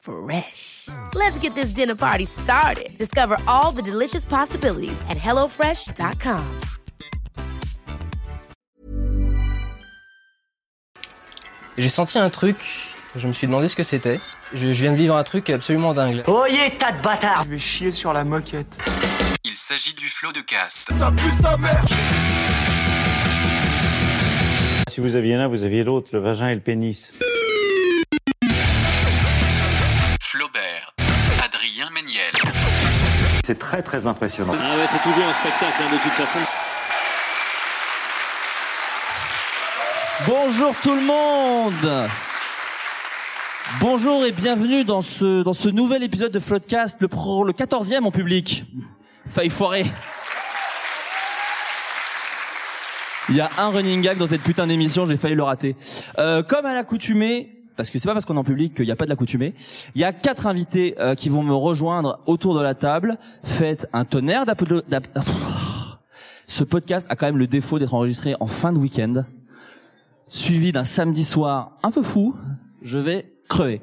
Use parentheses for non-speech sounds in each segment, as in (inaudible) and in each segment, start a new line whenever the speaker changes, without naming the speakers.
Fresh. Let's get this dinner party started. Discover all the delicious possibilities at hellofresh.com.
J'ai senti un truc, je me suis demandé ce que c'était. Je, je viens de vivre un truc absolument dingue.
Oyez, tas de bâtards
Je vais chier sur la moquette.
Il s'agit du flot de cast.
Si vous aviez l'un, vous aviez l'autre, le vagin et le pénis.
Flaubert. Adrien Méniel.
C'est très très impressionnant.
Ah ouais, c'est toujours un spectacle hein, de toute façon.
Bonjour tout le monde Bonjour et bienvenue dans ce, dans ce nouvel épisode de Floodcast, le, pro, le 14e en public. Faille foirée. Il y a un running gag dans cette putain d'émission, j'ai failli le rater. Euh, comme à l'accoutumée, parce que c'est pas parce qu'on est en public qu'il n'y a pas de l'accoutumée, il y a quatre invités euh, qui vont me rejoindre autour de la table. Faites un tonnerre d'applaudissements. Ce podcast a quand même le défaut d'être enregistré en fin de week-end suivi d'un samedi soir un peu fou, je vais crever.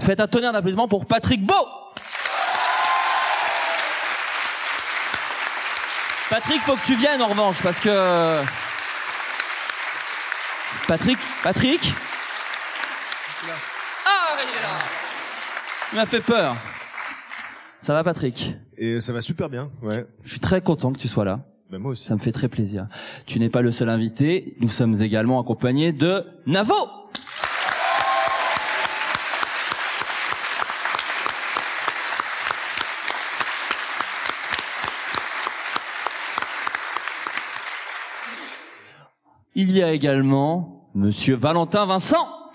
Faites un tonnerre d'applaudissements pour Patrick Beau Patrick, faut que tu viennes en revanche, parce que... Patrick, Patrick Ah, il est là Il m'a fait peur. Ça va Patrick
Et ça va super bien, ouais.
Je suis très content que tu sois là.
Bah moi aussi.
Ça me fait très plaisir. Tu n'es pas le seul invité. Nous sommes également accompagnés de Navo. Il y a également Monsieur Valentin Vincent.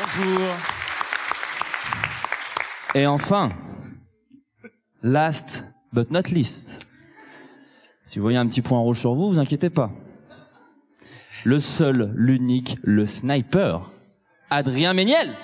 Bonjour. Et enfin, last but not least. Si vous voyez un petit point rouge sur vous, vous inquiétez pas. Le seul, l'unique, le sniper, Adrien Méniel.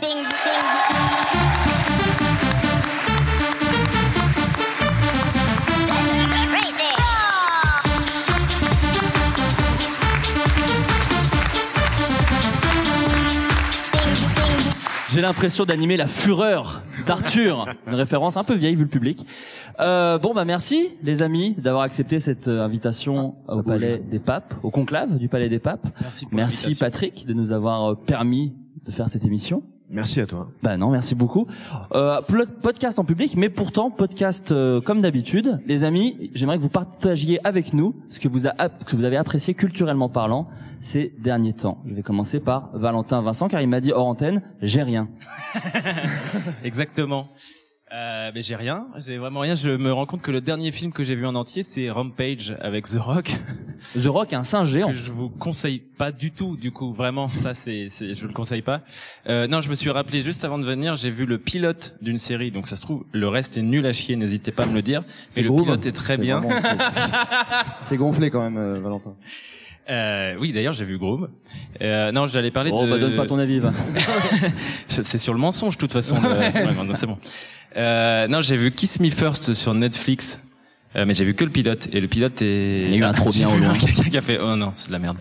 J'ai l'impression d'animer la fureur d'Arthur, une référence un peu vieille vu le public. Euh, bon bah merci les amis d'avoir accepté cette euh, invitation au Palais des Papes, au conclave du Palais des Papes.
Merci
Merci Patrick de nous avoir euh, permis de faire cette émission.
Merci à toi.
Bah non, merci beaucoup. Euh, plo- podcast en public, mais pourtant podcast euh, comme d'habitude. Les amis, j'aimerais que vous partagiez avec nous ce que vous, a, ce que vous avez apprécié culturellement parlant ces derniers temps. Je vais commencer par Valentin Vincent, car il m'a dit hors antenne, j'ai rien.
Exactement. Euh, mais j'ai rien, j'ai vraiment rien. Je me rends compte que le dernier film que j'ai vu en entier, c'est Rampage avec The Rock.
The Rock est un singe géant.
Que je vous conseille pas du tout, du coup, vraiment, ça, c'est, c'est, je le conseille pas. Euh, non, je me suis rappelé juste avant de venir, j'ai vu le pilote d'une série, donc ça se trouve, le reste est nul à chier, n'hésitez pas à me le dire.
C'est
Mais le
groove.
pilote est très
C'est
bien. (laughs)
vraiment- C'est gonflé quand même, euh, Valentin.
Euh, oui, d'ailleurs, j'ai vu Groove. Euh, non, j'allais parler
Oh
de...
bah donne pas ton avis, va.
Je- C'est sur le mensonge, de toute
(laughs)
façon. le- ouais, non, c'est bon. Euh, non, j'ai vu Kiss Me First sur Netflix. Euh, mais j'ai vu que le pilote et le pilote est
Il y a eu un trop
J'ai
bien au
vu
loin.
un (laughs) quelqu'un qui a fait oh non (laughs) c'est de la merde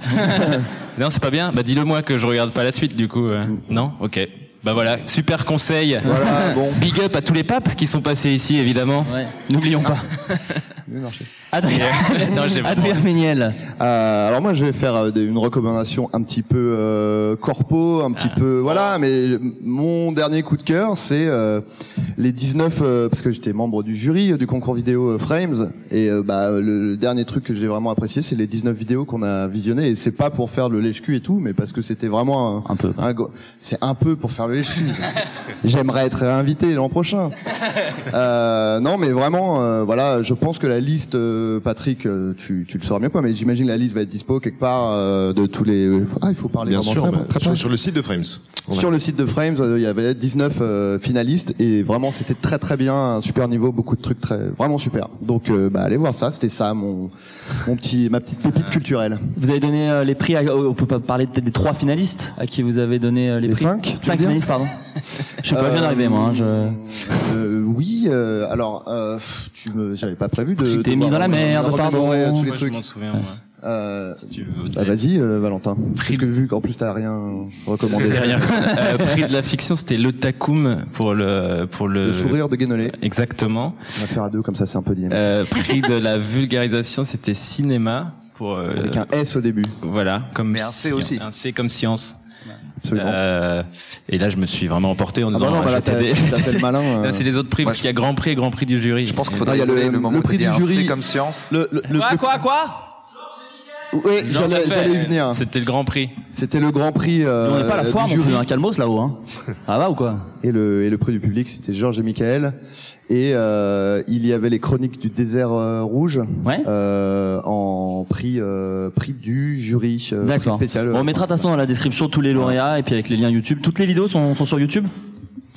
non c'est pas bien bah dis-le moi que je regarde pas la suite du coup euh. non ok Bah voilà, super conseil.
Voilà, bon.
(laughs) Big up à tous les papes qui sont passés ici, évidemment. N'oublions pas.
Adrien,
Non, j'ai vraiment-
Adrien Méniel.
Euh, alors moi je vais faire euh, des- une recommandation un petit peu euh, corpo, un
Ah.
petit peu voilà, mais mon dernier coup de cœur c'est euh, les 19 euh, parce que j'étais membre du jury euh, du concours vidéo euh, Frames et euh, bah le, le dernier truc que j'ai vraiment apprécié c'est les 19 vidéos qu'on a visionnées et c'est pas pour faire le lèche cul et tout mais parce que c'était vraiment un,
Un peu.
un go- c'est un peu pour faire le
(laughs)
lèche cul. J'aimerais être invité l'an prochain. Euh, non, mais vraiment, euh, voilà, je pense que la liste, euh, Patrick, euh, tu, tu le sauras mieux quoi, mais j'imagine la liste va être dispo quelque part euh, de tous les. Ah, il faut parler
Bien
vraiment
sûr,
très-
bah,
très-
sur, sur le site de Frames. On va-
Sur le site de Frames, euh, il y avait 19 euh, finalistes et vraiment c'était très très bien, un super niveau, beaucoup de trucs très vraiment super. Donc euh, bah allez voir ça, c'était ça mon mon petit ma petite pépite culturelle.
Vous avez donné euh, les prix. À, on peut pas parler peut-être des trois finalistes à qui vous avez donné euh, les,
Les
prix.
cinq, tu veux
Cinq
dire
finalistes, pardon. Je sais pas, je viens
Euh,
d'arriver moi. hein, je...
Euh, oui, euh, alors euh, pff, tu me j'avais pas prévu de
Je t'ai
de
mis
voir
dans la
vraiment-
merde,
de
pardon.
remémorer, euh, tous les
Moi,
trucs.
Je m'en souviens, moi.
Euh,
Tu veux-
Bah vas-y euh, Valentin. Parce que vu qu'en plus t'as rien recommandé. (laughs)
J'ai rien. Euh, prix de la fiction, c'était le Takum pour le pour le,
euh,
Le sourire de Guénolé.
Exactement.
On va faire à deux comme ça c'est un peu dit.
Euh, prix de la vulgarisation, c'était cinéma pour euh,
Avec un S au début.
voilà comme
Mais un C
sci-
aussi.
un C comme science.
Absolument.
Euh, et là, je me suis vraiment emporté en
ah
disant
bah non,
ah,
bah
je
là
vais
t'as
t'aider.
t'as fait le malin. euh.
(laughs) Non, c'est les autres prix
moi,
parce qu'il y a grand prix et grand prix du jury.
Je pense qu'il faudrait
Ah, il y a
isoler
le-
le, moment
le
où
prix
t'as
du
dit un
jury.
C comme science.
Le, le, le-
Quoi, quoi, quoi
Ouais,
Non, tout à
j'allais
fait.
j'allais y venir. Ah,
C'était le grand prix.
C'était le Grand Prix euh,
On n'est pas à la
du
foire, non
jury.
plus, un calmos là-haut. Hein. Ah va ou quoi
et le et le prix du public c'était Georges et Michael et euh, il y avait les Chroniques du désert euh, rouge
Ouais.
euh, en prix euh, prix du jury euh, prix
D'accord.
spécial.
Bon, on mettra de toute façon dans la description tous les lauréats et puis avec les liens YouTube. Toutes les vidéos sont, sont sur YouTube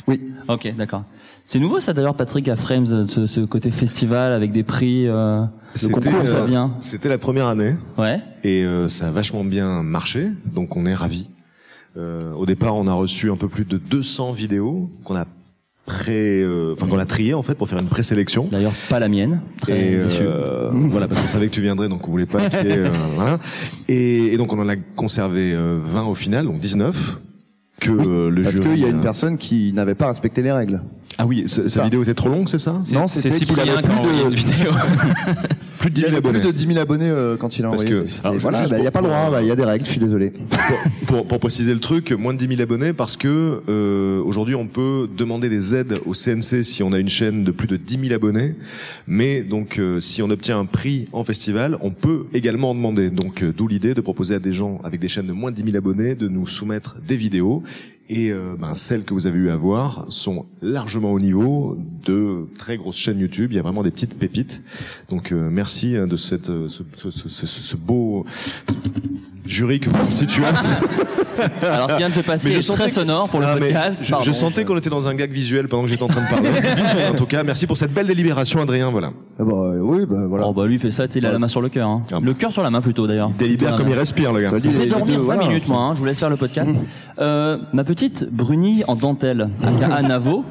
Oui.
Ok, d'accord. C'est nouveau ça d'ailleurs, Patrick, à Frames, euh, ce, ce côté festival avec des prix. Euh, le
C'était,
concours, ça
euh,
vient.
C'était la première année
Ouais.
et euh, ça a vachement bien marché, donc on est ravis. Euh, au départ, on a reçu un peu plus de 200 vidéos qu'on a pré, euh, enfin qu'on a triées en fait pour faire une présélection.
D'ailleurs, pas la mienne. Très
et
déçu.
euh, (laughs) voilà parce qu'on savait que tu viendrais donc on voulait pas qu'il y
(laughs)
ait, euh, voilà. et, et donc on en a conservé euh, 20 au final donc 19 que euh, le
Parce
jury
qu'il y a une
euh,
personne qui n'avait pas respecté les règles.
ah oui
C'est
sa
ça.
sa vidéo était trop longue c'est ça
Non,
C'est
c'était qu'il
Cyprien
avait
qui a
plus (laughs)
envoyé
de-
une vidéo.
plus de
Il
10 000
y avait
abonnés
plus de 10 000 abonnés euh, quand il a
Parce
envoyé.
que-
Et
alors,
voilà,
juste
bah, il n'y a
pour-
pas le droit, bah, il y a des règles, je suis désolé.
pour, pour préciser le truc, moins de 10 000 abonnés parce que euh, aujourd'hui on peut demander des aides au CNC si on a une chaîne de plus de 10 000 abonnés, mais donc euh, si on obtient un prix en festival, on peut également en demander. Donc euh, d'où l'idée de proposer à des gens avec des chaînes de moins de 10 000 abonnés de nous soumettre des vidéos. Et euh, ben, celles que vous avez eu à voir sont largement au niveau de très grosses chaînes YouTube. Il y a vraiment des petites pépites. Donc euh, merci euh, de cette, euh, ce, ce- ce- ce- ce beau jury que vous constituez.
Alors, ce qui vient de se passer est
sentais
très
que-
sonore pour le
Ah, mais
podcast.
Je, je sentais qu'on était dans un gag visuel pendant que j'étais en train de parler.
(laughs)
en tout cas, merci pour cette belle délibération, Adrien. Voilà.
Ah bah, euh, oui, bah, voilà.
Oh bah lui il fait ça, tu sais, il a la main sur le cœur. Hein.
Ah bon.
Le cœur sur la main plutôt d'ailleurs.
Délibère
Putain,
comme il respire, le gars.
Ça dit,
Je vais
les- les
dormir
deux,
20
voilà. Mmh.
minutes, moi. hein, je vous laisse faire le podcast. Euh, ma petite Bruni en dentelle, aka Navo.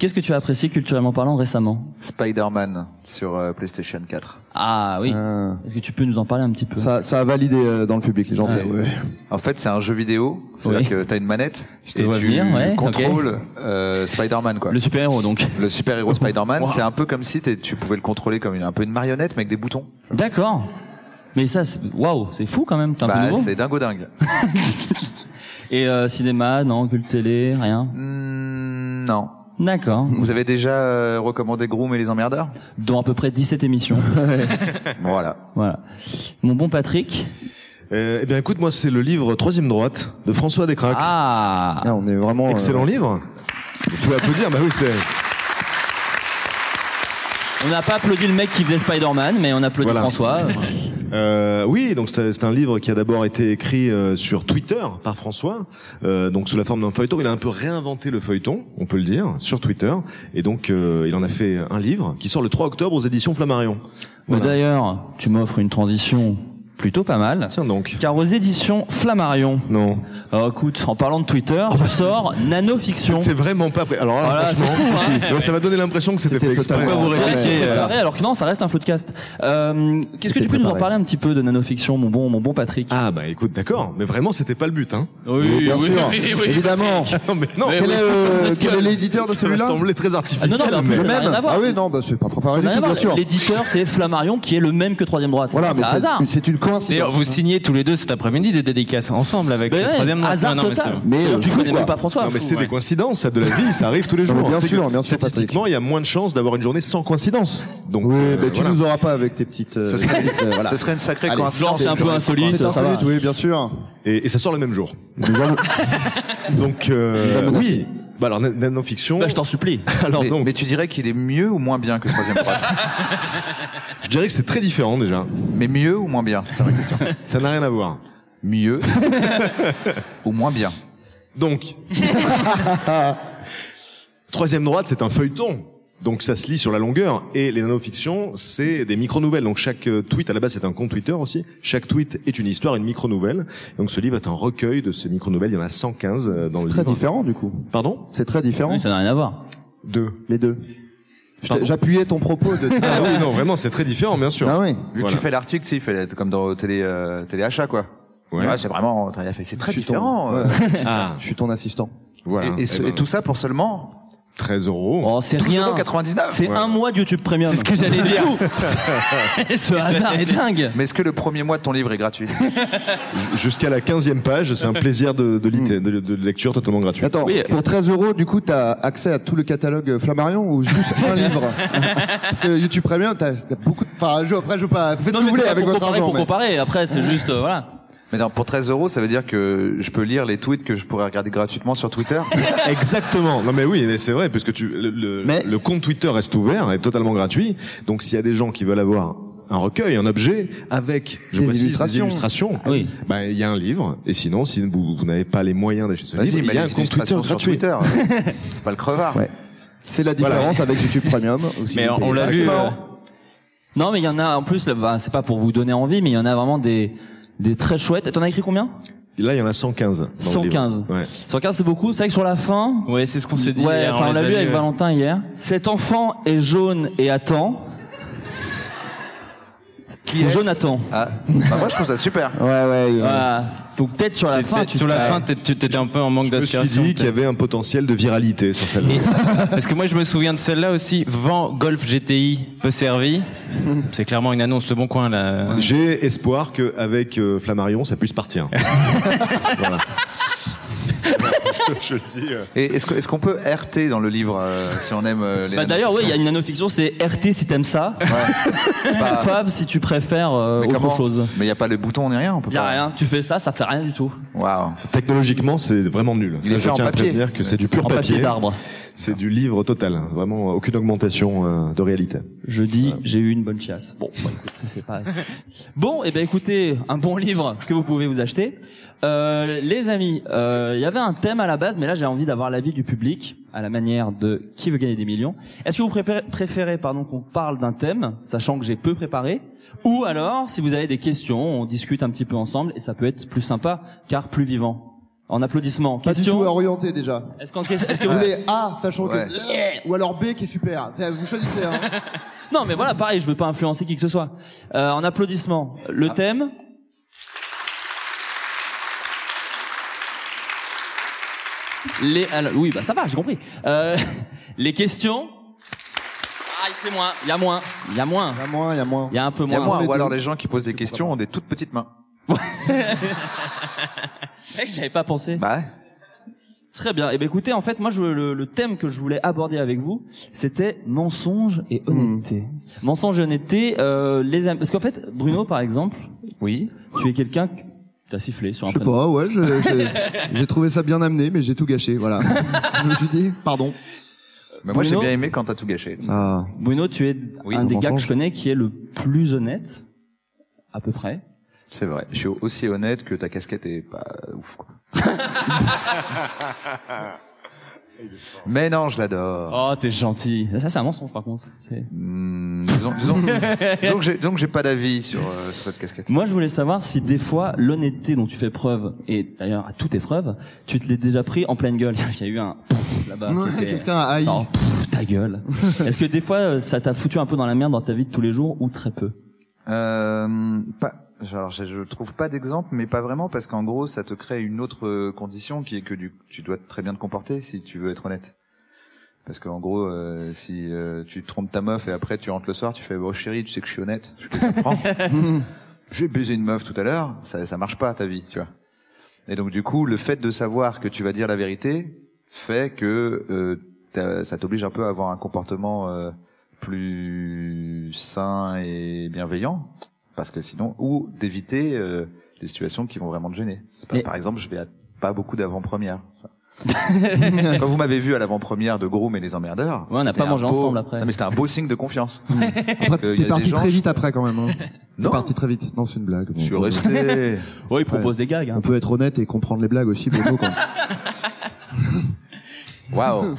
Qu'est-ce que tu as apprécié culturellement parlant récemment
Spider-Man sur euh, PlayStation 4.
Ah oui.
Ah,
Est-ce que tu peux nous en parler un petit peu
ça, ça a validé euh, dans le public, les gens.
Ah,
font, ouais.
En fait, c'est un jeu vidéo. C'est-à-dire
Oui.
que t'as une manette
te
et
vois
tu
venir, ouais, ok.
contrôles euh, Spider-Man, quoi.
Le super-héros donc.
Le super-héros Spider-Man,
(laughs) Wow.
c'est un peu comme si t'es- tu pouvais le contrôler comme une, un peu une marionnette, mais avec des boutons.
D'accord. Mais ça, c'est- waouh, c'est fou quand même, c'est un peu
Bah,
nouveau.
c'est dingo dingue.
Et euh, cinéma, non, culte télé, rien.
Hmm, non.
D'accord.
Vous avez déjà euh, recommandé Groom et les emmerdeurs
Dans à peu près
(laughs)
17 émissions.
Voilà.
voilà. Mon bon Patrick.
Euh, eh bien, écoute, moi, c'est le livre Troisième droite de François Descraques.
Ah.
Ah, on est vraiment. euh,
Excellent livre. Vous pouvez applaudir. Bah oui, c'est.
On n'a pas applaudi le mec qui faisait Spider-Man, mais on applaudit
Voilà.
François.
Euh, oui, donc c'est c'est un livre qui a d'abord été écrit euh, sur Twitter par François, euh, donc sous la forme d'un feuilleton. Il a un peu réinventé le feuilleton, on peut le dire, sur Twitter. Et donc, euh, il en a fait un livre qui sort le 3 octobre aux éditions Flammarion.
Mais
Voilà.
D'ailleurs, tu m'offres une transition Plutôt pas mal.
Tiens donc.
Car aux éditions Flammarion.
Non.
Alors écoute, en parlant de Twitter, sort Nanofiction.
C'est vraiment pas prêt. Alors là,
Voilà,
Ah, franchement,
c'est fou, hein.
(laughs) non, ça m'a donné l'impression que c'était fait exprès.
Pourquoi vous répétiez
Ouais,
euh,
voilà.
alors que non, ça reste un floodcast. Euh, Qu'est-ce
C'était
que tu peux nous en
préparé.
parler un petit peu de nanofiction, mon bon, mon bon Patrick
Ah bah écoute, d'accord, mais vraiment c'était pas le but, hein.
Oui,
bien
oui,
sûr,
oui, oui,
évidemment.
non, (laughs) mais non.
Quel est, euh, quel est l'éditeur de celui-là
Ça m'a semblé très artificiel.
Ah non, non, mais en plus,
le
ça n'a
même.
rien à voir.
Ah oui, non, bah c'est pas
Ça
préparé
n'a
du
rien à
tout, bien
voir.
sûr.
L'éditeur, c'est Flammarion, qui est le même que Troisième Droite.
Voilà, mais
c'est un
c'est-
hasard.
c'est une
D'ailleurs,
coïncidence.
vous signez tous les deux cet après-midi des dédicaces ensemble avec
Ben
le
ouais,
troisième Droite.
hasard
Ah non, mais
total.
c'est-
Mais euh,
tu
fou,
connais
quoi.
même pas François.
Non mais
fou,
c'est
ouais.
des coïncidences, ça de la vie, ça arrive tous les
(laughs) Non, mais
jours.
bien
C'est que
sûr, bien sûr, Patrick.
Statistiquement, il y a moins de chances d'avoir une journée sans coïncidence. Donc
Oui,
euh,
bah, tu
voilà.
nous auras pas avec tes petites.
(laughs)
euh,
Ça serait-
petites, euh, voilà.
Ce serait une sacrée
Allez,
coïncidence.
Genre, c'est un peu insolite.
C'est
ça va.
insolite, oui, bien sûr.
et, et ça sort le même jour.
Nous allons-
(laughs) Donc euh,
Nous allons-
oui. Bah alors na- nanofiction.
Bah, je t'en supplie.
(laughs) alors
mais,
donc,
mais tu dirais qu'il est mieux ou moins bien que troisième droite
(laughs) je dirais que c'est très différent déjà.
Mais mieux ou moins bien C'est ça ma question.
(laughs) Ça n'a rien à voir. (laughs)
Mieux ou moins bien
(laughs)
Donc, troisième droite, c'est un feuilleton. Donc ça se lit sur la longueur. Et les nanofictions, c'est des micro-nouvelles. Donc chaque euh, tweet, à la base, c'est un compte Twitter aussi. Chaque tweet est une histoire, une micro-nouvelle. Donc ce livre est un recueil de ces micro-nouvelles. Il y en a 115 euh, dans
C'est
le
très
livre.
différent, du coup.
Pardon
C'est très différent,
Oui, ça n'a rien à voir.
Deux.
les deux. Je t'ai- J'appuyais ton propos de.
Ah oui, non, vraiment, c'est très différent, bien sûr.
Ah oui.
Vu que
Voilà.
tu fais l'article, tu sais, il fallait être comme dans télé, euh, téléachat, quoi.
Ouais.
Ouais, c'est vraiment. t'as- il a fait- C'est très
Je suis ton-
différent. euh.
ouais.
(laughs)
Ah,
Je suis ton assistant.
voilà.
Et, et ce-
Eh ben,
et tout ça pour seulement
13 euros.
Oh, c'est rien.
12,99
C'est un mois de YouTube Premium.
C'est ce que j'allais
Du (laughs)
dire.
coup, ce hasard est dingue.
Mais est-ce que le premier mois de ton livre est gratuit
J- Jusqu'à la 15e page,
(laughs)
c'est un plaisir de, de, lit- de- de lecture totalement gratuite.
Mm. Attends,
Oui.
pour 13 euros, du coup, t'as accès à tout le catalogue euh, Flammarion ou juste
(laughs)
un livre Parce que YouTube Premium, t'as t'as beaucoup. de- Enfin, je, après, je veux pas. Faites ce
Non,
que
mais
vous voulez
c'est pas
avec
pour
votre
comparer,
argent.
pour
mais-
comparer. Après, c'est juste, euh, voilà.
Mais non, pour 13 euros, ça veut dire que je peux lire les tweets que je pourrais regarder gratuitement sur Twitter.
(laughs) Exactement. Non mais oui, mais c'est vrai puisque tu le, le-
Mais-
le compte Twitter reste ouvert est totalement gratuit. Donc s'il y a des gens qui veulent avoir un recueil, un objet avec je
Des
précise,
illustrations.
des illustrations,
Ah
Oui.
bah, il y a un livre et sinon si vous, vous n'avez pas les moyens d'acheter ce
Vas-y,
livre,
mais
il y a un
les
compte Twitter
illustrations sur
gratuit.
Twitter.
(laughs)
Faut pas le crevard.
Ouais. C'est la différence avec YouTube
(laughs)
Premium. Aussi
Mais on, on
Ah,
l'a
c'est
vu.
marrant.
euh,
Non, mais il y en a, en plus, là, bah, c'est pas pour vous donner envie, mais il y en a vraiment des, des très chouettes. T'en as écrit combien?
Là, il y en a 115. dans le livre.
115.
Ouais.
115, c'est beaucoup. C'est vrai que sur la fin,
Ouais, c'est ce qu'on s'est dit.
Ouais,
hier,
enfin, on
les
l'a
a
lu avec
euh,
Valentin hier. Cet enfant est jaune et attend.
Qui
C'est
est-ce
Jonathan.
Ah, bah moi je trouve ça super.
Ouais, ouais. il y a-
Voilà. Donc peut-être sur la
c'est
fin,
peut-être
tu
Sur la
Ouais.
fin, t'es- tu t'étais un peu en manque
Je me suis
d'inspiration.
dit qu'il y avait un potentiel de viralité sur celle-là.
(laughs) Parce que moi, je me souviens de celle-là aussi. Vent Golf GTI peu servi. C'est clairement une annonce. Le Bon Coin là.
(laughs) J'ai espoir qu'avec euh, Flammarion, ça puisse partir. voilà. je, je le dis. euh,
Et est-ce que- est-ce qu'on peut RT dans le livre euh, si on aime euh, les
Bah d'ailleurs, ouais, il y a
nanofictions
une nanofiction, c'est RT si t'aimes ça, (laughs)
C'est pas-
Fav si tu préfères euh,
Mais
autre
comment
chose.
Mais il y a pas le bouton ni rien, on peut
Y a
pas.
rien, tu fais ça, ça fait rien du tout.
Waouh.
Technologiquement, c'est vraiment nul.
Il
Ça,
est
je
fait en
tiens à
papier.
prévenir que c'est du pur
en papier,
papier.
d'arbre.
C'est du livre total. Vraiment, aucune augmentation euh, de réalité.
Je dis, j'ai eu une bonne chiasse. Bon, bah, écoute, ça, c'est pas. (laughs) Bon, et ben écoutez, un bon livre que vous pouvez vous acheter. Euh, les amis, euh, il y avait un thème à la base, mais là j'ai envie d'avoir l'avis du public à la manière de qui veut gagner des millions. Est-ce que vous préférez, préférez pardon qu'on parle d'un thème, sachant que j'ai peu préparé, ou alors si vous avez des questions, on discute un petit peu ensemble et ça peut être plus sympa car plus vivant. En applaudissements.
Pas du tout
Question.
orienté déjà.
Est-ce qu'en- est-ce que
Vous
vous
voulez A, sachant
Ouais.
que. Yeah Ou alors B qui est super. C'est- Vous choisissez. hein. (laughs)
Non, mais voilà, pareil, je veux pas influencer qui que ce soit. Euh, en applaudissement,
Ah.
le thème. Les, alors, oui, bah ça va, j'ai compris. Euh, (laughs) les questions. Ah, c'est moins. Il y a moins. Il y a moins.
Il y a moins, il y a moins.
Il y a un peu
Il y a
moins.
moi
les
ou alors
deux.
les gens qui posent des questions ont des toutes petites mains.
C'est vrai que j'avais pas pensé.
Bah ouais.
Très bien. Et ben écoutez, en fait, moi, je, le, le thème que je voulais aborder avec vous, c'était mensonge et
Hmm.
honnêteté. Mensonge et honnêteté. euh, les am- parce qu'en fait, Bruno, par exemple,
Oui.
tu es quelqu'un. que- T'as sifflé sur un
Je sais
prénom.
pas, Bah, ouais, je-
(laughs)
j'ai- j'ai trouvé ça bien amené, mais j'ai tout gâché, voilà. je me suis dit, pardon.
(laughs) Mais moi j'ai
Bruno
bien aimé quand t'as tout gâché.
Ah,
Bruno, tu es
Oui,
un
un
des gars
mensonge.
que je connais qui est le plus honnête, à peu près.
C'est vrai. Je suis aussi honnête que ta casquette est pas ouf. Quoi. Mais non, je l'adore.
Oh, t'es gentil. Ça, c'est un mensonge, par contre. C'est-
Disons, (laughs) disons- disons que j'ai- disons que j'ai pas d'avis sur, euh, sur cette casquette.
Moi, je voulais savoir si des fois l'honnêteté dont tu fais preuve, et d'ailleurs à toute épreuve, tu te l'es déjà pris en pleine gueule. (laughs) Il y a eu un pfff là-bas.
Ouais,
qui était-
quelqu'un a haï.
Non, pfff,
(laughs)
ta gueule. Est-ce que des fois, euh, ça t'a foutu un peu dans la merde dans ta vie de tous les jours ou très peu
Euh, pas. Alors, je, je trouve pas d'exemple, mais pas vraiment, parce qu'en gros, ça te crée une autre euh, condition qui est que du, tu dois très bien te comporter si tu veux être honnête. Parce qu'en gros, euh, si euh, tu trompes ta meuf et après tu rentres le soir, tu fais oh chérie, tu sais que je suis honnête, je te comprends. (laughs) J'ai baisé une meuf tout à l'heure, ça, ça marche pas ta vie, tu vois. Et donc du coup, le fait de savoir que tu vas dire la vérité fait que euh, t'as- ça t'oblige un peu à avoir un comportement euh, plus sain et bienveillant, parce que sinon, ou d'éviter euh, les situations qui vont vraiment te gêner. C'est pas- Par exemple, je vais à pas beaucoup d'avant-premières.
(laughs)
Quand vous m'avez vu à l'avant-première de Groom et les emmerdeurs,
Ouais, on n'a
c'était
pas
un
mangé
beau-
ensemble après.
Non, mais c'était un beau signe de
(laughs)
confiance.
Après,
que y a
T'es
des
parti
gens-
très vite après quand
(laughs)
même. Hein. T'es
Non.
parti très vite. Non, c'est une blague.
Je suis resté. (laughs)
Ouais, il
propose
des
hein.
gags.
On peut être honnête et comprendre les blagues aussi, Bruno. Quand...
Waouh.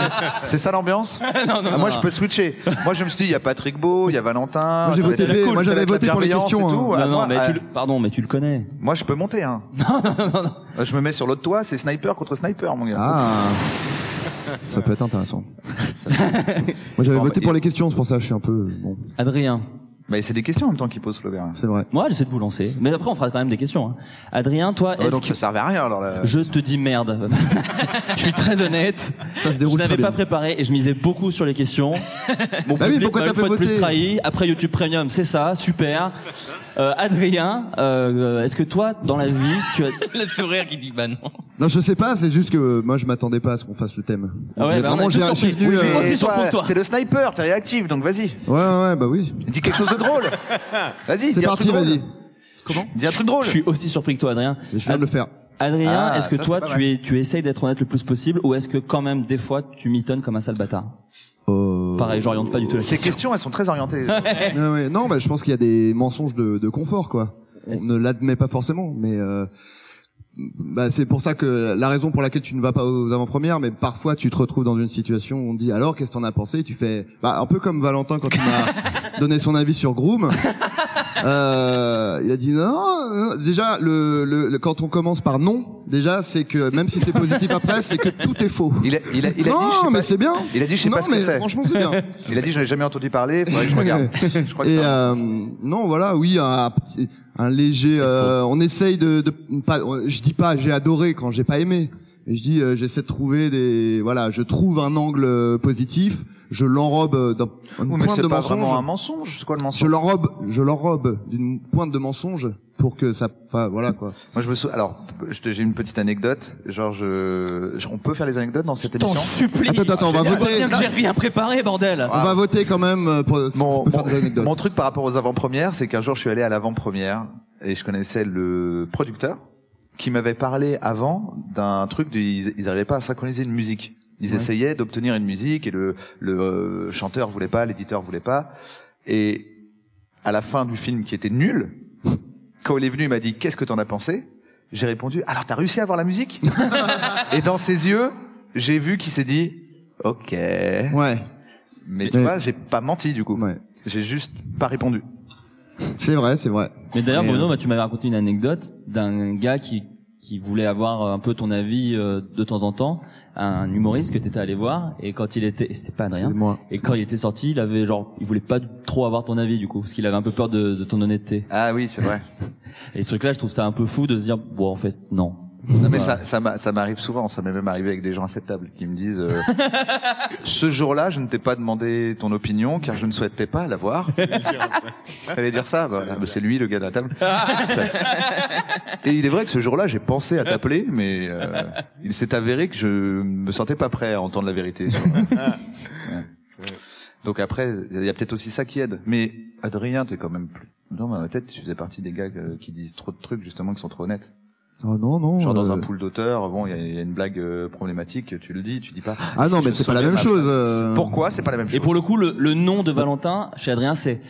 (laughs) C'est ça l'ambiance
(laughs) non,
Ah,
non,
Moi,
non.
je peux switcher. Moi, je me suis dit, il y a Patrick Beau, il y a Valentin.
Moi, j'ai
Ah, ça va
voté-
être la cool,
moi,
ça va
j'avais
être la
voté pour les
bienveillance et
questions, hein.
tout.
Non,
Ah,
non,
moi,
mais
ah,
tu le... Pardon, mais tu le connais.
Moi, je peux monter. Hein.
Non, non, non, non.
Euh, Je me mets sur l'autre toit, c'est sniper contre sniper, mon gars.
Ah, ça peut
(laughs)
être intéressant. Moi, j'avais
Bon,
voté
bah,
pour
et-
les questions, c'est pour ça que je suis un peu. Bon,
Adrien.
Mais c'est des questions en même temps qu'il pose Flaubert.
c'est vrai.
Moi, j'essaie de vous lancer. Mais après, on fera quand même des questions. hein. Adrien, toi,
Ouais,
est-ce
donc
que...
ça servait à rien alors là.
Je te
(laughs)
dis merde. je suis très honnête.
Ça se
Je
déroule très
n'avais
bien.
pas préparé et je misais beaucoup sur
(laughs)
les questions. Mon
Bah oui,
public
pourquoi
m'a
t'as
une
fait
fois de plus
voter
trahi. Après YouTube Premium, c'est ça, super. Euh, Adrien, euh, est-ce que toi, dans la vie,
(laughs)
tu as...
(laughs) Le sourire qui dit bah non.
Non, je sais pas. C'est juste que euh, moi, je m'attendais pas à ce qu'on fasse le thème.
Ah ouais,
Mais
bah, on a
vraiment,
été
j'ai- je suis
surpris.
venu,
Oui,
euh,
mais-
ouais,
Aussi sur
toi,
pour toi.
T'es le sniper, t'es réactif, donc vas-y.
ouais, bah oui.
Dis quelque chose de
(laughs)
drôle. Vas-y, dis
C'est
un
parti,
truc drôle.
vas-y.
Dis un truc drôle.
Je suis aussi surpris que toi, Adrien.
Je viens de le faire.
Adrien,
Ah,
est-ce que
ça,
toi,
c'est pas
tu,
mal.
es, tu essayes d'être honnête le plus possible ou est-ce que quand même, des fois, tu mitonnes comme un sale bâtard
Euh,
Pareil, j'oriente pas du tout la
Ces
question.
questions, elles sont très orientées.
Ouais, ouais. Non, bah, je pense qu'il y a des mensonges de, de confort, quoi. On ne l'admet pas forcément, mais euh, bah, c'est pour ça que la raison pour laquelle tu ne vas pas aux avant-premières, mais parfois tu te retrouves dans une situation où on te dit alors qu'est-ce que t'en as pensé Et Tu fais bah, un peu comme Valentin quand il m'a donné son avis sur Groom. Euh, il a dit non. non. Déjà, le, le, le- quand on commence par non, déjà c'est que même si c'est positif après, c'est que tout est faux.
Il a, il a, il a
non,
dit, je sais
mais
pas-
c'est bien.
Il a dit, je sais
non,
pas ce
mais
que c'est.
franchement, c'est bien.
Il a dit, je n'ai jamais entendu parler. Faudrait que je
(laughs)
regarde. (laughs) Je crois que
Et
c'est un-
euh, non, voilà, oui, un, petit- un léger. euh, on essaye de, de pas. on- Je dis pas, j'ai adoré quand j'ai pas aimé. Mais Je dis, euh, j'essaie de trouver des. Voilà, je trouve un angle euh, positif. Je l'enrobe euh, d'un une
Oui, mais
pointe
c'est
de
pas
mensonge.
vraiment un mensonge. C'est quoi le mensonge
Je l'enrobe, je l'enrobe d'une pointe de mensonge pour que ça. Enfin, voilà quoi.
Moi, je me souviens. Alors, je te- j'ai une petite anecdote. Genre, je... je- on peut faire les anecdotes dans cette
T'en
émission.
supplie
Attends, attends, on va
Je vois
voter.
bien que j'ai rien préparé, bordel
On va voter quand même euh, pour. on
Mon,
peut faire des
mon,
anecdotes.
mon truc par rapport aux avant-premières, c'est qu'un jour, je suis allé à l'avant-première et je connaissais le producteur qui m'avait parlé avant d'un truc. De, ils ils arrivaient pas à synchroniser une musique. Ils essayaient d'obtenir une musique et le, le euh, chanteur voulait pas, l'éditeur voulait pas. Et à la fin du film qui était nul, (laughs) quand il est venu, il m'a dit qu'est-ce que t'en as pensé J'ai répondu alors t'as réussi à voir la
(laughs)
musique Et dans ses yeux, j'ai vu qu'il s'est dit ok,
Ouais,
mais tu
Ouais.
vois, j'ai pas menti du coup.
ouais.
J'ai juste pas répondu.
C'est vrai, c'est vrai.
Mais d'ailleurs,
Mais,
Bruno,
euh,
moi, tu m'avais raconté une anecdote d'un gars qui qui voulait avoir euh, un peu ton avis euh, de temps en temps, un humoriste que t'étais allé voir et quand il était, et c'était pas
C'est
Adrien,
moi.
et quand il était sorti, il avait genre, il voulait pas trop avoir ton avis du coup, parce qu'il avait un peu peur de, de ton honnêteté.
Ah oui, c'est vrai.
(laughs) Et ce truc-là, je trouve ça un peu fou de se dire, bon en fait non.
Non, mais
Ouais.
ça, ça m'a- ça m'arrive souvent. Ça m'est même arrivé avec des gens à cette table qui me
(laughs)
disent euh, ce jour-là, je ne t'ai pas demandé ton opinion car je ne souhaitais pas l'avoir. Fallait dire ça. bah, bah, c'est lui, le gars de la table. Et il est vrai que ce jour-là, j'ai pensé à t'appeler, mais euh, il s'est avéré que je me sentais pas prêt à entendre la vérité. sur- Ouais. Donc après, il y a peut-être aussi ça qui aide. Mais Adrien, t'es quand même plus. Non, mais peut-être tu faisais partie des gars euh, qui disent trop de trucs justement qui sont trop honnêtes.
Oh non, non.
Genre dans
euh,
un pool d'auteurs, bon, il y, a- il y a une blague euh, problématique, tu le dis, tu dis pas.
Ah non,
si
mais
je
c'est pas la
saurais
même
ça,
chose,
ça-
euh.
Pourquoi c'est pas la même chose
Et pour le coup, le, le nom de Valentin chez Adrien, c'est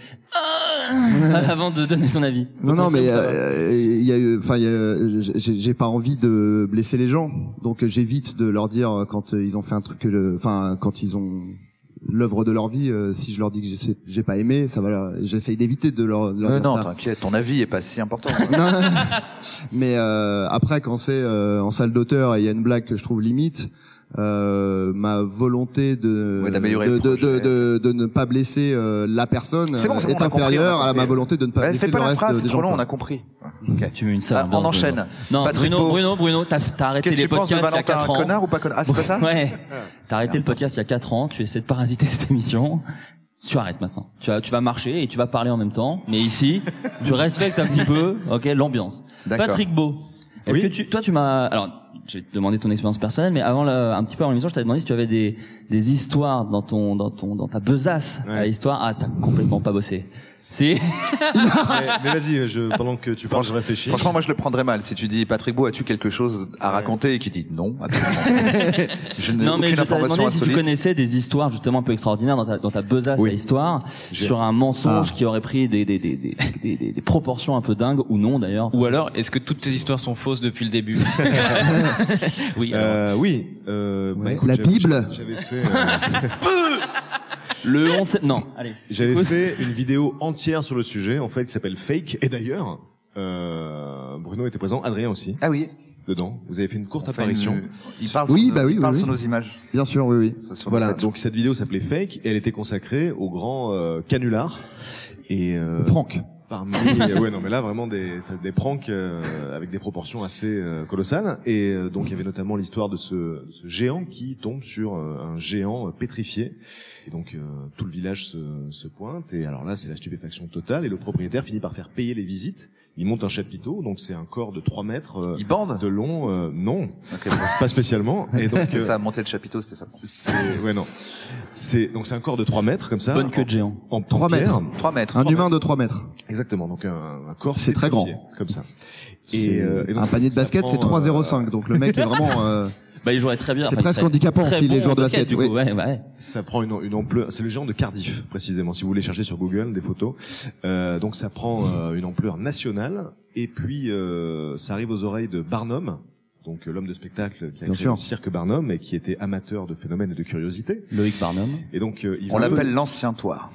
(laughs)
euh, (laughs) avant de donner son avis.
Non, non, mais euh, il y a, eu- enfin, il y a- j'ai j'ai pas envie de blesser les gens, donc j'évite de leur dire euh, quand euh, ils ont fait un truc, que le- enfin, quand ils ont l'œuvre de leur vie. euh, si je leur dis que j'ai- j'ai pas aimé, ça va. leur- J'essaye d'éviter de leur, de leur
Euh,
dire
non,
ça.
t'inquiète, ton avis est pas si important.
Mais euh, après, quand c'est euh, en salle d'auteur et il y a une blague que je trouve limite, euh, ma volonté de
Ouais, d'améliorer
de,
le
de, de,
projet.
de- de ne pas blesser euh, la personne
C'est bon, c'est
euh,
bon,
est
on a compris,
inférieure
on a
à ma
compris.
volonté de ne pas
Ouais,
blesser
fais pas
le
la
reste
phrase,
des
c'est
gens,
trop long,
quoi.
on a compris.
Tu mets une sale.
Ah, on enchaîne.
Non,
Patrick
Bruno,
Beau.
Bruno, Bruno, t'as t'as arrêté
Qu'est-ce que
les
tu penses de
podcasts il y a
Valentin
4 ans.
Connard ou pas connard Ah, c'est pas ça
Ouais. T'as arrêté le podcast il y a 4 ans, tu essaies de parasiter cette émission. Tu arrêtes maintenant. Tu vas, tu vas marcher et tu vas parler en même temps.
(laughs)
Mais ici, tu respectes un petit peu, ok, l'ambiance.
D'accord.
Patrick Beau. Est-ce que tu, toi, tu m'as, alors, je vais te demander ton expérience personnelle, mais avant la- un petit peu avant l'émission, je t'avais demandé si tu avais des, des histoires dans ton, dans ton, dans ta besace à la histoire. Ah, t'as complètement pas bossé.
(laughs)
Si.
(laughs) mais mais vas-y, euh, je, pendant que tu parles, je réfléchis.
Franchement, moi, je le prendrais mal si tu dis Patrick Beau, as-tu quelque chose à raconter et qui dit non
(laughs)
absolument. Je n'ai
Non, mais je
aucune
t'avais
information
demandé si tu
insolite.
connaissais des histoires justement un peu extraordinaires dans ta, dans ta besace à histoire
J'ai- Ah.
sur un mensonge qui aurait pris des, des, des, des, des- des- des proportions un peu dingues ou non d'ailleurs.
Ou alors, est-ce que toutes tes histoires sont fausses depuis le début Oui.
Euh, oui. Euh, bah, écoute,
La
j'avais-
Bible.
J'avais fait. euh,
Le 11 sept- Non, allez.
J'avais fait une vidéo entière sur le sujet, en fait, qui s'appelle Fake. Et d'ailleurs, euh, Bruno était présent, Adrien aussi.
Ah oui.
Dedans. Vous avez fait une courte
Enfin,
apparition.
une- Il parle,
Oui,
sur, nos-
bah oui,
il parle
oui,
sur
oui.
nos images.
Bien sûr, oui, oui.
sur nos
Voilà.
têtes.
Donc cette vidéo s'appelait Fake et elle était consacrée au grand euh, canular. Et euh,
Franck.
Parmi, (laughs) ouais, non, mais là vraiment des, des pranks euh, avec des proportions assez euh, colossales. Et euh, donc il y avait notamment l'histoire de ce, de ce géant qui tombe sur euh, un géant euh, pétrifié. Et donc euh, tout le village se, se pointe. Et alors là, c'est la stupéfaction totale. Et le propriétaire finit par faire payer les visites. Il monte un chapiteau, donc c'est un corps de 3 mètres euh,
Il bande
de long. euh, non,
Ok, bon,
pas spécialement. Et donc
C'était
euh,
ça, monter le chapiteau, c'était ça.
c'est ouais non. C'est donc c'est un corps de 3 mètres comme ça.
Bonne queue de géant.
En, en
3
pierre.
mètres.
3 mètres.
Un humain de 3 mètres.
Exactement, donc un, un corps.
C'est très
pétrifié, Comme ça.
C'est-
euh, et donc
un
ça-
panier de
ça
basket,
prend,
c'est 3,05. Donc le mec est vraiment. euh,
(laughs) Bah, il jouerait très bien.
C'est
il
presque
serait
handicapant
très
s'il est
bon
joueur de
au
basket,
du
oui.
coup. Ouais, ouais.
Ça prend une, une ampleur. C'est le géant de Cardiff précisément. Si vous voulez chercher sur Google des photos, Euh, donc ça prend euh, une ampleur nationale. Et puis euh, ça arrive aux oreilles de Barnum, donc euh, l'homme de spectacle qui a créé
Bien sûr.
le cirque Barnum et qui était amateur de phénomènes et de curiosités.
Loïc Barnum.
Et donc euh, il
On
veut-
l'appelle l'ancien toit.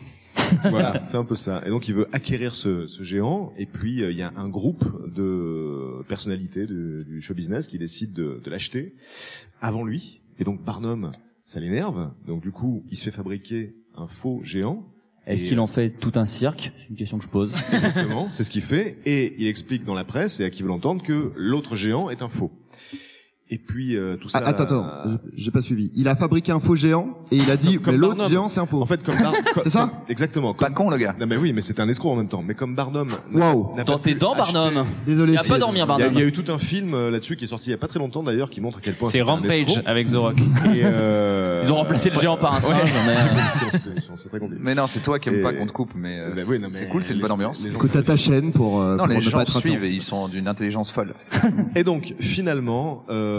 Voilà, c'est un peu ça. Et donc il veut acquérir ce, ce géant. Et puis euh, il y a un groupe de personnalités de- du show business qui décide de, de l'acheter avant lui. Et donc Barnum, ça l'énerve. Donc du coup, il se fait fabriquer un faux géant.
Est-ce
Et-
qu'il en fait tout un cirque C'est une question que je pose.
(laughs) Exactement, c'est ce qu'il fait. Et il explique dans la presse et à qui veut l'entendre que l'autre géant est un faux. Et puis euh, tout ça.
ah, attends, attends. j'ai- J'ai pas suivi. Il a fabriqué un faux géant et il a dit
Comme- comme
mais l'autre
Barnum.
géant c'est un faux.
En fait, comme Bar-
C'est ça
comme- Exactement.
Pas
Comme...
con, le gars.
Non mais oui, mais c'est un escroc en même temps. Mais comme Barnum. n'a-
Waouh.
n'a pas
Dans tes
pu
dents,
acheter-
Barnum.
Désolé.
Il a pas
Sid.
Il
dormi,
y a- il y, a
Barnum.
eu tout un film euh, là-dessus qui est sorti il y a pas très longtemps d'ailleurs qui montre à quel point
C'est
c'était un
Rampage
escroc.
avec The Rock.
Et, euh,
Ils ont remplacé le géant par un singe. mais, euh,
C'était- (laughs) C'est très compliqué.
Mais non, c'est toi qui
Et-
aimes pas qu'on te coupe, mais euh,
Bah oui, non, mais
c'est cool, c'est une
les-
bonne ambiance.
les gens-
Écoute à ta chaîne pour, euh,
Non,
pour
les
ne pas
gens
être
suivent
atteint.
et ils sont d'une intelligence folle.
Et donc finalement, euh,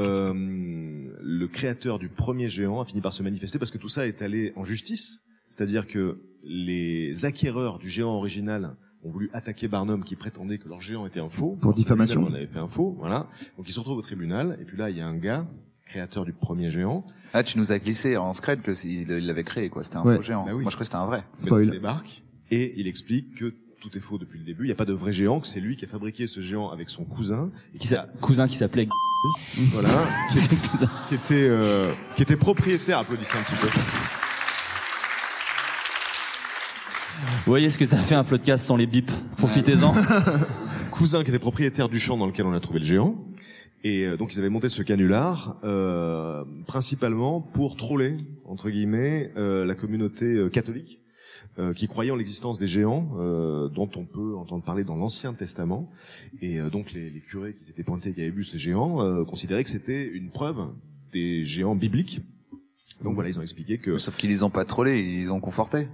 le créateur du premier géant a fini par se manifester parce que tout ça est allé en justice, c'est-à-dire que les acquéreurs du géant original ont voulu attaquer Barnum qui prétendait que leur géant était un faux.
Pour
Alors que
diffamation.
lui-même en avait fait un faux, voilà. Donc ils se retrouvent au tribunal et puis là il y a un gars créateur du premier géant
Ah, tu nous as glissé en scred que c'est- il il l'avait créé, quoi. C'était un
Ouais.
faux géant.
Bah oui.
Moi, je crois que c'était un vrai.
Mais
Spoil.
donc, il débarque et il explique que tout est faux depuis le début. Il n'y a pas de vrai géant, que c'est lui qui a fabriqué ce géant avec son cousin, et
qui
qui, a-
s'a- cousin qui s'appelait.
(laughs) voilà, qui, qui
(laughs)
était euh, qui était propriétaire. Applaudissez un petit peu.
Vous voyez ce que ça fait un floodcast sans les bips. Profitez-en.
(laughs) Cousin qui était propriétaire du champ dans lequel on a trouvé le géant. Et euh, donc ils avaient monté ce canular euh, principalement pour troller entre guillemets euh, la communauté euh, catholique euh, qui croyait en l'existence des géants euh, dont on peut entendre parler dans l'Ancien Testament et euh, donc les, les curés qui s'étaient pointés qui avaient vu ces géants euh, considéraient que c'était une preuve des géants bibliques. Donc voilà, ils ont expliqué que
Sauf qu'ils les ont pas trollés, ils les ont confortés.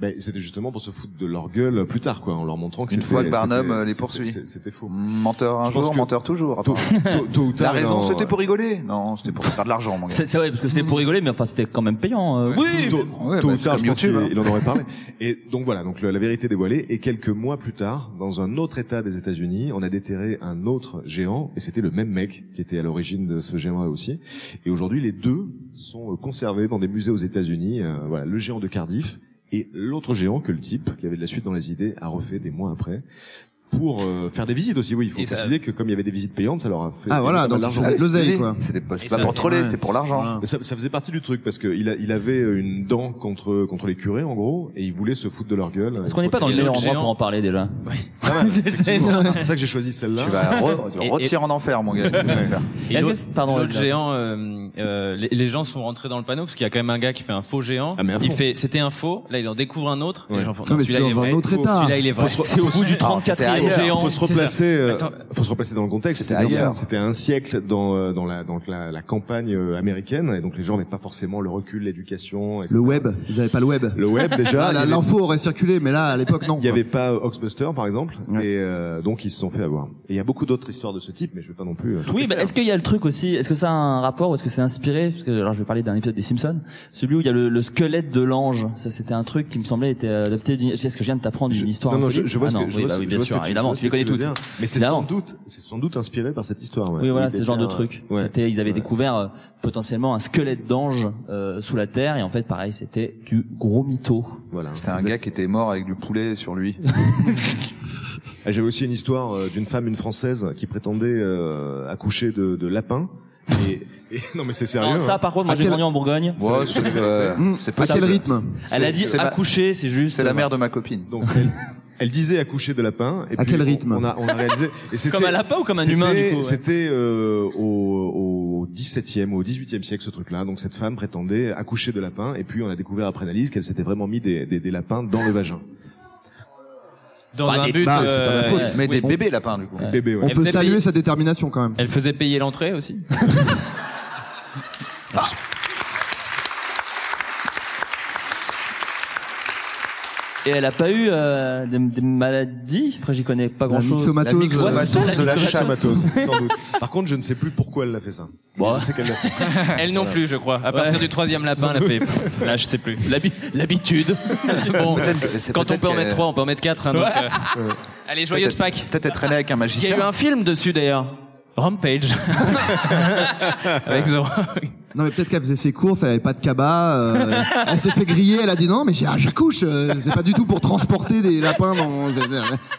Ben, c'était justement pour se foutre de leur gueule plus tard, quoi, en leur montrant que
Une
c'était-
fois que Barnum
c'était-
euh, les
c'était-
poursuit.
c'est- C'était faux.
Menteur un
Je pense
jour,
que
menteur toujours.
tôt-
apparemment.
tôt ou
La
tard, euh,
raison,
non,
c'était
ouais.
pour rigoler. Non, c'était pour se faire de l'argent, mon gars.
C'est c'est vrai, parce que c'était pour rigoler, mais enfin, c'était quand même payant. euh.
Oui, tôt,
Ouais,
tôt
bah,
ou
c'est
tard,
comme
je pense
YouTube,
qu'il-
hein.
il en aurait parlé. Et donc voilà, donc le- la vérité dévoilée. Et quelques mois plus tard, dans un autre État des États-Unis, on a déterré un autre géant, et c'était le même mec qui était à l'origine de ce géant-là aussi. Et aujourd'hui, les deux sont euh, conservés dans des musées aux États-Unis. Euh, voilà, le géant de Cardiff et l'autre géant que le type qui avait de la suite dans les idées a refait des mois après pour euh, faire des visites aussi. Oui, il faut
Et ça-
préciser que comme il y avait des visites payantes, ça leur a fait
Ah, voilà,
pas mal
donc
d'argent.
ça fait de l'oseille, quoi.
C'était pas, c'était
Et
pas
ça-
pour troller,
ouais.
c'était pour l'argent.
Mais Ça, ça faisait partie du truc parce que il, a- il avait euh, une dent contre contre les curés en gros et il voulait se foutre de leur gueule.
Est-ce qu'on n'est pas dans le meilleur endroit pour en parler déjà
Pas mal, Ah effectivement.
J'ai-
C'est pour ça que j'ai choisi celle-là.
Tu vas re- tu
Et- et-
retires en enfer, mon gars. c'est ce que tu vas faire.
Et
Est-ce
l'autre-
que- pardon,
l'autre
Edgar.
géant, euh, euh, les, les gens sont rentrés dans le panneau parce qu'il y a quand même un gars qui fait un faux géant.
Ah, mais à
il
fond.
fait, c'était un faux. Là, il en découvre un autre. et
Ouais.
Les gens font,
Non, mais
celui-là,
c'est
il est
dans un
vrai.
autre état.
Celui-là, il est vrai.
C'est au bout du
Alors, c'était
34e
ailleurs.
géant.
faut se
c'est ça.
replacer, euh,
Attends.
faut se replacer dans le contexte.
C'était
C'est bien
ailleurs.
ça. C'était un siècle dans euh, dans la dans la, la campagne euh, américaine et donc les gens n'avaient pas forcément le recul, l'éducation, etc.
Le web, ils avaient pas le web.
le
(laughs)
web déjà.
Ah,
il y
là,
avait-
L'info aurait circulé, mais là, à l'époque, non.
Il n'y avait pas euh, Oxbuster par exemple
Ouais.
et euh, donc ils se sont fait avoir. Et il y a beaucoup d'autres histoires de ce type, mais je vais pas non plus. euh, tout
Oui,
les
mais
faire.
est-ce qu'il y a le truc aussi Est-ce que ça a un rapport ou est-ce que c'est inspiré Parce que alors je vais parler d'un épisode des Simpsons, celui où il y a le, le squelette de l'ange. Ça c'était un truc qui me semblait était euh, adapté. d'une- Est-ce que je viens de t'apprendre
Je-
une histoire
non, non, je,
insolite
je vois
Ah
ce que
non,
je
oui,
vois
bah
ce
oui,
que-
bien
je vois
sûr,
ce que
évidemment,
vois
tu
ce
les
que
connais
veux
toutes.
dire. Mais c'est
Évidemment.
sans doute, c'est sans doute inspiré par cette histoire. ouais.
Oui, voilà,
Il
c'est ce genre de
déterre,
truc.
ouais.
C'était, ils avaient
Ouais.
découvert euh, potentiellement un squelette d'ange euh, sous la terre, et en fait, pareil, c'était du gros mytho.
Voilà.
C'était un gars qui était mort avec du poulet sur lui.
(laughs) Ah, J'avais aussi une histoire euh, d'une femme, une française, qui prétendait euh, accoucher de, de lapins. Et, et- (laughs) non, mais c'est sérieux.
Alors,
hein.
ça, par contre, moi,
À
j'ai
quel-
grandi en Bourgogne.
Ouais, c'est euh,
Mmh,
Hmm,
c'est
à quel
possible.
rythme
Elle a dit
c'est ma-
accoucher, c'est juste. euh,
C'est la mère de ma copine.
Donc, elle, elle disait accoucher de lapins. Et
À
puis,
quel
on-
rythme
On a, on a réalisé. Et c'était-
Comme un lapin ou comme un humain,
c'était-
du coup, ouais.
C'était euh, au, au 17e, au 18e siècle, ce truc-là. Donc, cette femme prétendait accoucher de lapins. Et puis, on a découvert après analyse qu'elle s'était vraiment mis des, des, des lapins dans le vagin.
Dans
Bah,
un
des-
but.
bah,
Pas
c'est
ma
euh,
faute,
elle-
mais des
oui.
bébés lapins du coup.
Ouais.
Bébé, ouais.
On
Elle
peut
faisait
saluer
payer-
sa détermination quand même.
Elle faisait payer l'entrée aussi.
Et elle a pas eu euh, des, des maladies. Après, j'y connais pas
La
grand-chose.
myxomatose,
La myxomatose,
euh,
Ouais, c'est ça,
de la
myxomatose.
chatte.
Comatose,
(laughs)
sans doute. Par contre, je ne sais plus pourquoi elle l'a fait ça.
Bon.
Je sais qu'elle l'a fait.
(laughs) Elle non plus, je crois. À partir du troisième lapin, elle a fait. pff, Là, je sais plus. L'habi- L'habitude. Bon,
Peut-être que- c'est
quand on
peut-être
peut en
qu'elle-
mettre trois, on peut en mettre quatre. hein, donc, euh, Allez, joyeuse Pâques.
Peut-être peut-être être traîné avec un
Il y
magicien.
a eu un film dessus d'ailleurs. (laughs) Rampage. Avec The Rock.
Non mais peut-être qu'elle faisait ses courses, elle avait pas de cabas,
(laughs)
euh, elle s'est fait griller, elle a dit non mais j'ai- ah, j'accouche, euh, c'est pas du tout pour transporter des lapins dans...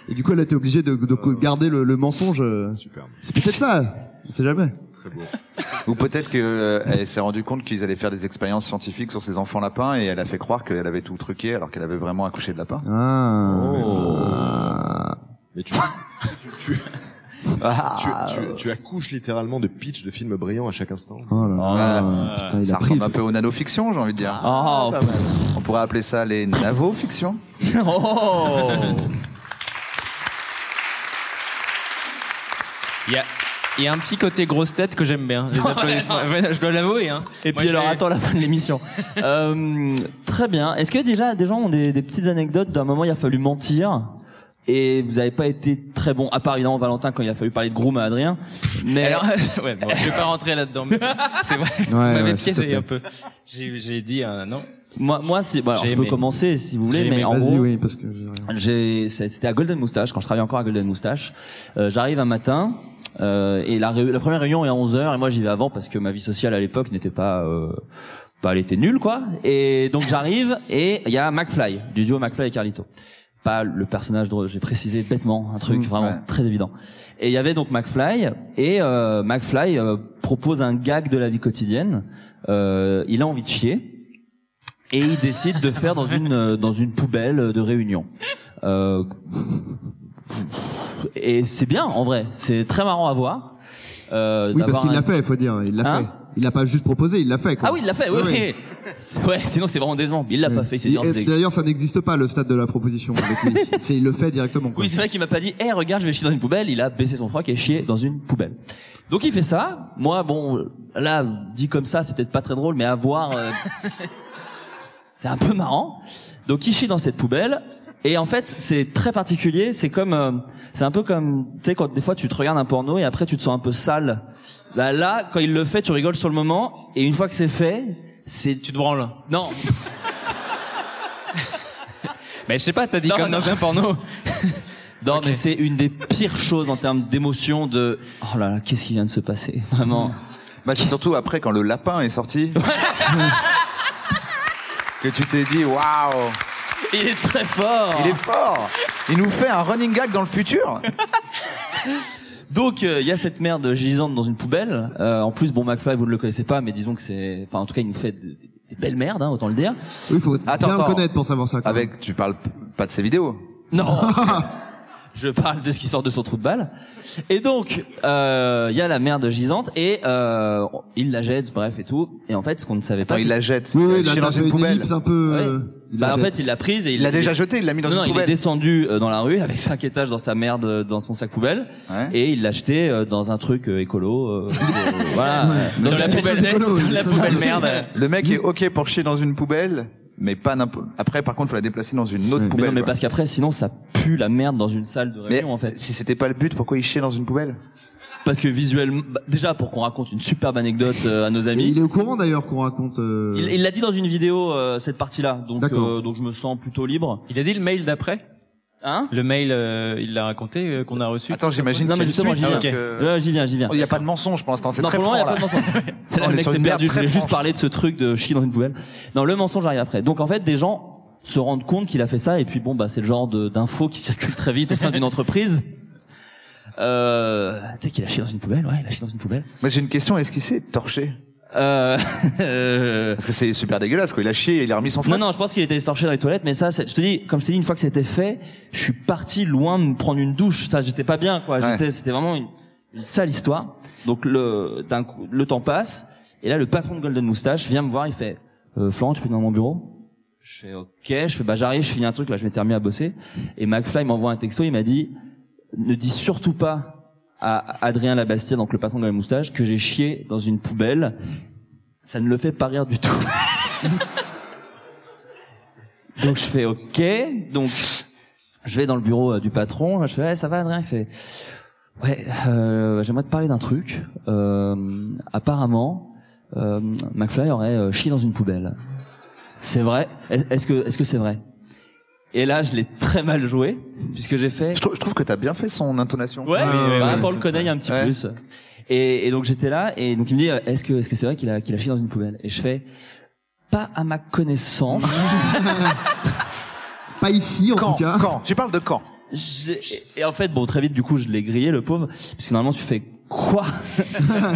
Et du coup elle était obligée de, de garder le, le mensonge. euh.
Euh. Superbe.
C'est peut-être ça, on sait jamais.
Très beau.
(laughs) Ou peut-être qu'elle s'est rendue compte qu'ils allaient faire des expériences scientifiques sur ses enfants lapins et elle a fait croire qu'elle avait tout truqué alors qu'elle avait vraiment accouché de lapin.
Ah,
Oh.
Ah.
Mais tu, tu, tu,
Ah.
tu, tu- tu accouches littéralement de pitch de films brillants à chaque instant.
Oh là là,
Ouais.
putain, il
Ah, Ça
a pris.
ressemble un peu aux nanofictions, j'ai envie de dire. Ah,
Oh,
Pas mal.
On pourrait appeler ça les navofictions.
(laughs) oh.
Il y a, il y a un petit côté grosse tête que j'aime bien. Les applaudissements. (laughs) Ouais, je dois l'avouer. Hein.
Et
Moi,
puis
je
alors
vais-
attends la fin de l'émission. Euh, très bien. Est-ce que déjà des gens ont des, des petites anecdotes d'un moment il a fallu mentir et vous n'avez pas été très bon à part évidemment Valentin quand il a fallu parler de groom à Adrien. Mais
(laughs) Alors, ouais, bon, je vais pas rentrer là-dedans. mais C'est vrai.
Ouais,
Vous m'avez
ouais, s'il te
piégé
plaît.
un peu. J'ai j'ai dit euh, non.
moi moi c'est bon, alors,
J'ai
je peux
aimé.
commencer si vous voulez
J'ai
mais
aimé.
en
Vas-y
gros
oui parce que j'ai rien.
j'ai c'est- c'était à Golden Moustache quand je travaillais encore à Golden Moustache. Euh, J'arrive un matin euh, et la, réu- la première réunion est à 11h et moi j'y vais avant parce que ma vie sociale à l'époque n'était pas euh, bah elle était nulle quoi et donc j'arrive et il y a McFly du duo McFly et Carlito. Pas le personnage drôle, j'ai précisé bêtement un truc
Mm,
vraiment
ouais.
très évident. Et il y avait donc McFly et euh, McFly euh, propose un gag de la vie quotidienne. Euh, il a envie de chier et il décide de faire dans une euh, dans une poubelle de réunion. Euh, et c'est bien en vrai, c'est très marrant à voir. Euh,
Oui parce
d'avoir
qu'il
un-
l'a fait, faut dire, il l'a
Hein
fait. Il l'a pas juste proposé, il l'a fait. Quoi.
Ah oui, il l'a fait. Oui,
Ouais,
oui. C'est- Ouais, sinon c'est vraiment décevant. Il l'a pas fait. Il s'est dit,
Et-
oh, c'est
et
dégueu.
D'ailleurs, ça n'existe pas le stade de la proposition (laughs) avec lui. C'est il le fait directement. quoi.
Oui, c'est vrai qu'il m'a pas dit, eh regarde, je vais chier dans une poubelle. Il a baissé son froc et chié dans une poubelle. Donc il fait ça. Moi, bon, là, dit comme ça, c'est peut-être pas très drôle, mais à voir. euh, C'est un peu marrant. Donc il chie dans cette poubelle. Et en fait, c'est très particulier. C'est comme, euh, c'est un peu comme, tu sais, quand des fois tu te regardes un porno et après tu te sens un peu sale. Là, là, quand il le fait, tu rigoles sur le moment. Et une fois que c'est fait, c'est, tu te branles. Non.
(laughs) Mais je sais pas, t'as dit
Non,
comme
non.
dans un porno.
(laughs) Non, mais c'est une des pires choses en termes d'émotion de, oh là là, qu'est-ce qui vient de se passer? Vraiment.
Bah, c'est surtout après quand le lapin est sorti. que tu t'es dit, waouh!
Il est très fort!
Il est fort! Il nous fait un running gag dans le futur!
(laughs) Donc euh, il y a cette merde gisante dans une poubelle. Euh, en plus, bon McFly, vous ne le connaissez pas, mais disons que c'est, enfin en tout cas, il nous fait des, des belles merdes, hein, autant le dire.
Oui, faut
bien le connaître
pour savoir ça. Avec, tu parles p- pas de ses vidéos.
(laughs)
(laughs)
Non. Je parle de ce qui sort de son trou de balle. Et donc, euh, il y a la merde gisante et euh, il la jette, bref et tout. Et en fait, ce qu'on ne savait pas,
Attends, Bah, il
c'est-
la jette. Oui, oui, il la- dans une poubelle.
C'est un peu. euh, il
Bah,
la
en
jette.
fait, il l'a prise et il
Il l'a déjà jetée, il l'a mis dans
Non,
une
non,
poubelle.
Il est descendu euh, dans la rue avec cinq étages dans sa merde euh, dans son sac poubelle et il l'a jeté euh, dans un truc euh, écolo. euh, euh, voilà, dans, la (laughs) poubelle, dans la poubelle merde.
Le mec est ok pour chier dans une poubelle, mais pas n'importe. Après, par contre, faut la déplacer dans une autre
Mais
poubelle.
non, mais
quoi.
parce qu'après, sinon, ça pue la merde dans une salle de réunion, en fait.
Si c'était pas le but, pourquoi il chiait dans une poubelle
Parce que visuellement, bah, déjà pour qu'on raconte une superbe anecdote euh, à nos amis.
Il est au courant d'ailleurs qu'on raconte. euh,
Il il l'a dit dans une vidéo euh, cette partie-là, donc
D'accord.
euh, donc je me sens plutôt libre.
Il a dit le mail d'après
Hein
Le mail, euh, il l'a raconté euh, qu'on a reçu.
Attends, j'imagine.
Non, mais
qu'il y a une
justement,
suite,
j'y viens.
parce que-
Ouais, j'y viens, j'y viens.
Il n'y a pas de mensonge pour l'instant. C'est
Non,
très
pour le
franc.
moment, il y a
là.
pas de mensonge.
(laughs)
C'est là
On
le
est
mec
sur
s'est
une merde
perdu. Je
très
voulais juste
franche.
parler de ce truc de chier dans une poubelle. Non, le mensonge arrive après. Donc en fait, des gens se rendent compte qu'il a fait ça et puis bon bah c'est le genre de- d'info qui (laughs) circule très vite au sein d'une entreprise. Euh, tu sais qu'il a chié dans une poubelle, ouais, il a chié dans une poubelle.
Moi, j'ai une question. Est-ce qu'il s'est torché
Euh... (laughs)
Parce que c'est super dégueulasse. Quoi. Il a chié et il a remis son
Non,
flingue.
non, je pense qu'il était sorti dans les toilettes, mais ça, c'est- je te dis, comme je t'ai dit, une fois que c'était fait, je suis parti loin de me prendre une douche. Ça, J'étais pas bien, quoi. J'étais- C'était vraiment une, une sale histoire. Donc le, d'un coup, le temps passe, et là, le patron de Golden Moustache vient me voir, il fait, euh, Florent, tu peux venir dans mon bureau Je fais, ok, je fais, bah j'arrive, je finis un truc, là, je m'étais remis à bosser. Et McFly m'envoie un texto, il m'a dit, ne dis surtout pas à Adrien Labastia, donc le patron de Golden Moustache, que j'ai chié dans une poubelle. Ça ne le fait pas rire du tout. (laughs) Donc je fais OK. Donc je vais dans le bureau euh, du patron. Je fais Ouais, ça va Adrien. Il fait ouais, euh, j'aimerais te parler d'un truc. Euh, apparemment, euh, McFly aurait euh, chié dans une poubelle. C'est vrai. Est- Est-ce que est-ce que c'est vrai Et là, je l'ai très mal joué puisque j'ai fait.
Je, trou- je trouve que t'as bien fait son intonation.
Ouais, bah, pour le
connaître
connaître un petit plus. Et, et donc j'étais là et donc il me dit euh, est-ce que est-ce que c'est vrai qu'il a qu'il a chié dans une poubelle Et je fais pas à ma connaissance.
(laughs) Pas ici en
Quand
tout cas.
Quand Tu parles de quand
J'ai- Et en fait, bon, très vite, du coup, je l'ai grillé, le pauvre, parce que normalement, tu fais
(laughs)
quoi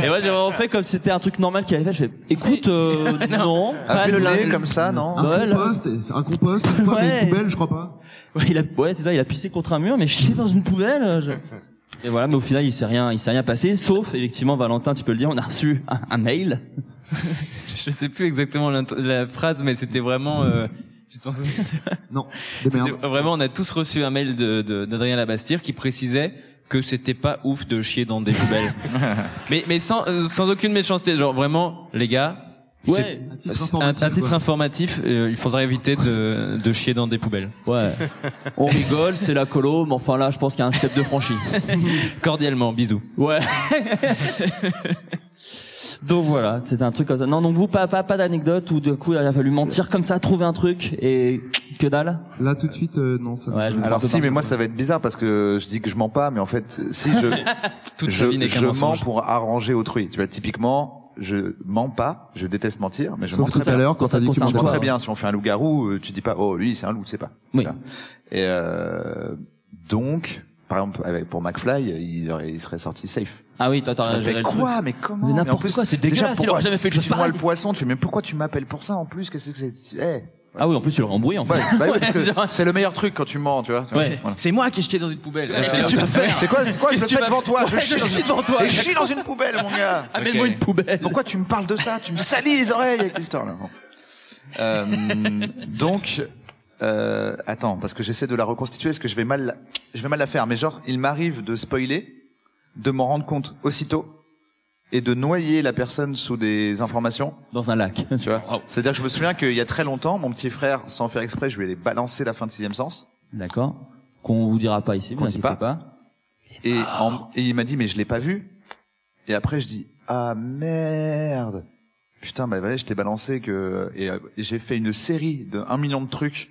Et moi, j'ai vraiment fait comme si c'était un truc normal qu'il avait fait. Je fais, écoute, euh, (laughs) non,
Un
pas
peu
le
de nez
lundi.
Ah, comme ça, non
Ouais, là-
Un compost, une fois, mais
Ouais.
une poubelle, je crois pas.
Ouais, il a, ouais, c'est ça, il a pissé contre un mur, mais chié dans une poubelle. euh, je- Et voilà, mais au final, il s'est rien, il s'est rien passé, sauf effectivement, Valentin, tu peux le dire, on a reçu un,
(laughs)
un mail.
(laughs) Je sais plus exactement l'int- la phrase, mais c'était vraiment. Euh, tu t'en
Ah.
souviens
Non.
Vraiment, on a tous reçu un mail de de- d'Adrien Labastire qui précisait que c'était pas ouf de chier dans
(laughs)
des poubelles. mais mais sans euh, sans aucune méchanceté, genre vraiment, les gars.
Ouais.
c'est-
Un titre
c'est un,
informatif,
un titre
quoi.
informatif, euh, il faudrait éviter de, de chier dans des poubelles.
(laughs)
Ouais. On rigole, c'est la colo, mais enfin là, je pense qu'il y a un step de franchi.
(laughs) Cordialement, bisous.
Ouais. donc voilà, c'était un truc comme ça. Non, donc vous, pas, pas, pas d'anecdote où du coup il a fallu mentir comme ça, trouver un truc et que dalle
Là tout de suite, euh, non. Ça...
Ouais, je me
Alors
trompe
si,
pas.
mais moi ça va être bizarre parce que je dis que je mens pas, mais en fait, si
(laughs)
je
Toute
je,
sa vie n'est qu'un
je mens
mensonge.
pour arranger autrui. Tu vois, typiquement, je mens pas, je déteste mentir, mais je
Sauf
mens
tout
très
à
bien.
l'heure, quand t'as dit que tu
Je
mens
mens
pas.
très bien. Si on fait un loup-garou, euh, tu dis pas, oh lui c'est un loup, c'est pas.
Oui.
Voilà. Et euh, donc, par exemple, avec- pour McFly, il, aurait- il serait sorti safe.
Ah oui, toi, t'as
Mais
géré le
quoi,
truc.
mais comment Mais
Mais
en
n'importe
plus,
quoi, c'est
déjà,
dégueulasse, il
pourquoi
aurait jamais fait de
Tu
choses
vois le
pareilles.
poisson, tu fais, mais pourquoi tu m'appelles pour ça en plus Qu'est-ce que c'est Eh.
Ah oui, en plus tu l'aurais embrouillé en fait.
Ouais, bah oui,
(laughs)
parce que c'est le meilleur truc quand tu mens, tu vois.
Ouais.
Voilà.
C'est moi qui ai jeté dans une poubelle.
Qu'est-ce que tu vas faire
Euh, C'est quoi, c'est quoi Je
Qu'est-ce
le
que tu
fais
vas-
devant toi.
Ouais,
chie dans une-
devant toi.
Et je chie dans une poubelle, mon gars.
(laughs) Amène-moi
Ok.
une poubelle.
Pourquoi tu me parles de ça Tu me salis les oreilles avec cette histoire-là. Bon.
(laughs)
Euh, donc, euh, attends, parce que j'essaie de la reconstituer, parce que je vais mal, la- je vais mal la faire. Mais genre, il m'arrive de spoiler, de m'en rendre compte aussitôt, et de noyer la personne sous des informations.
Dans un lac.
Tu vois. C'est-à-dire que je me souviens qu'il y a très longtemps, mon petit frère, sans faire exprès, je lui ai balancé la fin de sixième sens.
D'accord. Qu'on vous dira pas Ah. ici, vous
dit
inquiétez
pas. Et, en- et il m'a dit, mais je l'ai pas vu. Et après, je dis, ah merde. Putain, bah ouais, je t'ai balancé que, et, euh, et j'ai fait une série de 1 million de trucs.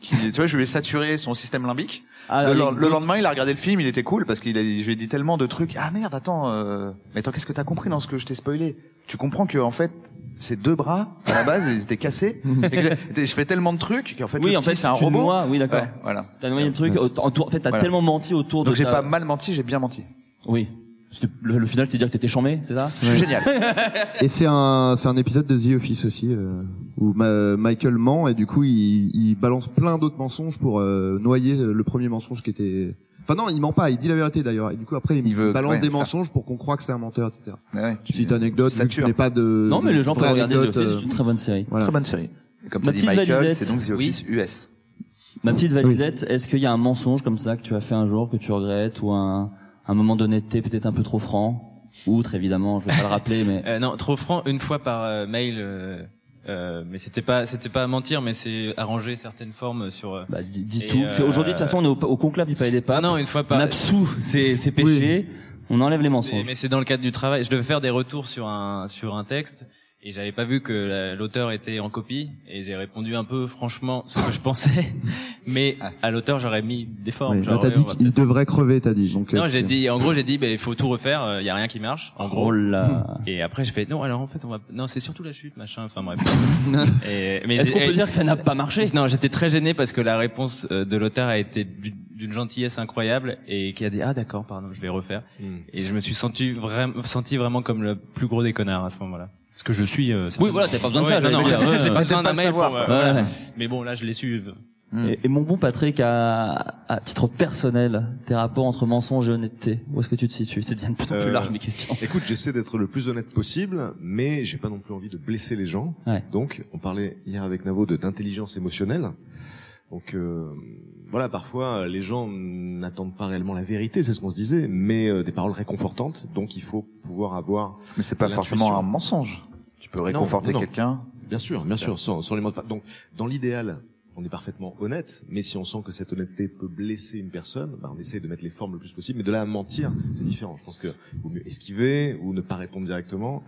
Qui, (laughs) tu vois, je lui ai saturé son système limbique.
Ah,
le,
il y a
lend-
une-
le lendemain, il a regardé le film, il était cool parce qu'il a, je lui ai dit tellement de trucs. Ah merde, attends, euh, mais attends, qu'est-ce que t'as compris dans ce que je t'ai spoilé Tu comprends que en fait, ces deux bras à la base, ils étaient
(laughs)
cassés. Et que- et je fais tellement de trucs qu'en fait,
oui,
le
en
petit,
fait,
c'est un
tu
robot.
noies, oui, d'accord.
Ouais, voilà.
T'as noyé le truc.
Ouais.
autour- En fait, t'as
Voilà.
tellement menti autour de.
Donc j'ai
ta-
pas mal menti, j'ai bien menti.
Oui. C'était- Le, le final, t'es dire que t'étais charmé, c'est ça
Je suis génial.
(laughs) Et c'est un, c'est un épisode de The Office aussi, euh, où Ma- Michael ment et du coup il, il balance plein d'autres mensonges pour euh, noyer le premier mensonge qui était. Enfin non, il ment pas, il dit la vérité d'ailleurs. Et du coup après il,
veut-
balance
ouais,
des
ça.
mensonges pour qu'on croie que c'est un menteur, etc.
Ouais, ouais, tu-
Petite anecdote, vu que je n'ai pas de.
Non, mais les gens peuvent
vraie
regarder The
anecdote,
Office,
euh,
c'est une très bonne série.
voilà.
Très bonne série. Et Comme t'as
Ma
dit
petite
Michael,
valisette.
c'est donc The
Oui.
Office US.
(laughs) Ma petite valisette, est-ce qu'il y a un mensonge comme ça que tu as fait un jour que tu regrettes ou un, un moment d'honnêteté peut-être un peu trop franc Outre évidemment, je vais pas le rappeler,
(laughs)
mais
Euh, non, trop franc, une fois par euh, mail. euh, euh, mais c'était pas, c'était pas à mentir, mais c'est arranger certaines formes sur. euh,
bah, dis, dis
et,
tout. C'est
euh,
aujourd'hui, de toute façon, on est au, au conclave du Palais des Papes.
Ah non, une fois par.
On absout ces, ces péchés, on enlève les
C'est-
mensonges.
Mais c'est dans le cadre du travail. Je devais faire des retours sur un sur un texte et j'avais pas vu que la- l'auteur était en copie et j'ai répondu un peu franchement ce que je
(laughs)
pensais. Mais à l'auteur j'aurais mis des formes.
Oui, là,
genre, euh,
t'as
ouais,
dit
on va
qu'il devrait crever, t'as dit. Donc,
Non,
euh,
j'ai
c'est-
dit, en gros, j'ai dit, ben, il faut tout refaire, il y a rien qui marche, en gros.
Oh là.
Et après, j'ai fait, non, alors en fait, on va, non, c'est surtout la chute, machin, enfin
(laughs)
bref. Et-
Est-ce
j'ai-
qu'on peut
et-
dire que ça n'a pas marché
Non, j'étais très gêné parce que la réponse euh, de l'auteur a été du- d'une gentillesse incroyable et qui a dit, ah d'accord, pardon, je vais refaire.
Hmm.
Et je me suis senti vraiment, senti vraiment comme le plus gros des connards à ce moment-là. Parce que je suis. euh, certainement-
voilà, t'as pas besoin de ça,
Ouais, non,
j'allais
non,
dire, Ah (laughs) ouais,
j'ai
ouais.
pas
Peut-être pas
besoin d'un
le
mail pour.
savoir,
euh,
quoi. Ouais,
voilà.
ouais.
Mais bon, là, je l'ai su.
Hmm.
Et, et mon bon Patrick, à, à titre personnel, tes rapports entre mensonge et honnêteté, où est-ce que tu te situes C'est déjà de plus en plus
Euh,
large mes questions.
(laughs) Écoute, j'essaie d'être le plus honnête possible, mais j'ai pas non plus envie de blesser les gens.
Ouais.
Donc, on parlait hier avec Navo de d'intelligence émotionnelle. Donc euh, voilà, parfois les gens n'attendent pas réellement la vérité, c'est ce qu'on se disait, mais euh, des paroles réconfortantes. Donc il faut pouvoir avoir.
Mais c'est pas
l'intuition.
forcément un mensonge. Tu peux réconforter
non.
quelqu'un.
Bien sûr, bien sûr, sans, sans les mots de fa- Donc dans l'idéal, on est parfaitement honnête, mais si on sent que cette honnêteté peut blesser une personne, bah, on essaie de mettre les formes le plus possible. Mais de là à mentir, c'est différent. Je pense que vaut mieux esquiver ou ne pas répondre directement.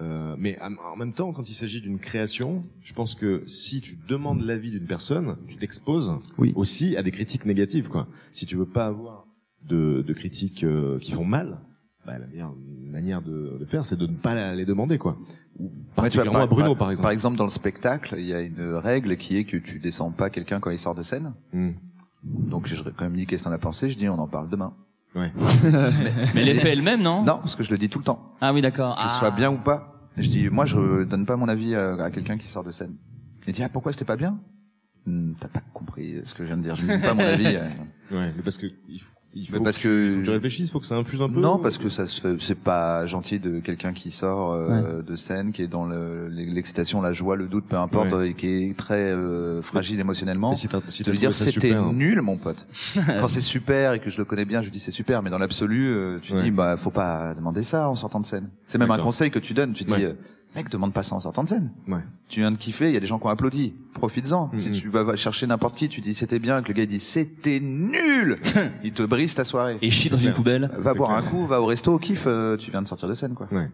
Euh, mais en en même temps, quand il s'agit d'une création, je pense que si tu demandes l'avis d'une personne, tu t'exposes aussi à des critiques négatives. Quoi. Si tu veux pas avoir de, de critiques euh, qui font mal, bah, la meilleure manière Euh, de, de faire, c'est de ne pas la- les demander. Quoi. Ou
Ouais, tu vois,
particulièrement à Bruno, par exemple.
Par exemple, dans le spectacle, il y a une règle qui est que tu descends pas quelqu'un quand il sort de scène.
Hmm.
Donc, je quand même dit qu'est-ce qu'on a pensé, je dis on en parle demain. (laughs)
Ouais.
(laughs) Mais l'effet est le même, non
Non, parce que je le dis tout le temps.
Ah oui, d'accord.
Que ce soit bien ou pas. Je dis, moi, je donne pas mon avis euh, à quelqu'un qui sort de scène. Il dit, ah, pourquoi c'était pas bien? Hmm, T'as pas compris euh, ce que je viens de dire. Je ne donne pas mon avis. euh.
(laughs) Ouais, mais parce que il faut, il
Mais
faut
parce
que,
que-
tu- il faut que tu réfléchisses, il faut que ça infuse un peu.
Non, parce que ça se fait- c'est pas gentil de quelqu'un qui sort euh, de scène, qui est dans le- l'excitation, la joie, le doute, peu importe,
Ouais.
et qui est très euh, fragile émotionnellement.
Mais si t'as- si
de
t'as
lui dire
trouvé ça
c'était
super, hein.
nul,
(laughs)
mon pote. Quand c'est super et que je le connais bien, je lui dis c'est super, mais dans l'absolu, euh, tu
Ouais.
dis bah faut pas demander ça en sortant de scène. C'est même un
D'accord.
conseil que tu donnes. Tu dis
Ouais.
euh, mec, demande pas ça en sortant de scène.
Ouais.
Tu viens de kiffer, il y a des gens qui ont applaudi. Profites-en. Si
Mhm.
tu vas chercher n'importe qui, tu dis c'était bien, que le gars il dit c'était nul,
(laughs)
il te brise ta soirée.
Et chie dans une
clair.
poubelle.
Va boire
clair.
un coup, va au resto, kiffe, euh, tu viens de sortir de scène, quoi.
Ouais.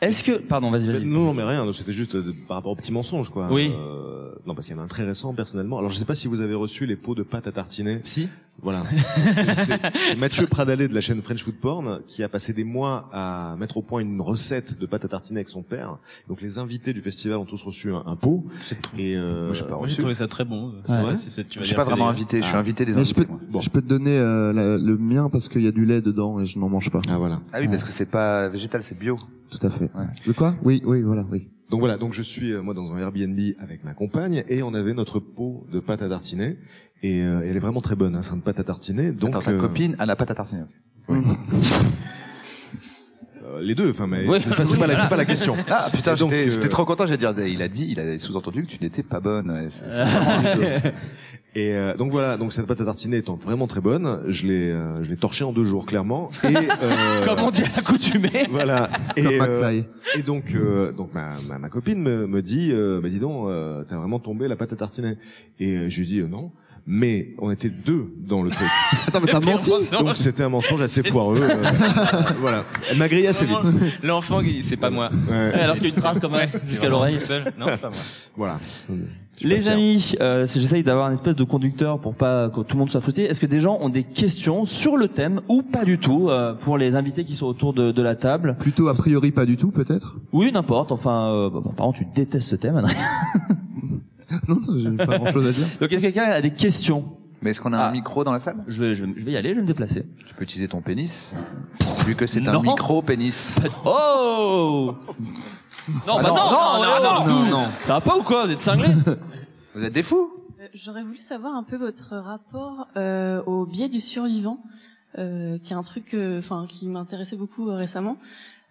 Est-ce que... Pardon, vas-y,
Mais
vas-y.
non, non, mais rien. C'était juste euh, par rapport au petit mensonge, quoi.
Oui.
Euh, non, parce qu'il y en a un très récent, personnellement. Alors, je sais pas si vous avez reçu les pots de pâte à tartiner.
Si.
(laughs)
Voilà. C'est- c'est Mathieu Pradalé de la chaîne French Food Porn qui a passé des mois à mettre au point une recette de pâte à tartiner avec son père. Donc, les invités du festival ont tous reçu un, un pot. Et euh,
Moi, j'ai pas
Moi, j'ai
reçu.
trouvé ça très bon. euh,
Ouais.
C'est vrai, si c'est- tu
Je
vas
suis
dire
pas
que c'est
vraiment
des-
invité, je suis
Ah.
invité des
Mais je
invités,
peux,
moi.
je peux te donner euh, la- le mien parce qu'il y a du lait dedans et je n'en mange pas.
Ah, voilà.
Ah oui, parce que c'est pas végétal, c'est bio.
Tout à fait.
Ouais.
De quoi Oui, oui, voilà, oui.
Donc voilà, donc je suis euh, moi dans un Airbnb avec ma compagne et on avait notre pot de pâte à tartiner et euh, elle est vraiment très bonne, hein, c'est une pâte à tartiner. Donc
Attends, ta
euh,
copine, elle a pas ta tartine.
ouais. euh,
(laughs)
les deux. Enfin, mais
Oui.
c'est pas, c'est pas la- c'est pas la question.
Ah putain,
Et donc,
j'étais
euh,
j'étais trop content. J'ai dit, ah, il a dit, il a sous-entendu que tu n'étais pas bonne. Ouais, c'est- c'est
(laughs)
vraiment une chose.
Et euh, donc voilà, donc cette pâte à tartiner étant vraiment très bonne, je l'ai, euh, je l'ai torchée en deux jours clairement. Et, euh,
(laughs) Comme on dit à l'accoutumée.
(laughs) Voilà. Et,
Comme
euh,
McFly.
et donc, euh, donc ma, ma, ma copine me, me dit, euh, bah dis donc, euh, t'as vraiment tombé la pâte à tartiner. Et euh, je lui dis euh, non. Mais on était deux dans le truc.
(laughs) Attends, mais t'as menti
Donc c'était un mensonge assez foireux.
(laughs)
euh, voilà. Elle m'a grillé assez vite.
L'enfant, il- c'est pas moi.
Alors qu'il y a une trace comme ça,
Ouais,
jusqu'à
vraiment
l'oreille.
Tout seul. Non, c'est pas moi.
Voilà.
Les amis, euh, c'est- j'essaye d'avoir une espèce de conducteur pour pas que tout le monde soit frustré. Est-ce que des gens ont des questions sur le thème ou pas du tout euh, pour les invités qui sont autour de, de la table
Plutôt a priori pas du tout peut-être
Oui, n'importe. Enfin, euh, bah, bah, par contre, tu détestes ce thème, Adrien.
Non, non, j'ai pas grand-chose à dire.
Donc, est-ce que quelqu'un a des questions Ah.
Mais est-ce qu'on a un micro dans la salle
je vais, je, vais- je vais y aller, je vais me déplacer.
Tu peux utiliser ton pénis, vu que c'est un
Non.
micro pénis.
(laughs) Oh (laughs) Non,
Ah
bah
non,
non,
non, non, non, non, non.
Ça va pas ou quoi Vous êtes cinglés
Vous êtes des fous
Euh, J'aurais voulu savoir un peu votre rapport euh, au biais du survivant, euh, qui est un truc, euh, enfin, qui m'intéressait beaucoup euh, récemment.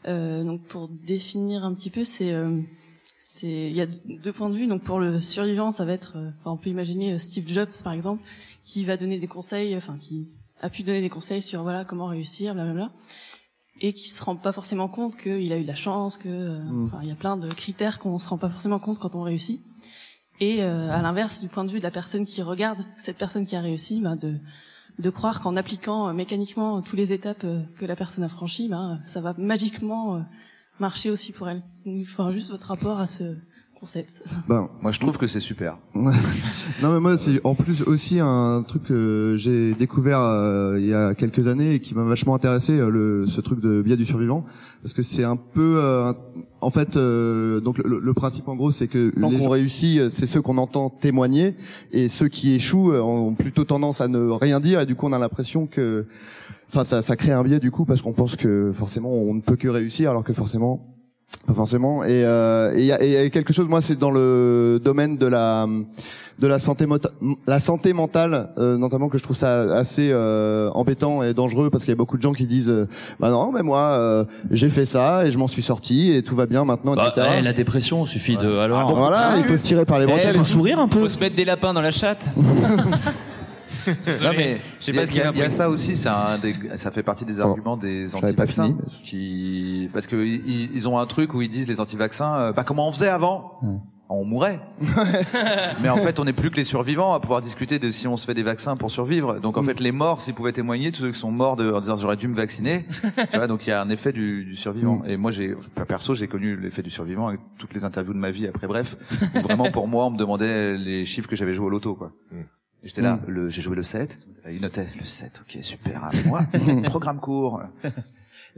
Euh, donc, pour définir un petit peu, c'est, euh, c'est, il y a deux points de vue. Donc, pour le survivant, ça va être, euh, enfin, on peut imaginer euh, Steve Jobs, par exemple, qui va donner des conseils, enfin, qui a pu donner des conseils sur voilà comment réussir, blablabla, et qui se rend pas forcément compte qu'il a eu de la chance, que, euh,
Mm.
enfin, il y a plein de critères qu'on se rend pas forcément compte quand on réussit. Et euh, à l'inverse, du point de vue de la personne qui regarde cette personne qui a réussi, ben, de, de croire qu'en appliquant euh, mécaniquement toutes les étapes euh, que la personne a franchies, ben, ça va magiquement euh, marcher aussi pour elle. Donc, je vois juste votre rapport à ce concept.
Ben,
Moi, je trouve que c'est super.
Ouais. (laughs) non mais moi c'est en plus aussi un truc que j'ai découvert euh, il y a quelques années et qui m'a vachement intéressé euh, le ce truc de biais du survivant parce que c'est un peu euh, un- en fait euh, donc le, le principe en gros c'est que
Tant
les
qu'on
gens réussis euh, c'est ceux qu'on entend témoigner et ceux qui échouent euh, ont plutôt tendance à ne rien dire et du coup on a l'impression que enfin ça ça crée un biais du coup parce qu'on pense que forcément on ne peut que réussir alors que forcément pas forcément. Et euh, et il y, a- et il y a quelque chose, moi, c'est dans le domaine de la de la santé mota- la santé mentale, euh, notamment que je trouve ça assez euh, embêtant et dangereux parce qu'il y a beaucoup de gens qui disent, euh, bah non, mais moi, euh, j'ai fait ça et je m'en suis sorti et tout va bien maintenant,
Bah,
etc.
ouais, La dépression suffit
Ah,
de. Alors.
Bon, voilà, il faut se tirer par les
Eh,
bretelles.
faut sourire un peu.
Faut se mettre des lapins dans la (laughs) chatte.
Non mais
Je sais
il y a- il
pas ce
y
qu'il
a-
m'a
il y a
pris.
ça aussi, c'est un des- ça fait partie des arguments des
j'avais pas
anti-vaccins
fini,
qui parce que ils, ils ont un truc où ils disent les anti-vaccins, euh, bah comment on faisait avant
Hmm.
On
(laughs)
mourait. mais en fait, on n'est plus que les survivants à pouvoir discuter de si on se fait des vaccins pour survivre.
Hmm.
Donc en fait, les morts, s'ils pouvaient témoigner, tous ceux qui sont morts de, en disant j'aurais dû me vacciner.
(laughs)
tu vois, donc il y a un effet du, du survivant.
Hmm.
Et moi, j'ai perso, j'ai connu l'effet du survivant avec toutes les interviews de ma vie. Après, bref, où vraiment pour moi, on me demandait les chiffres que j'avais joué au loto, quoi. Et J'étais
Mm.
là, le- j'ai joué le 7. euh, Il notait le 7, ok, super, à moi.
(laughs)
programme court.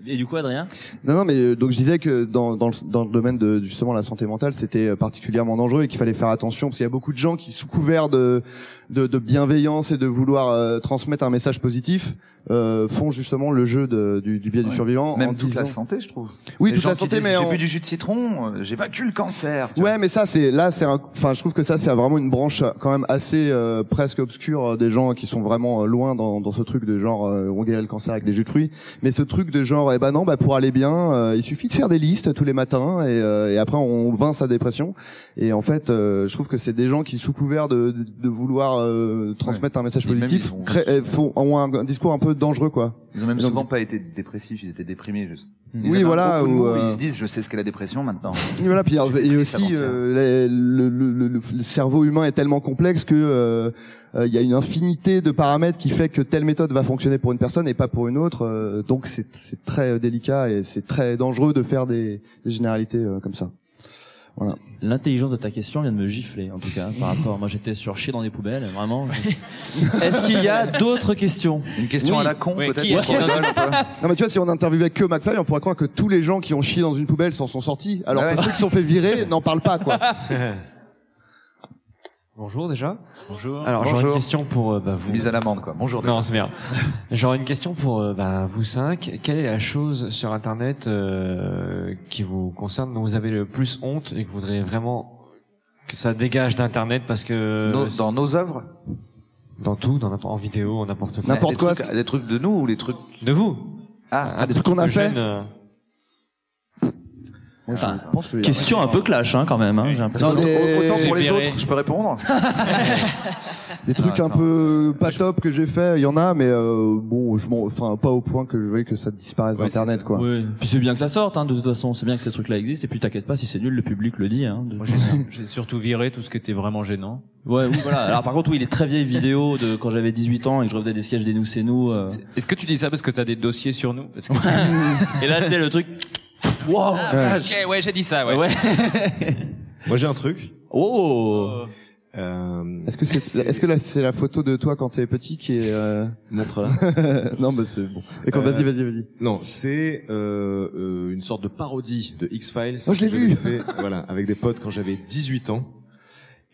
Et du coup, Adrien
Non, non, mais euh, donc je disais que dans, dans, le, dans le domaine de justement la santé mentale, c'était euh, particulièrement dangereux et qu'il fallait faire attention parce qu'il y a beaucoup de gens qui, sous couvert de, de, de bienveillance et de vouloir euh, transmettre un message positif, euh, font justement le jeu de- du, du biais du survivant. en
Même toute la
disant-
santé, je trouve.
Oui,
Les
toute
gens
la
qui
santé,
disent,
mais
J'ai
en-
bu du jus de citron, euh, j'ai vaincu le cancer.
Ouais, mais ça c'est là c'est un- enfin je trouve que ça c'est vraiment une branche quand même assez euh, presque obscure euh, des gens qui sont vraiment euh, loin dans, dans ce truc de genre euh, on guérit le cancer avec des jus de fruits, mais ce truc de genre eh ben non bah pour aller bien euh, il suffit de faire des listes tous les matins et, euh, et après on vainc sa dépression et en fait euh, je trouve que c'est des gens qui sous couvert de, de, de vouloir euh, transmettre un message
Et même,
positif
ils ont-
créent- euh, font ont un, un discours un peu dangereux quoi.
Ils ont même
Ils ont- Mm.
souvent pas été dépressifs, ils étaient déprimés juste. Ils
Oui,
avaient
voilà,
beaucoup de
ou,
mots,
euh,
Ils se disent, je sais ce qu'est la dépression
(laughs)
maintenant.
Et voilà, puis alors, et aussi euh, les- le, le- le- le cerveau humain est tellement complexe que euh, euh, il y a une infinité de paramètres qui fait que telle méthode va fonctionner pour une personne et pas pour une autre. euh, donc c'est c'est très euh, délicat et c'est très dangereux de faire des, des généralités euh, comme ça. Voilà.
L'intelligence de ta question vient de me gifler, en tout cas, par rapport. Moi, j'étais sur chier dans des poubelles, (laughs) vraiment. Est-ce qu'il y a d'autres questions
Une question à la con,
Oui,
peut-être.
qui est-ce
pour
qui est- (laughs)
Rodolphe, quoi.
Non mais tu vois si on interviewait que McFly on pourrait croire que tous les gens qui ont chié dans une poubelle s'en sont sortis alors
Ah
que
ouais.
ceux qui se sont fait virer n'en parlent pas
(laughs)
quoi.
Bonjour déjà.
Bonjour.
Alors j'aurais une question pour euh, bah, vous.
Mise à l'amende quoi. Bonjour.
Non, c'est
(laughs)
bien. J'aurais une question pour euh, bah, vous cinq. Quelle est la chose sur Internet euh, qui vous concerne dont vous avez le plus honte et que vous voudriez vraiment que ça dégage d'Internet parce que
Nos- dans nos œuvres,
dans tout, dans n'importe- en vidéo, en n'importe quoi.
Des trucs- Des trucs de nous ou les trucs
de vous
Ah,
des trucs qu'on a fait.
Enfin, question un peu clash hein, quand même. Hein, j'ai l'impression.
Non, des- Ah. Autant pour les J'ai viré. autres, je peux répondre. Des trucs un peu pas top que j'ai fait, il y en a, mais euh, bon, je m'en- enfin pas au point que je veuille que ça disparaisse
Ouais,
d'Internet,
c'est ça.
quoi.
Ouais. Puis c'est bien que ça sorte, hein, de toute façon, c'est bien que ces trucs-là existent. Et puis t'inquiète pas, si c'est nul, le public le dit. Hein, de-
J'ai surtout viré tout ce qui était vraiment gênant.
(laughs) Ouais, oui, voilà. Alors par contre, oui, les très vieilles vidéos de quand j'avais 18 ans et que je refaisais des sketchs des nous c'est nous. euh.
(laughs) Est-ce que tu dis ça parce que t'as des dossiers sur nous Parce que
(laughs)
(laughs)
Et là, tu sais, le truc. Wow.
Ah, ok, ouais, j'ai dit ça, ouais. (laughs)
Moi j'ai un truc. Euh,
Oh.
Est-ce que c'est est-ce que là c'est la photo de toi quand t'es petit qui est euh...
montre là
(laughs)
Euh,
Non, bah c'est bon. Et quand vas-y, vas-y, vas-y.
Non, c'est euh, euh, une sorte de parodie de X-Files.
Oh, je l'ai
que
vu.
j'avais fait, (laughs) Voilà, avec des potes quand j'avais 18 ans.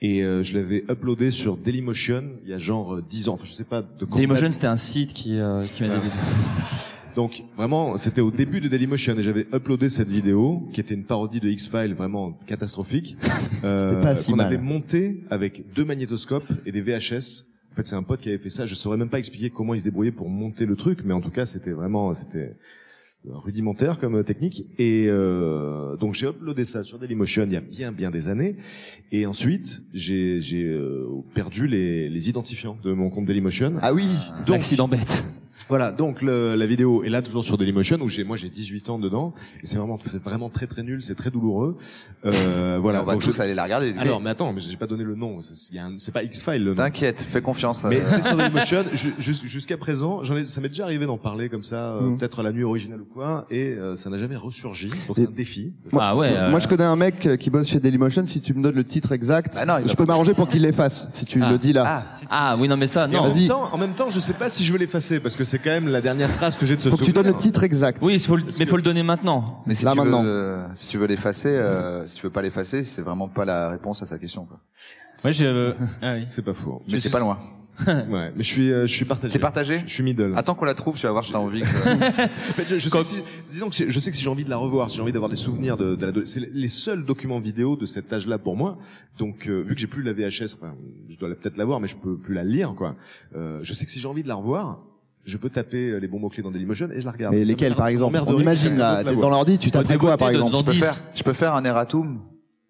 Et euh, je l'avais uploadé sur Dailymotion il y a genre euh, 10 ans. Enfin, je sais pas de quand.
Dailymotion, c'était un site qui euh, qui m'a dégoûté.
Donc vraiment, c'était au début de Dailymotion et j'avais uploadé cette vidéo qui était une parodie de X-Files vraiment catastrophique. euh,
(laughs) C'était pas si
qu'on
mal.
avait monté avec deux magnétoscopes et des VHS. En fait, c'est un pote qui avait fait ça. Je saurais même pas expliquer comment il se débrouillait pour monter le truc, mais en tout cas, c'était vraiment, c'était rudimentaire comme euh, technique. Et euh, donc j'ai uploadé ça sur Dailymotion il y a bien bien des années. Et ensuite, j'ai j'ai euh, perdu les, les identifiants de mon compte Dailymotion.
Ah oui,
donc,
accident
(laughs)
bête.
Voilà, donc le- la vidéo est là toujours sur Dailymotion où j'ai moi j'ai 18 ans dedans et c'est vraiment c'est vraiment très très nul, c'est très douloureux. Euh, voilà,
On va
donc
tous aller la regarder, du coup.
Alors mais attends, mais j'ai pas donné le nom, c'est il y a un- c'est pas X-Files le nom.
T'inquiète, fais confiance.
Mais
euh.
c'est
(laughs)
sur Dailymotion. ju- jus- Jusqu'à présent, j'en ai, ça m'est déjà arrivé d'en parler comme ça, euh,
Mm.
peut-être à la nuit originale ou quoi, et euh, ça n'a jamais ressurgi. Donc c'est un défi.
Ah
Moi,
euh.
je connais un mec qui bosse chez Dailymotion. Si tu me donnes le titre exact,
Bah non, il va
je peux m'arranger pour qu'il l'efface. Si tu
Ah.
le dis là.
Ah oui, non mais ça,
Et en
non.
même, temps, en même temps, je sais pas si je vais l'effacer parce que c'est quand même la dernière trace que j'ai de ce
Faut que tu
souvenir.
donnes le titre exact.
Oui, faut le- mais faut le donner maintenant.
Mais si
Là,
tu
maintenant.
veux, euh, si tu veux l'effacer, euh, si tu veux pas l'effacer, c'est vraiment pas la réponse à sa question. Quoi.
Ouais, je. Ah oui.
C'est pas faux.
Mais c'est pas loin.
ouais, mais je suis, euh, je suis partagé.
T'es partagé
Je suis middle.
Attends qu'on la trouve, tu vas voir, je t'ai envie. que- (laughs)
En fait, je, je sais que si, disons que si- je sais que si j'ai envie de la revoir, si j'ai envie d'avoir des souvenirs de, de l'adolescence, c'est les- les seuls documents vidéo de cet âge-là pour moi. Donc, euh, vu que j'ai plus la VHS, enfin, je dois la- peut-être l'avoir, mais je peux plus la lire, quoi. Euh, je sais que si j'ai envie de la revoir, je peux taper euh, les bons mots-clés dans Dailymotion et je la regarde.
Mais
Ça
lesquels,
m'emmerde-
par
ça
exemple
m'emmerde
On
de rire
imagine,
que quelqu'un
là,
d'autre la
t'es
voit.
dans l'ordi, tu tapes quoi, Ah, par exemple
en
je peux,
dix.
faire, je peux faire un erratum.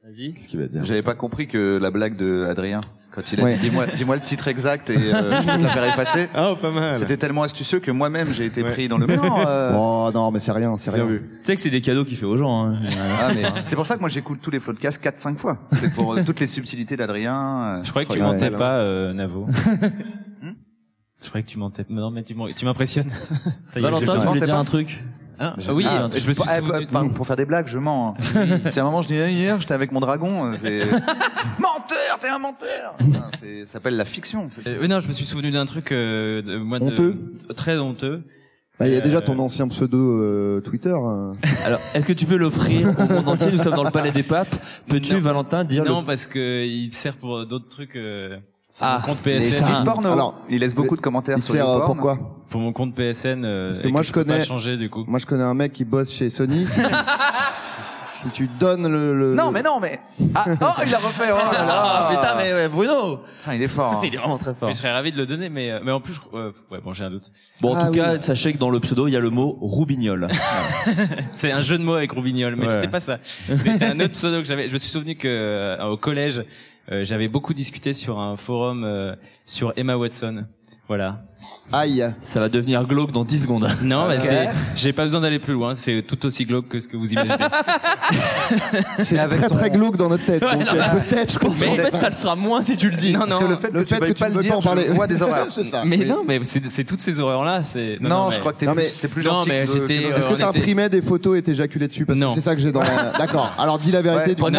Vas-y.
Qu'est-ce qu'il va dire
J'avais pas compris que la blague de Adrien, quand il a
Ouais.
dit dis-moi dis le titre exact et euh, je peux te la faire effacer.
Ah, pas mal.
C'était tellement astucieux que moi-même j'ai été pris dans le. Mais (laughs) non, euh, Oh non, mais c'est rien, c'est rien.
Tu sais que c'est des cadeaux qu'il fait aux gens. hein.
Ah, mais c'est pour ça que moi j'écoute tous les podcasts 4-5 fois. C'est pour euh, toutes les subtilités d'Adrien. euh,
Je croyais que tu
regarde.
mentais pas, euh,
(laughs)
Navo. Je croyais que tu mentais. mais Non, mais tu m'en- tu m'impressionnes. (laughs) Ça y est,
Valentin,
je-
tu
je-
voulais dire un
truc
Hein
Je-
Ah oui,
Ah,
je me suis
pour, eh,
souvenu-
pa- pardon, pour faire des blagues, je mens. hein. C'est un moment, je dis eh, hier, j'étais avec mon dragon. euh, c'est- menteur, t'es un (laughs) menteur. Putain, c'est- Ça s'appelle la fiction. c'est-
Euh, oui, non, je me suis souvenu d'un truc euh, de, moi, de-
Honteux
très honteux.
Bah, il y a
Euh,
déjà ton ancien
pseudo euh, Twitter.
hein.
euh.
Alors, est-ce que tu peux l'offrir au monde entier Nous sommes dans le palais des papes. Peux-tu,
Non.
Valentin, dire
non,
le...
parce que il sert pour d'autres trucs. Euh, c'est
Ah,
mon compte
les
PSN.
sites
porno. Alors, il laisse beaucoup de commentaires
il
sur sert, les euh, pornes.
pourquoi
Pour mon compte PSN. euh,
Parce
que
et
moi,
que
je
peux
connais-
Pas changer du coup.
Moi, je connais un mec qui bosse chez Sony. Si tu,
(laughs)
si tu donnes le, le-
Non,
le-
mais non, mais. Ah, oh, il l'a refait. Oh là là.
Ah,
putain, mais ouais, Bruno.
il est
(laughs)
fort. hein.
Il est vraiment très fort.
Mais je serais ravi de le donner, mais euh, mais en plus, je- euh, ouais, bon, j'ai un doute.
Bon,
Ah
en tout
Ah
cas, sachez que dans le pseudo, il y a le mot roubignol.
C'est un jeu de mots avec Roubignol, mais
Ouais.
c'était pas ça. C'était un autre pseudo que j'avais. Je me suis souvenu que euh, au collège, euh, j'avais beaucoup discuté sur un forum euh, sur Emma Watson. Voilà.
Aïe.
Ça va devenir glauque dans 10 secondes.
Non, mais
Ok.
c'est. J'ai pas besoin d'aller plus loin. C'est tout aussi glauque que ce que vous
(laughs)
imaginez.
C'est très très glauque dans notre tête.
Ouais,
donc,
non,
euh,
mais-
Peut-être.
Mais en fait, ça le sera moins si tu le dis.
Non, non.
le fait que, tu ne peux pas en parler. (laughs)
(laughs)
Mais non, mais c'est c'est toutes ces horreurs-là. C'est.
Non, je crois que t'es
Non,
plus-
mais-
c'était
plus
non,
gentil
mais
que-
j'étais.
que-
Est-ce
euh,
que
on
t'imprimais des photos et t'éjaculais dessus parce
Non.
que c'est ça que j'ai dans. la- D'accord. Alors dis la vérité. du
Ouais,
coup.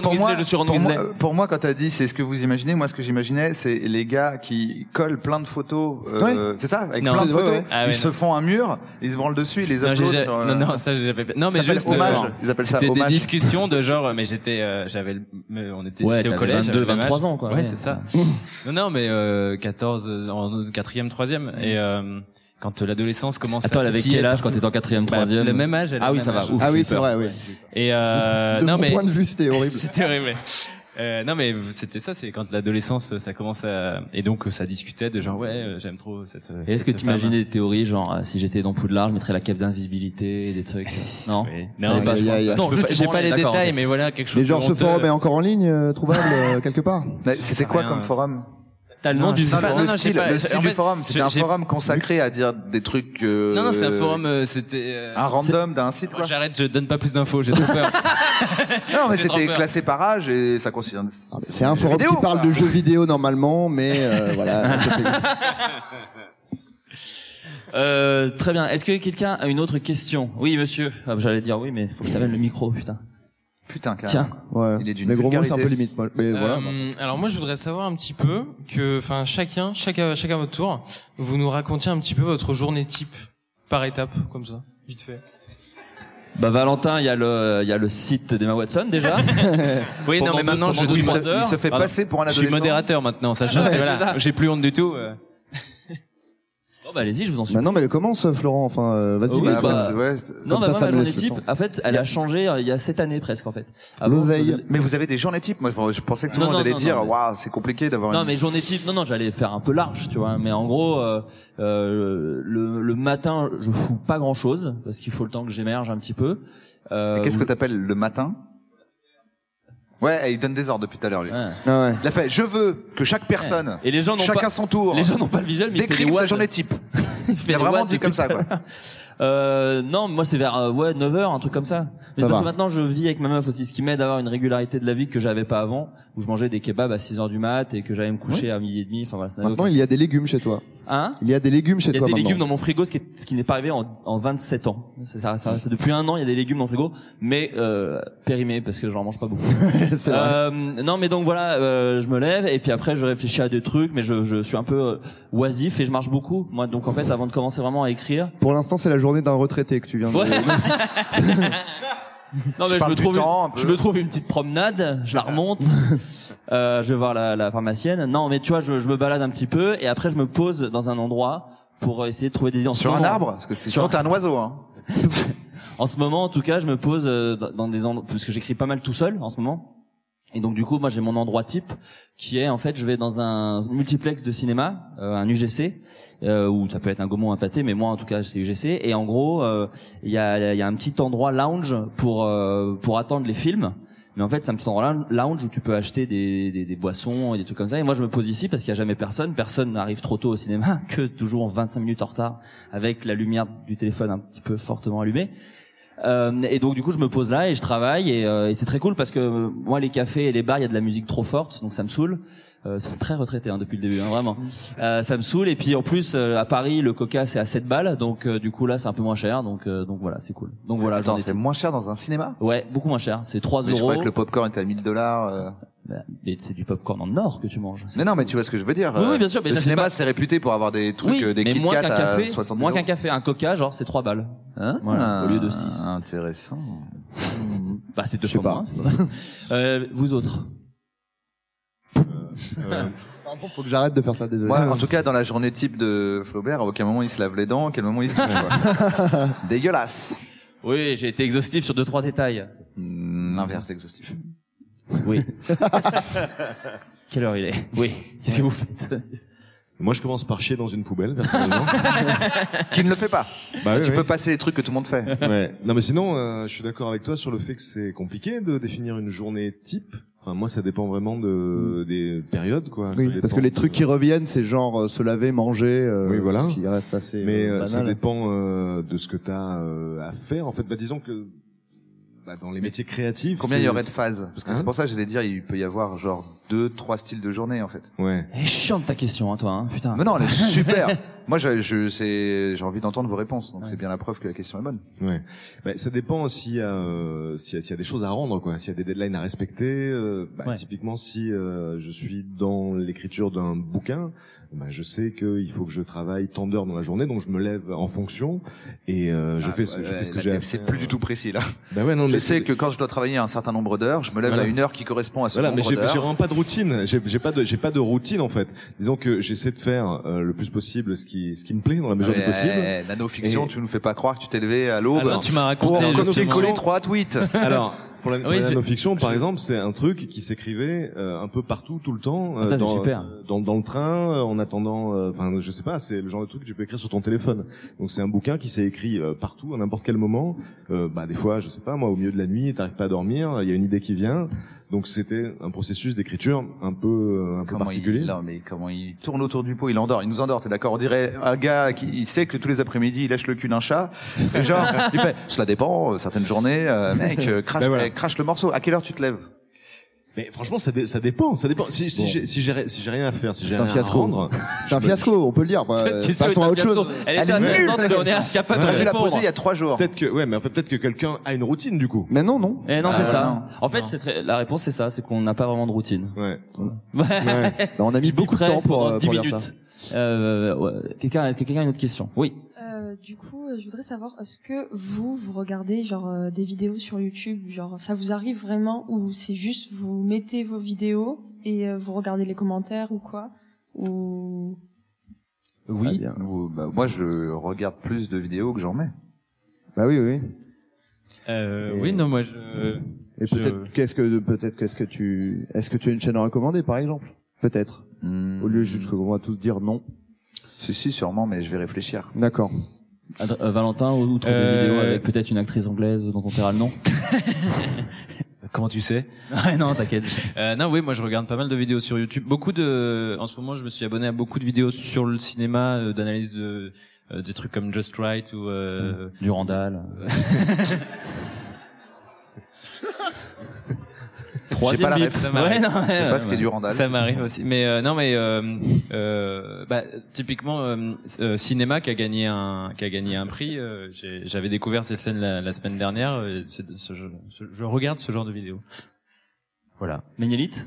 pour moi, pour moi- pour moi-
Weasley.
euh, Pour moi, quand t'as dit c'est ce que vous imaginez, moi ce que j'imaginais c'est les gars qui collent plein de photos. euh,
Ouais.
C'est ça, avec
Non.
plein de
Ouais,
photos.
ouais. Ah ouais,
ils se
non.
font un mur, ils se branlent dessus, ils les
Non, j'ai
uploadent.
ja-
sur, euh,
non, non, ça j'ai pas. Non,
Ça
mais
s'appelle
juste.
hommage.
euh,
Ils appellent ça
C'était des
hommage.
discussions de genre, mais j'étais, euh, j'avais, le- me- on était,
Ouais,
j'étais au
t'avais 22,
collège, j'avais le même
23
âge.
ans, quoi,
Ouais,
ouais.
c'est ça. (laughs) non, non, mais euh, 14, euh, en quatrième, troisième, et euh, quand euh, l'adolescence commence.
Mm. Attends,
à
elle avait
titiller
quel âge quand
partout.
t'étais en quatrième,
Bah,
troisième
Le même âge. elle a
Ah
le
oui,
même
ça va.
âge.
Ouf,
Ah oui,
j'ai
c'est vrai.
peur.
Oui.
Et euh,
(laughs) De
non
mon
mais
point de vue, c'était horrible.
(laughs) c'était horrible. Euh, non mais c'était ça, c'est quand l'adolescence ça commence à et donc ça discutait de genre ouais euh, j'aime trop cette.
Et Est-ce que tu imagines des théories genre euh, si j'étais dans Poudlard, je mettrais la cape d'invisibilité, des trucs euh,
(laughs)
Non,
Non,
Allez, pas-
il y a- il y a-
non,
je peux
juste-
pas- j'ai
bon,
pas les
d'accord,
détails,
ok.
mais voilà, quelque
Mais genre ce forum est encore en ligne, euh, trouvable
(laughs)
euh, quelque part.
Mais C'était quoi comme forum
T'as
le nom du
enfin,
forum
le
Non, non,
style,
j'ai pas-
le
j'ai-
style
en
du
fait,
forum. C'était
j'ai-
un
j'ai-
forum consacré à dire des trucs. euh,
Non non c'est un forum, euh, c'était. euh,
Un
c'est-
random d'un site quoi.
J'arrête, je donne pas plus d'infos, j'ai trop peur.
(laughs) Non mais
J'ai trop
c'était
peur.
classé par âge et ça concerne.
C'est un forum
vidéo,
qui parle
quoi.
de jeux vidéo normalement, mais euh, (laughs)
(laughs)
voilà.
Euh, très bien. Est-ce que quelqu'un a une autre question Oui, monsieur. Ah, J'allais dire oui, mais faut que je t'amène le micro, putain.
Putain, carrément.
Tiens.
Ouais.
Il est d'une
mais gros mots, c'est un peu
vulgarité.
limite. moi. Mais voilà.
Euh, alors moi je voudrais savoir un petit peu que, enfin chacun, chacun, chacun à votre tour, vous nous racontiez un petit peu votre journée type par étape, comme ça, vite fait.
Bah Valentin, il y a le il y a le site d'Emma Watson déjà.
(laughs) Oui, non,
Pendant
mais
deux-
maintenant
pendant
je
deux,
suis.
trois heures. Pardon.
Je suis modérateur maintenant, ça
Ouais,
change.
c'est
voilà.
ça.
J'ai plus honte du tout. euh.
Bon, bah allez-y, je vous en
Bah
supplie.
non, mais commence, Florent. Enfin, euh, vas-y.
Oui,
mais
bah,
commence.
Non,
Comme
bah,
ça, ça
moi, ma
me
journée
laisse le
type,
temps.
en fait, elle a changé euh, il y a cette année presque, en fait. Avant,
L'oseille.
Ah vous-
Mais vous avez des journées types. Moi, je pensais que tout le
Non,
monde
non,
allait
non,
dire,
non, mais-
waouh, c'est compliqué d'avoir.
Non
une-
mais journée type, non non j'allais faire un peu large tu vois, mais en gros euh, euh, le, le matin je fous pas grand chose parce qu'il faut le temps que j'émerge un petit peu. Euh,
Et Qu'est-ce que t'appelles le matin Ouais, il donne des ordres depuis tout à l'heure lui. Ah Il a fait, je veux que chaque personne,
Eh, Et les gens n'ont
chacun
pas-
son tour,
les gens n'ont pas le visuel, mais il fait
décrive
des
sa
watts.
journée type.
fait (laughs)
Il a
des
vraiment
watts
dit
depuis
comme ça
tout à
quoi.
l'heure. Euh, non, moi c'est vers euh, ouais 9h, un truc comme ça. Mais
Ça
parce
va.
que maintenant je vis avec ma meuf aussi, ce qui m'aide à avoir une régularité de la vie que j'avais pas avant, où je mangeais des kebabs à 6h du mat et que j'allais me coucher à midi et demi, enfin voilà, ça n'a
Maintenant,
aucun-
il y a des légumes chez toi.
Hein
Il y a des légumes chez
il y a
toi
des
maintenant.
légumes dans mon frigo, ce qui est- ce qui n'est pas arrivé en, en 27 ans. C'est ça, ça, c'est depuis un an, il y a des légumes dans le frigo, mais euh, périmés parce que j'en mange pas
(laughs)
beaucoup.
vrai.
Euh, non, mais donc voilà, euh, je me lève et puis après je réfléchis à des trucs, mais je, je suis un peu euh, oisif et je marche beaucoup. Moi, donc en fait, avant de commencer vraiment à écrire,
Pour l'instant, c'est la journée d'un retraité que tu viens de.
Ouais.
Je
non, mais je,
parle
me
du
trouve
temps, un
une,
peu.
je me trouve une petite promenade, je
(laughs)
la remonte, euh, je vais voir la, la pharmacienne. Non, mais tu vois, je, je me balade un petit peu et après je me pose dans un endroit pour euh, essayer de trouver des idées. En ce
Sur un
moment-
arbre, parce que c'est
Sur-
sinon t'es
(laughs)
un oiseau. Hein.
en ce moment, en tout cas, je me pose euh, dans dans des endroits parce que j'écris pas mal tout seul en ce moment. Et donc du coup, moi j'ai mon endroit type qui est en fait, je vais dans un multiplex de cinéma, euh, un UGC, euh, ou ça peut être un Gaumont, un Pâté, mais moi en tout cas c'est UGC. Et en gros, euh, il y, a, il y a un petit endroit lounge pour euh, pour attendre les films. Mais en fait, c'est un petit endroit lou- lounge où tu peux acheter des, des, des boissons et des trucs comme ça. Et moi, je me pose ici parce qu'il y a jamais personne. Personne n'arrive trop tôt au cinéma, (laughs) que toujours 25 minutes en retard, avec la lumière du téléphone un petit peu fortement allumée. Euh, et donc du coup je me pose là et je travaille et, euh, et c'est très cool parce que euh, moi les cafés et les bars il y a de la musique trop forte donc ça me saoule euh, c'est très retraité hein, depuis le début hein, vraiment euh, ça me saoule et puis en plus euh, à Paris le coca c'est à 7 balles donc euh, du coup là c'est un peu moins cher donc euh, donc voilà c'est cool donc voilà
Attends,
j'en ai
c'est
tout.
moins cher dans un cinéma
ouais beaucoup moins cher c'est 3
Mais
euros Bah,
je croyais que le popcorn était à 1000 dollars. euh.
Mais c'est du popcorn en or que tu manges.
Mais non, mais tu vois ce que je veux dire.
Oui,
euh,
oui, bien sûr, mais
le
je sais
cinéma,
pas.
c'est réputé pour avoir des trucs,
oui,
euh, des
mais
Kit
moins
Kat
qu'un café
à 70
moins
euros. Hein
qu'un café un coca genre c'est 3 balles voilà, au lieu de 6
Ah, Intéressant.
bah c'est deux fois moins c'est pas mal. euh, vous autres
(laughs)
(laughs)
Pardon, faut que j'arrête de faire ça. Désolé.
Moi, en tout cas, dans la journée type de Flaubert, à aucun moment il se lave les dents, à quel moment il se douche, quoi.
(laughs)
Dégueulasse.
Oui, j'ai été exhaustif sur deux trois détails.
L'inverse d'exhaustif.
Oui. Quelle heure il est Oui. Qu'est-ce que vous faites
Moi, je commence par chier dans une poubelle, personnellement.
(laughs) tu ne le fais pas.
Bah oui,
tu
oui.
peux passer les trucs que tout le monde fait.
Ouais. Non, mais sinon, euh, je suis d'accord avec toi sur le fait que c'est compliqué de définir une journée type. Enfin, moi, ça dépend vraiment
Mm.
de, des périodes, quoi. Ça
(laughs) Oui,
dépend
parce que les
de-
trucs qui reviennent, c'est genre euh, se laver, manger. euh,
Oui, voilà.
Ce qui reste assez.
Mais
euh,
euh, ça
banal.
dépend euh, de ce que tu as à faire. En fait, bah, disons que bah, dans les métiers créatifs,
Combien
c'est-
il y aurait de phases Parce que
Hein
c'est pour ça que j'allais dire, il peut y avoir genre deux, trois styles de journée en
(laughs)
fait.
Ouais.
Elle est chiante ta question, hein, toi. Hein. Putain.
Mais non, elle est super. Moi, je, je, c'est- j'ai envie d'entendre vos réponses, donc c'est bien la preuve que la question est bonne.
Ouais. Ben, ça dépend s'il y, a, euh, s'il y a- s'il y a des choses à rendre, quoi. S'il y a des deadlines à respecter. euh, bah, Typiquement, si euh, je suis dans l'écriture d'un bouquin, ben, je sais qu'il faut que je travaille tant d'heures dans la journée, donc je me lève en fonction et euh, je,
Ah,
fais, ce- je
ouais,
fais ce que
là,
j'ai à
t'es- C'est
faire.
plus du tout précis
(laughs)
là.
Ben ouais, non,
je
mais
sais
c'est-
que quand je dois travailler un certain nombre d'heures, je me lève
Voilà.
à une heure qui correspond à ce
Voilà, mais
nombre
j'ai j'ai
d'heures.
vraiment pas de routine. J'ai j'ai pas de j'ai pas de routine en fait. Disons que j'essaie de faire euh, le plus possible ce qui ce qui me plaît dans la mesure du
Ouais,
possible.
eh, nanofiction,
Et-
tu nous fais pas croire que tu t'es levé à l'aube.
Alors, Ah tu m'as
pour
raconté le
copier-coller
fiction. Ah
trois tweets.
(laughs) Alors, Pour la, pour
Oui,
la
je-
non-fiction, par
je-
exemple, c'est un truc qui s'écrivait euh, un peu partout, tout le temps, euh,
Ah, ça, c'est
dans,
super.
dans, dans le train, euh, en attendant. euh, Enfin, je sais pas, c'est le genre de truc que tu peux écrire sur ton téléphone. Donc c'est un bouquin qui s'est écrit euh, partout, à n'importe quel moment. Euh, bah des fois, je sais pas, moi, au milieu de la nuit, t'arrives pas à dormir, il y a une idée qui vient. Donc c'était un processus d'écriture un peu euh, un peu
Comment il-
particulier.
non, mais comment il tourne autour du pot, il endort, il nous endort, t'es d'accord On dirait un gars qui il sait que tous les après-midi il lèche le cul d'un chat. Et
(laughs)
genre, il fait, cela dépend, euh, certaines journées, euh, mec, euh, crache,
Ben voilà.
eh, crache le morceau. À quelle heure tu te lèves
Mais franchement, ça, dé- ça dépend, ça dépend. Si, si
Bon.
j'ai si j'ai ri- si j'ai rien à faire, si j'ai
C'est
rien
un
à
fiasco.
rendre,
C'est un fiasco, on peut
(laughs)
le dire.
(laughs)
quoi.
Cette question
Passons
est
à
un
autre
fiasco.
chose.
Elle était
nulle,
intéressante,
la
mais on est
question. (laughs)
incapable de
T'aurais dû la
répondre.
Posé il y a trois jours.
peut-être que ouais, mais peut-être que quelqu'un a une routine du coup.
Mais non, non.
Eh non, c'est
Ah,
ça.
non.
En fait, c'est très- la réponse c'est ça, c'est qu'on n'a pas vraiment de routine. (laughs)
Ouais. Bah,
on a mis beaucoup de temps pour, euh, pour dire
minutes. Euh, ouais. Quelqu'un, est-ce que quelqu'un a une autre question Oui.
Euh, du coup, euh, je voudrais savoir, est-ce que vous, vous regardez genre euh, des vidéos sur YouTube, genre ça vous arrive vraiment ou c'est juste vous mettez vos vidéos et euh, vous regardez les commentaires ou quoi ou
Oui. bah, moi, je regarde plus de vidéos que j'en mets.
Bah oui, oui.
Euh,
Et-
oui, non, moi, je...
Et
je-
peut-être qu'est-ce que peut-être qu'est-ce que tu est-ce que tu as une chaîne à recommander par exemple Peut-être. Au lieu juste qu'on va tous dire non.
Hmm. Si, si, sûrement, mais je vais réfléchir.
D'accord.
Ad- euh, Valentin, ou trouve
Euh,
des vidéos avec peut-être une actrice anglaise dont on verra le nom
Comment tu sais
Non, t'inquiète.
Euh, non, oui, moi je regarde pas mal de vidéos sur YouTube. Beaucoup de, en ce moment, je me suis abonné à beaucoup de vidéos sur le cinéma, euh, d'analyse de euh, des trucs comme Just Right ou euh... (laughs)
Durandal.
Troisième
J'ai pas la
bip.
ref.
Ça m'arrive.
Ouais, non, ouais, Je sais pas ouais, ce qu'est ouais. du Randall.
Ça m'arrive aussi. Mais euh, non, mais euh, euh, bah, typiquement euh, euh, cinéma qui a gagné un qui a gagné un prix. euh, j'ai- J'avais découvert cette scène la, la semaine dernière. euh, c'est- ce- ce- je regarde ce genre de vidéos. Voilà.
Ménélite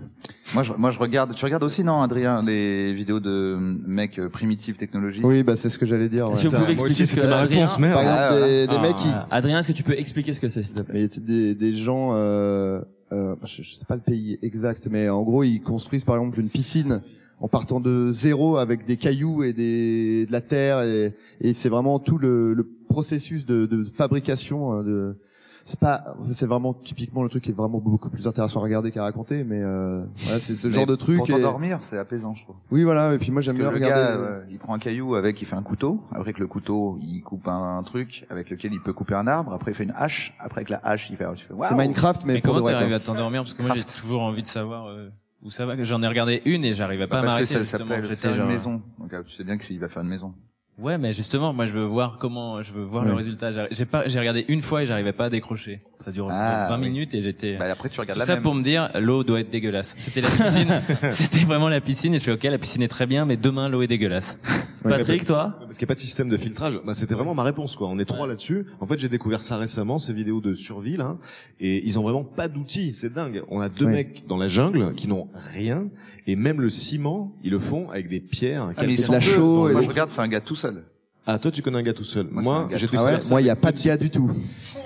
Moi, je, moi, je regarde. Tu regardes aussi, non, Adrien, les vidéos de mecs euh, primitifs technologies.
Oui, bah c'est ce que j'allais dire.
Si vous pouvez
Putain, moi
expliquer
aussi,
ce que- Adrien-
Par
Ah,
exemple,
voilà.
des, des
Ah.
mecs qui.
Adrien, est-ce que tu peux expliquer ce que c'est, s'il te plaît
Mais c'est des, des gens, euh, euh, je, je sais pas le pays exact, mais en gros, ils construisent par exemple une piscine en partant de zéro avec des cailloux et des, de la terre, et, et c'est vraiment tout le, le processus de, de fabrication euh, de. C'est pas, c'est vraiment typiquement le truc qui est vraiment beaucoup plus intéressant à regarder qu'à raconter, mais euh, voilà, c'est ce
Mais
genre de truc.
Pour
et-
t'endormir, c'est apaisant, je trouve.
Oui, voilà. Et puis moi, j'aime bien
Parce que le
regarder.
gars, euh, il prend un caillou avec, il fait un couteau. Après, avec le couteau, il coupe un, un truc avec lequel il peut couper un arbre. Après, il fait une hache. Après, avec la hache, il fait. tu fais, waouh.
C'est Minecraft, mais
Et
pour
comment
de vrai,
t'arrives
quoi.
à t'endormir Parce que moi j'ai toujours envie de savoir euh, où ça va. J'en ai regardé une et j'arrivais pas
Bah, parce
à
que
m'arrêter.
ça
justement.
s'appelle
J'étais
faire une
genre-
maison. Donc, euh, tu sais bien que s'il va faire une maison.
Ouais, mais justement, moi je veux voir comment, je veux voir le
Ouais.
résultat. J'arri- J'ai pas, j'ai regardé une fois et j'arrivais pas à décrocher. Ça dure
Ah,
20
oui.
minutes et j'étais.
Bah, après, tu regardes
Tout
la
ça
même.
pour me dire, l'eau doit être dégueulasse. C'était
(laughs)
la piscine. (laughs) C'était vraiment la piscine et je suis ok, la piscine est très bien, mais demain l'eau
(laughs)
est dégueulasse.
bah,
Patrick, toi
Parce qu'il n'y a pas de système de filtrage. Bah, c'était vraiment ma réponse, quoi. On est trois là-dessus. En fait, j'ai découvert ça récemment, ces vidéos de survie, là. Et ils ont vraiment pas d'outils. C'est dingue. On a deux
Ouais.
mecs dans la jungle qui n'ont rien. Et même le ciment, ils le font avec des pierres.
Ah, mais ils
calcaires.
sont deux.
chaux et
Moi,
des
je regarde, c'est un gars tout seul.
Ah, toi, tu connais un gars tout seul.
Moi,
Moi,
c'est un gars
j'ai
tout
découvert
seul.
ça.
Moi, il n'y a pas de gars du tout.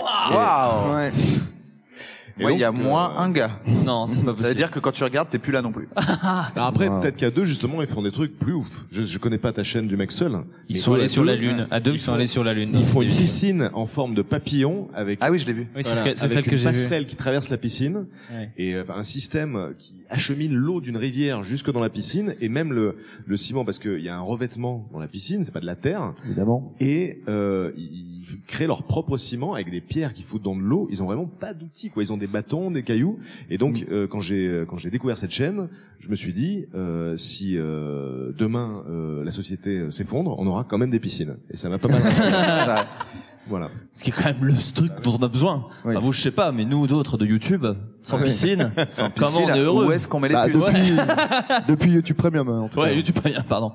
Ah
Waouh.
Ouais.
Et
Ouais, il y a
donc,
moins
euh,
un gars.
Non, c'est pas Ah.
Ça veut dire que quand tu regardes, t'es plus là non plus.
Ah.
Alors après,
Ah.
peut-être qu'à deux, justement, ils font des trucs plus ouf. Je, je connais pas ta chaîne du mec seul. Mais
Ils sont
eux,
allés
à
sur la
deux,
lune. À deux, ils sont
font-
allés sur la lune.
Ils font une
Des-
piscine en forme de papillon avec.
Ah oui, je l'ai vu.
Oui, c'est ce que- c'est
avec
celle que
une
j'ai vue.
passerelle qui traverse la piscine
Ouais.
et euh, enfin, un système qui achemine l'eau d'une rivière jusque dans la piscine et même le, le ciment parce qu'il y a un revêtement dans la piscine, c'est pas de la terre.
Évidemment.
Et euh, ils ils créent leur propre ciment avec des pierres qu'ils foutent dans de l'eau. Ils ont vraiment pas d'outils quoi. Ils ont des bâtons, des cailloux. Et
Mm.
donc euh, quand j'ai quand j'ai découvert cette chaîne, je me suis dit euh, si euh, demain euh, la société s'effondre, on aura quand même des piscines. Et ça m'a pas mal. voilà.
Ce qui est quand même le truc
Ah
dont on a besoin. Enfin, vous, je sais pas, Ah, mais nous d'autres de YouTube, sans
Ouais.
(laughs)
piscine,
(laughs) Sans
comment
piscine,
on est heureux
où est-ce qu'on met les
Bah,
pubs
depuis-
Depuis YouTube Premium, hein, en tout
Ouais,
cas.
(laughs) YouTube Premium, pardon.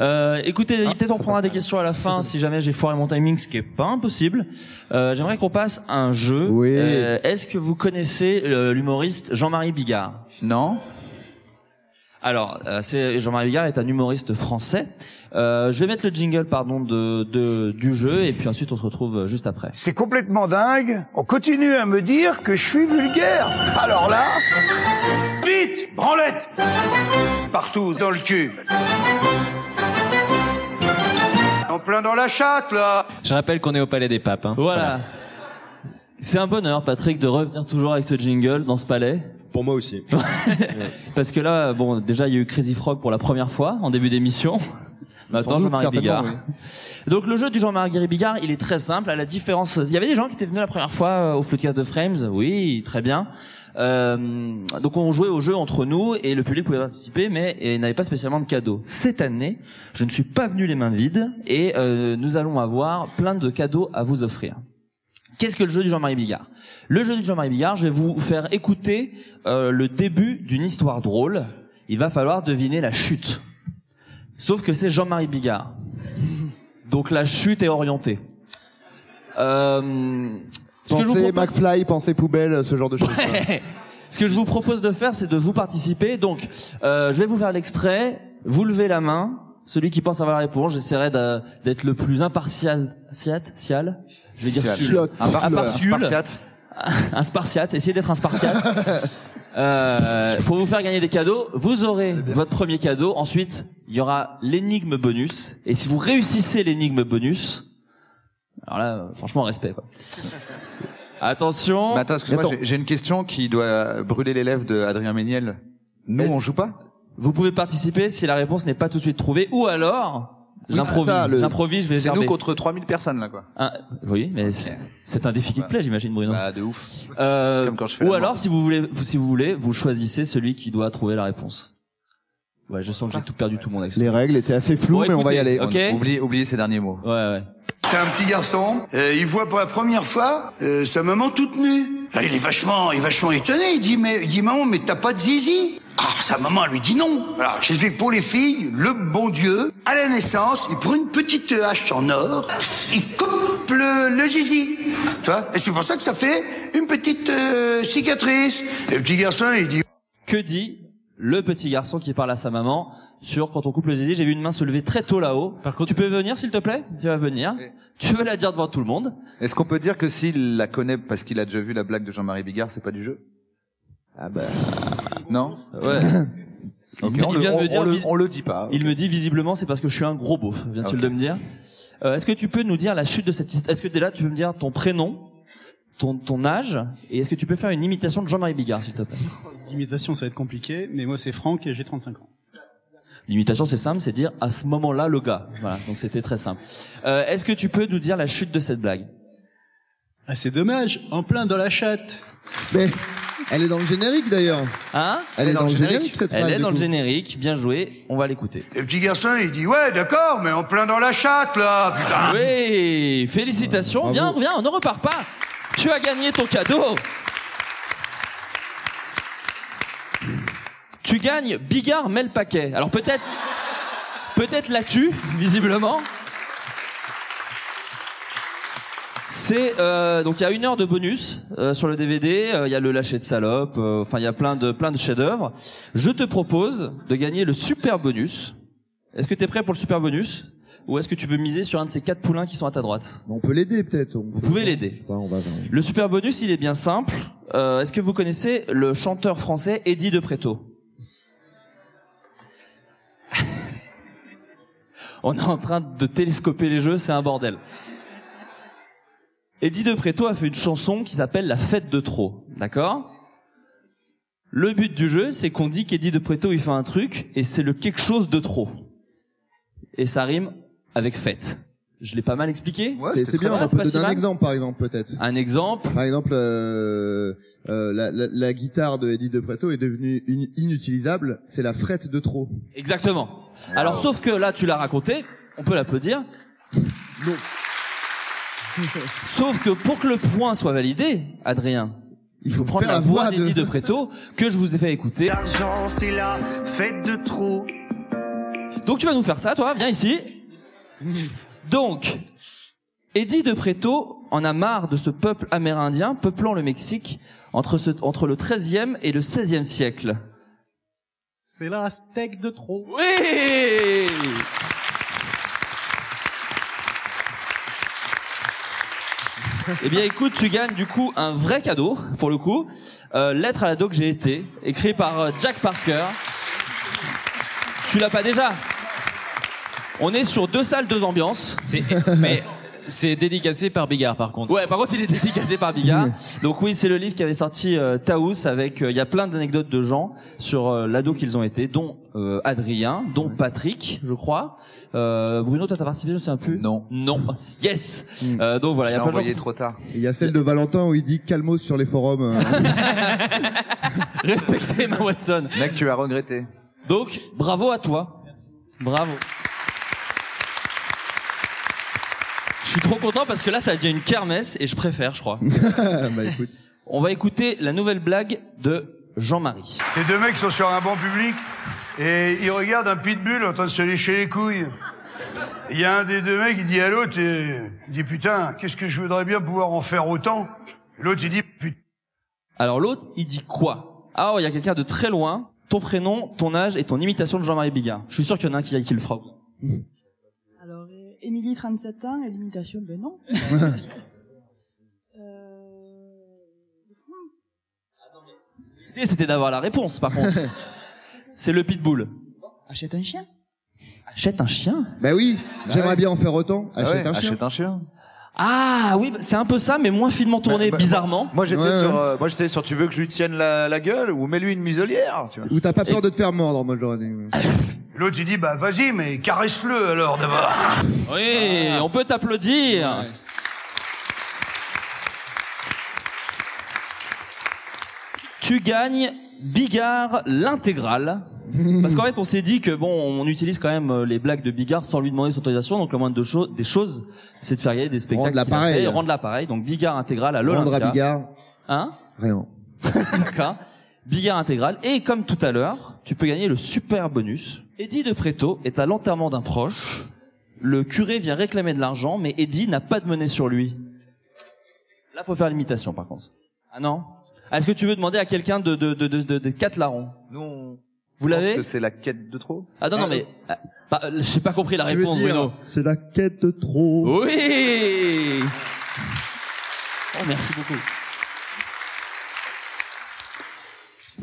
Euh, écoutez,
Ah,
peut-être on prendra des questions à la fin si jamais j'ai foiré mon timing, ce qui est pas impossible. Euh, J'aimerais qu'on passe à un jeu.
Oui.
Euh, Est-ce que vous connaissez euh, l'humoriste Jean-Marie Bigard
Non.
Alors, euh, c'est Jean-Marie Bigard est un humoriste français. Euh, je vais mettre le jingle, pardon, de, de du jeu et puis ensuite on se retrouve euh, juste après.
C'est complètement dingue. On continue à me dire que je suis vulgaire. Alors là. Vite Branlette Partout, dans le cul. En plein dans la chatte, là
Je rappelle qu'on est au Palais des Papes. hein.
Voilà. C'est un bonheur, Patrick, de revenir toujours avec ce jingle dans ce palais.
Pour moi aussi.
Parce que là, bon, déjà, il y a eu Crazy Frog pour la première fois en début d'émission. (laughs) Maintenant,
doute,
Jean-Marie
certainement,
Bigard. Donc, le jeu du Jean-Marie Bigard, il est très simple. À la différence, il y avait des gens qui étaient venus la première fois euh, au Floodcast de Frames. Oui, très bien. Euh, donc, on jouait au jeu entre nous et le public pouvait participer, mais il n'avait pas spécialement de cadeaux. Cette année, je ne suis pas venu les mains vides et euh, nous allons avoir plein de cadeaux à vous offrir. Qu'est-ce que le jeu du Jean-Marie Bigard Le jeu du Jean-Marie Bigard, je vais vous faire écouter euh, le début d'une histoire drôle. Il va falloir deviner la chute. Sauf que c'est Jean-Marie Bigard. Donc la chute est orientée. Euh, ce que je vous
Pensez
propose-
McFly, pensez poubelle, ce genre de
(laughs)
choses.
ce que je vous propose de faire, c'est de vous participer. Donc, euh, je vais vous faire l'extrait. Vous levez la main. Celui qui pense avoir la réponse, j'essaierai d'a- d'être le plus impartial. Siat, sial. Je vais dire
Sial.
sul.
Slot.
Un par-
Slot.
impartial.
Un spartiate.
Un spartiate. Essayez d'être un spartiate. Euh, pour vous faire gagner des cadeaux, vous aurez votre premier cadeau. Ensuite, il y aura l'énigme bonus. Et si vous réussissez l'énigme bonus, alors là, euh, franchement, respect. Quoi. Attention.
Mais attends, excuse-moi, j'ai- j'ai une question qui doit brûler les lèvres de Adrien Méniel. Nous, on joue pas
Vous pouvez participer si la réponse n'est pas tout de suite trouvée ou alors
Oui,
j'improvise.
c'est ça, le-
J'improvise, je vais
C'est
faire
nous
des-
contre 3000 personnes, là, quoi.
Ah, oui, mais c'est- c'est un défi qui te plaît, j'imagine, Bruno.
Bah, de ouf.
Euh,
fais
ou
la
alors, si vous voulez, vous- si vous voulez, vous choisissez celui qui doit trouver la réponse. Ouais, je
Ah.
sens que j'ai tout perdu tout mon accent.
Les règles étaient assez floues,
Bon,
mais on va y
écoutez,
aller.
ok. On- oubliez-
ces derniers mots.
Ouais, ouais.
C'est un petit garçon, euh, il voit pour la première fois euh, sa maman toute nue. Ah, Il est vachement, il est vachement étonné, il dit, mais, il dit maman, mais t'as pas de zizi Ah, sa maman elle lui dit non. Alors, j'explique que pour les filles, le bon Dieu, à la naissance, il prend une petite hache en or, il coupe le, le zizi. Tu vois Et c'est pour ça que ça fait une petite euh, cicatrice. Et le petit garçon, il dit...
Que dit le petit garçon qui parle à sa maman sur quand on coupe le zizi J'ai vu une main se lever très tôt là-haut. Par contre, tu peux venir s'il te plaît Tu vas venir. Tu veux la dire devant tout le monde
Est-ce qu'on peut dire que s'il la connaît parce qu'il a déjà vu la blague de Jean-Marie Bigard, c'est pas du jeu Ah bah... Non
Ouais.
(laughs) Ok,
Il
on,
vient
le,
de
on-
me dire
on le-
vis-
on le dit pas. hein.
Il me dit visiblement c'est parce que je suis un gros beauf, vient-il
Ok.
de me dire. Euh, Est-ce que tu peux nous dire la chute de cette histoire Est-ce que déjà tu peux me dire ton prénom, ton, ton âge, et est-ce que tu peux faire une imitation de Jean-Marie Bigard s'il te plaît
(laughs) L'imitation, ça va être compliqué, mais moi, c'est Franck et j'ai 35 ans.
L'imitation c'est simple, c'est dire à ce moment-là le gars. Voilà, donc c'était très simple. Euh, est-ce que tu peux nous dire la chute de cette blague
Ah, c'est dommage, en plein dans la chatte.
Mais elle est dans le générique d'ailleurs.
Hein
Elle est dans le générique, cette
Elle
phrase,
est
du
dans le
coup.
générique, bien joué, on va l'écouter.
Et le petit garçon, il dit, ouais, d'accord, mais en plein dans la chatte, là, putain
Oui, félicitations. Viens, viens, on ne repart pas. Tu as gagné ton cadeau. Tu gagnes Bigard met le paquet. Alors peut-être, peut-être l'as-tu, visiblement. C'est euh, donc il y a une heure de bonus euh, sur le DVD. euh, Il y a le lâcher de salope. euh, Enfin, il y a plein de plein de chefs-d'œuvre. Je te propose de gagner le super bonus. Est-ce que t'es prêt pour le super bonus ou est-ce que tu veux miser sur un de ces quatre poulains qui sont à ta droite
On peut l'aider peut-être. Vous
pouvez l'aider. Le super bonus, il est bien simple. Euh, Est-ce que vous connaissez le chanteur français Eddie de Preto On est en train de télescoper les jeux, c'est un bordel. Eddie de Preto a fait une chanson qui s'appelle La fête de trop, d'accord Le but du jeu, c'est qu'on dit qu'Eddie de Preto il fait un truc et c'est le quelque chose de trop. Et ça rime avec fête. Je l'ai pas mal expliqué
c'est c'est bien.
Ouais,
On
c'est
peut
pas si
donner un
mal.
exemple par exemple peut-être.
Un exemple.
Par exemple, euh, euh, la, la- la guitare de Eddie De Preto est devenue in- inutilisable. C'est la frette de trop.
Exactement. Alors, sauf que là, tu l'as raconté, on peut l'applaudir. (laughs) sauf que pour que le point soit validé, Adrien, il faut prendre
faire
la
la
voix
voix
d'Eddie de... Préto que je vous ai fait écouter.
L'argent, c'est la fête de trop.
Donc, tu vas nous faire ça, toi, viens ici. Donc, Eddie de Preto en a marre de ce peuple amérindien peuplant le Mexique entre, ce- entre le 13e et le 16e siècle.
C'est la steak de trop.
Oui Eh bien, écoute, tu gagnes du coup un vrai cadeau pour le coup. Euh, Lettre à l'ado que j'ai été, écrit par euh, Jack Parker. Tu l'as pas déjà On est sur deux salles, deux ambiances.
C'est mais C'est dédicacé par Bigard, par contre.
Ouais, par contre, il est dédicacé par Bigard. Donc oui, c'est le livre qui avait sorti euh, Taos avec euh, il y a plein d'anecdotes de gens sur euh, l'ado qu'ils ont été, dont euh, Adrien, dont Patrick, je crois. Euh, Bruno, toi t'as participé, je sais un peu. Non.
(laughs)
Non. Yes.
Hmm.
Euh, donc voilà, il y a plein de gens- (laughs)
tard.
Il y a celle de Valentin où il dit calmos sur les forums. euh.
Respectez Emma Watson.
Mec, tu as regretté.
Donc bravo à toi. Bravo. Je suis trop content parce que là ça devient une kermesse et je préfère, je crois.
(laughs) bah écoute.
On va écouter la nouvelle blague de Jean-Marie.
Ces deux mecs sont sur un banc public et ils regardent un pitbull en train de se lécher les couilles. Il y a un des deux mecs qui dit à l'autre, et- il dit putain, qu'est-ce que je voudrais bien pouvoir en faire autant. L'autre il dit putain.
Alors l'autre, il dit quoi Ah, oh, il y a quelqu'un de très loin. Ton prénom, ton âge et ton imitation de Jean-Marie Bigard. Je suis sûr qu'il y en a un qui, qui le fera.
Alors, euh, Émilie, 37 ans, et l'imitation, ben non.
Euh, Ah
L'idée, c'était d'avoir la réponse,
(laughs)
par contre. C'est le pitbull.
Achète un chien.
Achète un chien
Bah oui, j'aimerais
ouais.
bien en faire autant.
Ah
Achète,
ouais,
un chien.
achète un chien.
Ah oui, bah, c'est un peu ça, mais moins finement tourné,
Bah,
bizarrement.
Bah, Moi j'étais sur, euh, moi j'étais sur. Tu veux que je lui tienne la, la gueule ou mets-lui une muselière. Tu vois.
Où t'as pas peur de te faire mordre, moi j'aurais dit.
L'autre il dit bah vas-y mais caresse-le alors d'abord.
Oui, on peut t'applaudir.
bah.
Tu gagnes Bigard
(laughs)
l'intégrale. Parce qu'en fait, on s'est dit que bon, on utilise quand même euh, les blagues de Bigard sans lui demander son autorisation. Donc, le moindre de cho- des choses, c'est de faire gagner des spectacles.
Rendre
qu'il a
l'appareil.
fait, Rendre l'appareil. Donc, Bigard intégral à l'Olympia.
Rendre à Bigard.
Hein?
Vraiment.
(laughs) D'accord. Bigard intégral. Et comme tout à l'heure, tu peux gagner le super bonus. Eddie de Préto est à l'enterrement d'un proche. Le curé vient réclamer de l'argent, mais Eddie n'a pas de monnaie sur lui. Là, faut faire l'imitation, par contre. Ah non Ah, Est-ce que tu veux demander à quelqu'un de, de, de, de, de, de quatre larrons
Non.
Vous l'avez
Parce que c'est la quête de trop.
Ah non, non, mais... ah, bah, euh, J'ai pas compris la
Tu veux
réponse,
dire-
Bruno.
C'est la quête de trop.
Oui Oh, merci beaucoup.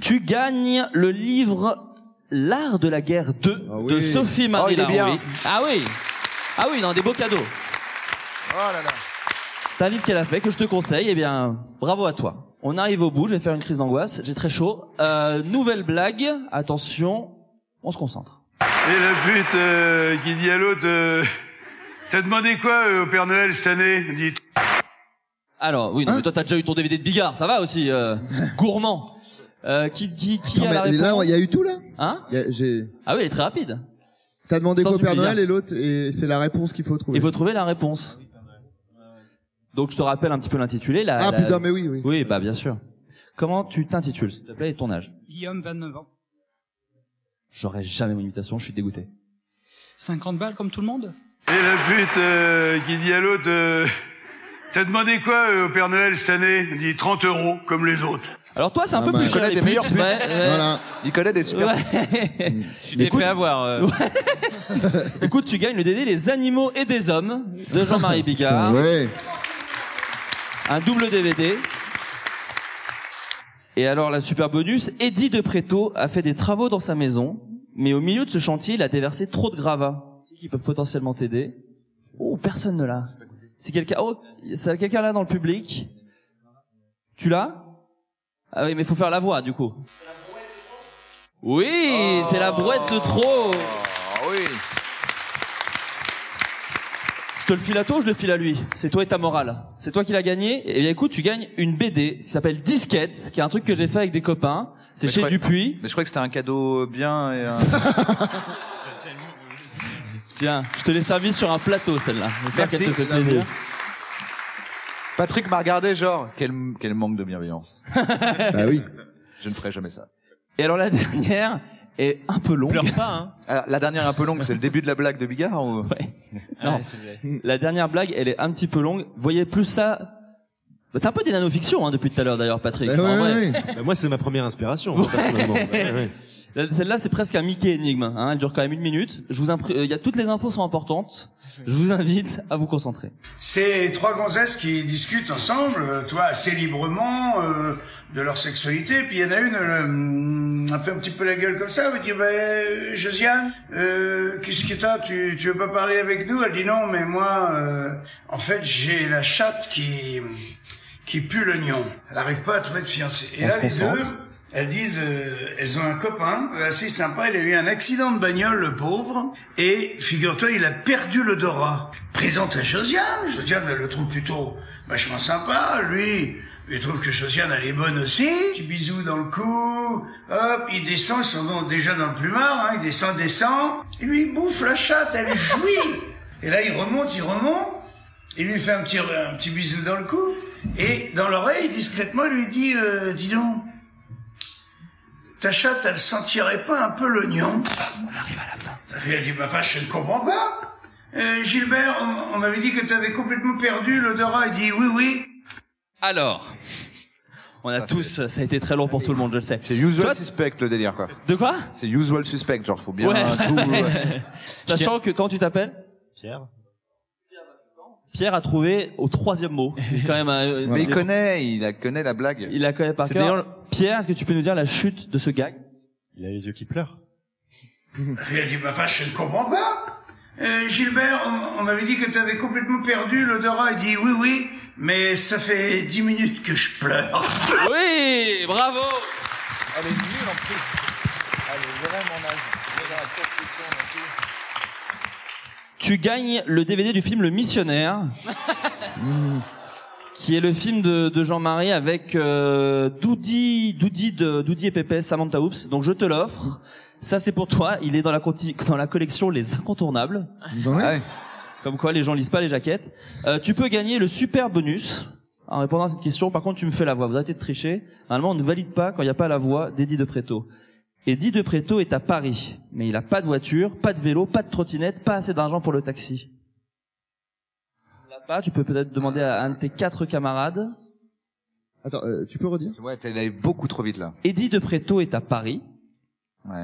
Tu gagnes le livre L'art de la guerre 2
Ah
de Sophie
Oh,
Marie
il est bien.
Laroui. Ah oui Ah oui, non, des beaux cadeaux.
Oh là là.
C'est un livre qu'elle a fait, que je te conseille. Eh bien, bravo à toi. On arrive au bout, je vais faire une crise d'angoisse, j'ai très chaud. Euh, nouvelle blague, attention, on se concentre.
Et la pute euh, qui dit à l'autre, euh, t'as demandé quoi euh, au Père Noël cette année Il dit
Alors,
Hein
oui, non, mais toi, t'as déjà eu ton DVD de Bigard, ça va
(laughs)
aussi, euh, gourmand. Euh, qui qui, qui
Attends,
a la
mais
réponse
là, il y a eu tout là
Hein
Il y a- J'ai.
Ah oui, elle est très rapide.
T'as demandé
Sans
quoi au Père
supplier.
Noël et l'autre et c'est la réponse qu'il faut trouver.
Il faut trouver la réponse. Donc, je te rappelle un petit peu l'intitulé. La,
Ah,
la-
putain, mais oui, oui.
Oui, bah bien sûr. Comment tu t'intitules, s'il te plaît, et ton âge
Guillaume, 29 ans.
J'aurais jamais mon imitation, je suis dégoûté.
50 balles comme tout le monde
Et la pute euh, qui dit à l'autre, euh, t'as demandé quoi euh, au Père Noël cette année Il dit 30 euros, comme les autres.
Alors toi, c'est un
Ah
peu
bah,
plus
il
cher.
connaît
les
des meilleures putes. Voilà.
Il connaît des super
(laughs)
Tu
t'es fait avoir, euh.
(laughs) Écoute, tu gagnes le DD Les animaux et des hommes de Jean-Marie Bigard.
ouais.
Un double DVD. Et alors la super bonus, Eddie de Préto a fait des travaux dans sa maison, mais au milieu de ce chantier, il a déversé trop de gravats qui peuvent potentiellement t'aider. Oh, personne ne l'a. C'est quelqu'un. Oh, c'est quelqu'un là dans le public. Tu l'as Ah oui, mais faut faire la voix du coup. Oui, c'est la brouette de trop.
Oh, oui.
Je te le file à toi ou je le file à lui C'est toi et ta morale. C'est toi qui l'as gagné. Et bien écoute, tu gagnes une BD qui s'appelle Disquette, qui est un truc que j'ai fait avec des copains. C'est chez Dupuis.
Mais je crois que c'était un cadeau bien et un...
(laughs) Tiens, je te l'ai servi sur un plateau celle-là. J'espère
Merci.
qu'elle te fait
Non, mais-
plaisir.
Patrick m'a regardé genre quel quel manque de
(laughs)
bienveillance.
bah oui.
Je ne ferai jamais ça.
Et alors la dernière est un peu longue.
Pleure
pas,
(laughs)
hein.
Alors, la dernière un peu longue, c'est le début de la blague de Bigard hein, (laughs) ou
Non. la dernière blague, elle est un petit peu longue. Voyez plus ça. Bah, C'est un peu des nanofictions hein, depuis tout à l'heure d'ailleurs, Patrick. En vrai. (laughs)
Bah, moi, c'est ma première inspiration, hein, personnellement. Ouais, ouais.
La- Celle-là, c'est presque un Mickey énigme. hein. Elle dure quand même une minute. Je vous impr- euh, il y a toutes les infos sont importantes. Je vous invite à vous concentrer.
Ces trois gonzesses qui discutent ensemble, euh, tu vois, assez librement euh, de leur sexualité. Puis il y en a une, elle, hum, elle fait un petit peu la gueule comme ça. Elle me dit, ben, Josiane, euh, qu'est-ce que t'as tu, tu veux pas parler avec nous Elle dit non, mais moi, euh, en fait, j'ai la chatte qui qui pue l'oignon. Elle n'arrive pas à trouver de fiancée. Et
On
là,
se
les
concentre.
deux, elles disent, euh, elles ont un copain euh, assez sympa. Il a eu un accident de bagnole, le pauvre. Et figure-toi, il a perdu l'odorat. Présente à Josiane. Josiane, elle le trouve plutôt vachement sympa. Lui, il trouve que Josiane, elle est bonne aussi. Petit bisou dans le cou. Hop, il descend. Ils sont donc déjà dans le plumard. Hein. Il descend, descend. Il lui bouffe la chatte. Elle
(laughs)
jouit. Et là, il remonte, il remonte. Il lui fait un petit, un petit bisou dans le cou. Et dans l'oreille, discrètement, il lui dit, euh, dis donc, ta chatte, elle sentirait pas un peu l'oignon On arrive à la fin. Elle dit, bah, enfin, je ne comprends pas. Euh, Gilbert, on, on m'avait dit que tu avais complètement perdu l'odorat. Il dit, oui, oui.
Alors, on a tous, ça a été très long pour tout le monde, je le sais.
C'est usual suspect le délire quoi.
De quoi
C'est usual suspect, genre faut bien
Ouais.
tout.
(laughs)
euh.
Sachant que quand tu t'appelles
Pierre.
Pierre a trouvé au troisième mot. C'est quand même. un- euh,
Mais il
des-
connaît, il la connaît la blague.
Il la connaît par
C'est
cœur.
d'ailleurs-
Pierre, est-ce que tu peux nous dire la chute de ce gag
Il a les yeux qui pleurent.
Elle dit, bah, enfin, je ne comprends pas. Euh, Gilbert, on, on m'avait dit que tu avais complètement perdu l'odorat. Il dit, oui, oui, mais ça fait dix minutes que je pleure.
Oui, bravo.
Elle est nulle en plus. Elle est vraiment naze.
Tu gagnes le DVD du film Le Missionnaire, Mm. qui est le film de, de Jean-Marie avec euh, Doudi, Doudi de Doudi et Pépé, Samantha Oops. Donc je te l'offre. Ça c'est pour toi. Il est dans la conti- dans la collection Les Incontournables.
Ah ouais.
Comme quoi les gens lisent pas les jaquettes. Euh, tu peux gagner le super bonus. En répondant à cette question, par contre, tu me fais la voix. Vous arrêtez de tricher. Normalement, on ne valide pas quand il n'y a pas la voix d'Eddie de Préto. Eddie de Préto est à Paris, mais il a pas de voiture, pas de vélo, pas de trottinette, pas assez d'argent pour le taxi. Là-bas, tu peux peut-être demander à un de tes quatre camarades.
Attends, euh, tu peux redire Ouais, t'es allé beaucoup trop vite là.
Eddie de Préto est à Paris.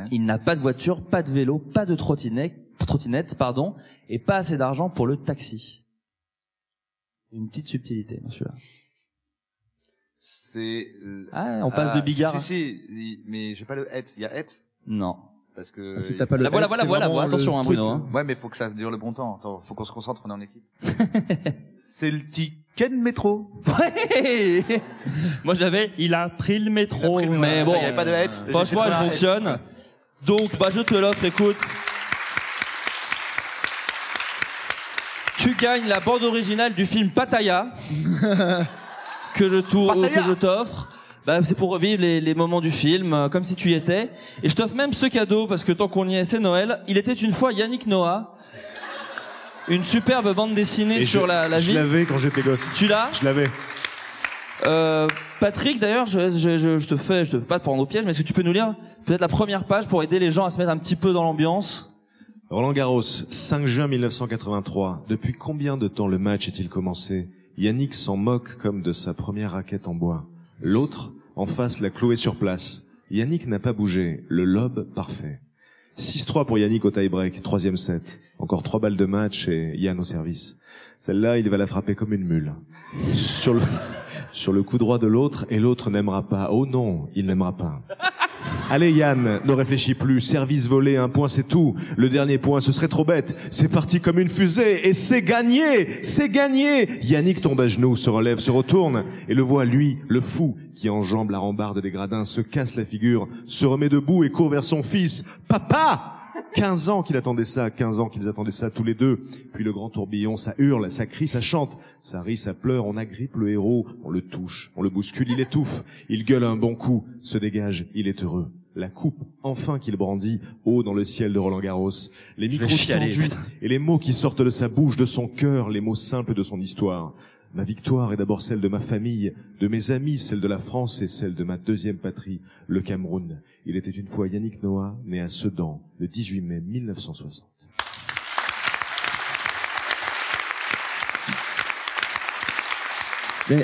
Il n'a pas de voiture, pas de vélo, pas de trottinette, trottinette, pardon, et pas assez d'argent pour le taxi. Une petite subtilité dans celui-là.
C'est. euh,
Ah, on passe de Bigard.
Si, si, si, mais j'ai pas le het. Il y a het
Non.
Parce que.
Ah, si t'as pas le La voilà, het, voilà, c'est voilà, vraiment attention, le hein, truc. Bruno, hein.
Ouais, mais faut que ça dure le bon temps. Attends, faut qu'on se concentre, on est en
(laughs)
équipe. c'est le ticket de métro.
Ouais (laughs) Moi j'avais, il a pris le métro, mais
c'est
bon.
ça, il y avait pas de hête. J'ai essayé de
Franchement,
trouver
elle
un hête.
fonctionne. Donc, bah je te l'offre, écoute. Tu gagnes la bande originale du film
(laughs)
Pattaya que je tour- que je t'offre. Bah, c'est pour revivre les, les moments du film, euh, comme si tu y étais. Et je t'offre même ce cadeau parce que tant qu'on y est, c'est Noël. Il était une fois Yannick Noah, une superbe bande dessinée
Et
sur
je-
la, la
Je
ville.
l'avais quand j'étais gosse.
Tu l'as
Je l'avais.
Euh, Patrick, d'ailleurs, je, je, je, je te fais, je te fais pas te prendre au piège, mais est-ce que tu peux nous lire peut-être la première page pour aider les gens à se mettre un petit peu dans l'ambiance
Roland Garros, 5 juin 1983. Depuis combien de temps le match est-il commencé Yannick s'en moque comme de sa première raquette en bois. L'autre, en face, l'a cloué sur place. Yannick n'a pas bougé. Le lobe parfait. 6-3 pour Yannick au tie-break, troisième set. Encore trois balles de match et Yann au service. Celle-là, il va la frapper comme une mule. Sur le, (laughs) sur le coup droit de l'autre, et l'autre n'aimera pas. Oh non, il n'aimera pas. Allez Yann, ne réfléchis plus, service volé, un point c'est tout. Le dernier point, ce serait trop bête. C'est parti comme une fusée, et c'est gagné, c'est gagné. Yannick tombe à genoux, se relève, se retourne, et le voit lui, le fou, qui enjambe la rambarde des gradins, se casse la figure, se remet debout et court vers son fils. Papa 15 ans qu'il attendait ça, 15 ans qu'ils attendaient ça tous les deux. Puis le grand tourbillon, ça hurle, ça crie, ça chante, ça rit, ça pleure, on agrippe le héros, on le touche, on le bouscule, il étouffe, il gueule un bon coup, se dégage, il est heureux. La coupe, enfin qu'il brandit, haut dans le ciel de Roland Garros. Les
vais
micros
chialer,
tendus
putain.
et les mots qui sortent de sa bouche, de son cœur, les mots simples de son histoire. Ma victoire est d'abord celle de ma famille, de mes amis, celle de la France et celle de ma deuxième patrie, le Cameroun. Il était une fois Yannick Noah, né à Sedan, le 18 mai 1960.
Mais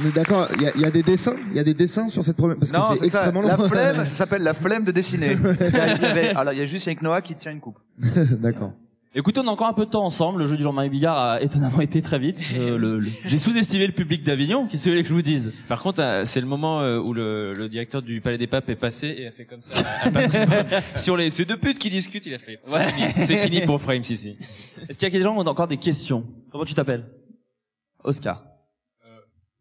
On est d'accord, il y a, il y a des dessins, il y a des dessins sur cette problème parce
Non,
que c'est
c'est ça.
extrêmement
La
long.
flemme,
(laughs)
ça s'appelle la flemme de dessiner. Il y a- il y avait- alors, il y a juste Yannick Noah qui tient une coupe.
d'accord.
Écoutez, on a encore un peu de temps ensemble. Le jeu du Jean-Marie Bigard a étonnamment été très vite. Euh, le- le- J'ai sous-estimé le public d'Avignon. Qu'est-ce que vous voulez que je vous dise
Par contre, euh, c'est le moment euh, où le, le directeur du Palais des Papes est passé et a fait comme ça
(laughs)
à Patrick Bruel. (laughs) Sur les ces deux putes qui discutent, il a fait. C'est
Ouais.
fini. C'est fini pour Frame Sissi.
Est-ce qu'il y a des gens qui ont encore des questions Comment tu t'appelles Oscar.
Euh,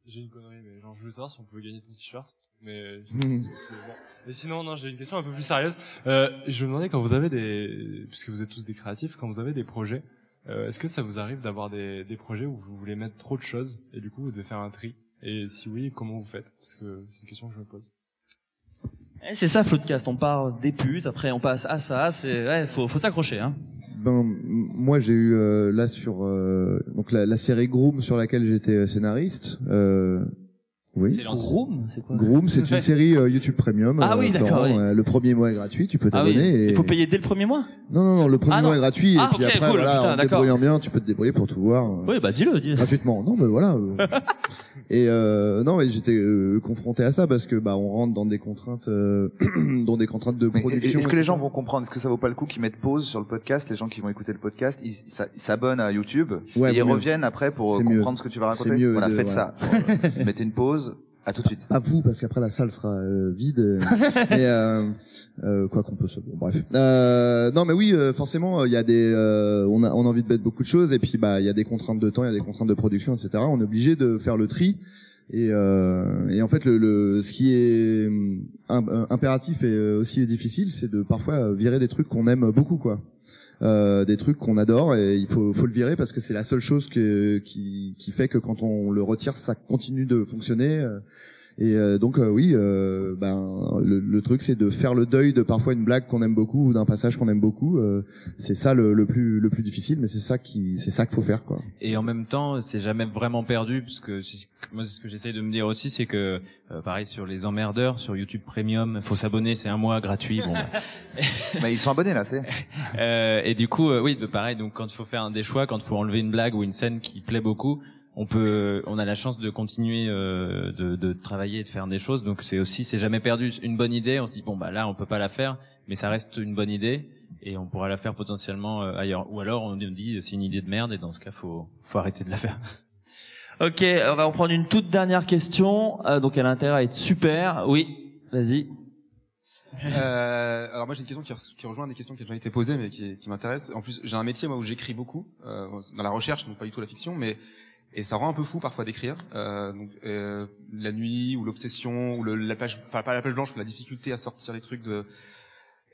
J'ai une connerie, mais genre, je voulais savoir si on pouvait gagner ton t-shirt. Mais,
Mhm.
c'est bon. mais sinon, non, j'ai une question un peu plus sérieuse. Euh, je me demandais quand vous avez des, puisque vous êtes tous des créatifs, quand vous avez des projets, euh, est-ce que ça vous arrive d'avoir des, des projets où vous voulez mettre trop de choses et du coup vous devez faire un tri Et si oui, comment vous faites Parce que c'est une question que je me pose.
Eh, c'est ça, Floodcast. On part des putes, après on passe à ça. C'est ouais, faut, faut s'accrocher. Hein.
Ben m- moi j'ai eu euh, là sur euh, donc la, la série Groom sur laquelle j'étais euh, scénariste. Euh, oui.
C'est l'ancien. Groom, c'est quoi
Groom, c'est une série euh, YouTube Premium.
Ah oui,
Florent,
d'accord, oui.
euh, le premier mois est gratuit, tu peux
Ah oui.
t'abonner. et...
Il faut payer dès le premier mois.
Non non non, le premier
Ah non.
mois est gratuit
Ah,
et puis
ok,
après
cool,
voilà,
putain,
en te
d'accord.
débrouillant bien, tu peux te débrouiller pour tout voir. euh,
Oui, bah dis-le, dis-le.
Gratuitement. Non mais voilà.
(laughs)
euh, et euh, non mais j'étais euh, confronté à ça parce que bah on rentre dans des contraintes euh, (clears throat) dans des contraintes de
Mais
production.
Est-ce que les gens
etc.
vont comprendre Est-ce que ça vaut pas le coup qu'ils mettent pause sur le podcast Les gens qui vont écouter le podcast, ils s- ils s'abonnent à YouTube
Ouais,
et ils
vaut mieux.
reviennent après pour euh,
C'est
comprendre
mieux.
ce que tu vas raconter.
C'est mieux
voilà,
de-
faites ça. (laughs) Bon, euh, Mettez une pause. À tout de suite.
À vous, parce qu'après la salle sera euh,
(laughs)
vide. euh, mais euh, euh, quoi qu'on peut se. bon, bref. Euh, non, mais oui, euh, forcément, il y a des. euh, on a on a envie de mettre beaucoup de choses, et puis bah il y a des contraintes de temps, il y a des contraintes de production, etc. On est obligé de faire le tri. Et, euh, et en fait, le, le- ce qui est hum, im- euh, impératif et euh, aussi difficile, c'est de parfois euh, virer des trucs qu'on aime beaucoup, quoi. Euh, des trucs qu'on adore et il faut, faut le virer parce que c'est la seule chose que, qui, qui fait que quand on le retire, ça continue de fonctionner. euh, et euh, donc euh, oui, euh, ben le, le truc c'est de faire le deuil de parfois une blague qu'on aime beaucoup ou d'un passage qu'on aime beaucoup. euh, c'est ça le, le plus le plus difficile, mais c'est ça qui c'est ça qu'il faut faire quoi.
Et en même temps, c'est jamais vraiment perdu, parce que c'est ce que- moi, c'est ce que j'essaye de me dire aussi, c'est que, euh, pareil, sur les emmerdeurs, sur YouTube Premium, faut s'abonner, c'est un mois gratuit, bon. bah.
Mais ils sont abonnés là, c'est.
(laughs) Euh, et du coup, euh, oui, bah, pareil. Donc, quand il faut faire un des choix, quand il faut enlever une blague ou une scène qui plaît beaucoup, on peut, on a la chance de continuer euh, de, de travailler et de faire des choses. Donc, c'est aussi, c'est jamais perdu. Une bonne idée, on se dit bon bah là, on peut pas la faire, mais ça reste une bonne idée et on pourra la faire potentiellement euh, ailleurs. Ou alors, on nous dit c'est une idée de merde et dans ce cas, faut, faut arrêter de la faire.
Ok, on va en prendre une toute dernière question. Euh, donc elle a intérêt à être super. Oui, vas-y.
Euh, alors moi j'ai une question qui, re- qui rejoint des questions qui a déjà été posées mais qui, qui m'intéresse. En plus j'ai un métier moi où j'écris beaucoup euh, dans la recherche, donc pas du tout la fiction, mais et ça rend un peu fou parfois d'écrire. Euh, donc euh, la nuit ou l'obsession ou le, la page, enfin pas la page blanche, mais la difficulté à sortir les trucs de.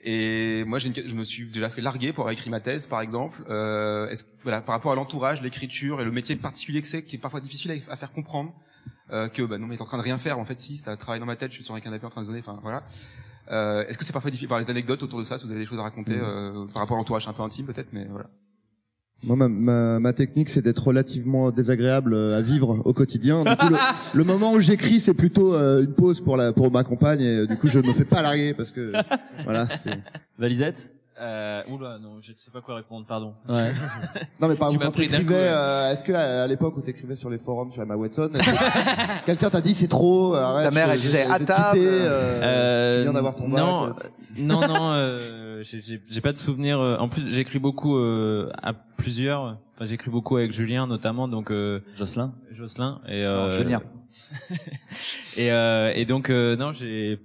Et moi j'ai une que- je me suis déjà fait larguer pour avoir écrit ma thèse par exemple. Euh, est-ce que- voilà par rapport à l'entourage, l'écriture et le métier particulier que c'est qui est parfois difficile à- à faire comprendre. Euh, que bah non mais t'es en train de rien faire en fait si ça travaille dans ma tête je suis sur un canapé en train de zoner enfin voilà euh, est-ce que c'est parfois difficile enfin, les anecdotes autour de ça si vous avez des choses à raconter euh, par rapport à l'entourage un peu intime peut-être mais voilà
Moi, ma, ma, ma technique, c'est d'être relativement désagréable euh, à vivre au quotidien. Du coup, le, le moment où j'écris, c'est plutôt euh, une pause pour la pour ma compagne. Et euh, du coup, je me fais pas larguer parce que voilà. c'est-
Valisette.
Euh, oula, non, je ne sais pas quoi répondre. Pardon.
(laughs)
(laughs)
Non mais par
Tu
exemple,
m'as
quand
pris d'un
t'écrivais,
coup,
euh, est-ce que à, à l'époque où t'écrivais sur les forums sur Emma Watson, est-ce que (laughs) quelqu'un t'a dit c'est trop, euh, arrête,
Ta mère,
je-
elle
je-
disait,
je
à
vais te
table.
quitter, euh, tu viens d'avoir ton
non,
bac.
non, non, euh, j'ai- j'ai j'ai pas de souvenir. euh, En plus, j'écris beaucoup euh, à plusieurs. Enfin, j'écris beaucoup avec Julien, notamment. Donc euh,
Jocelyn,
Jocelyn et euh,
Non, Julien.
(laughs) et, euh, et donc euh, non, j'ai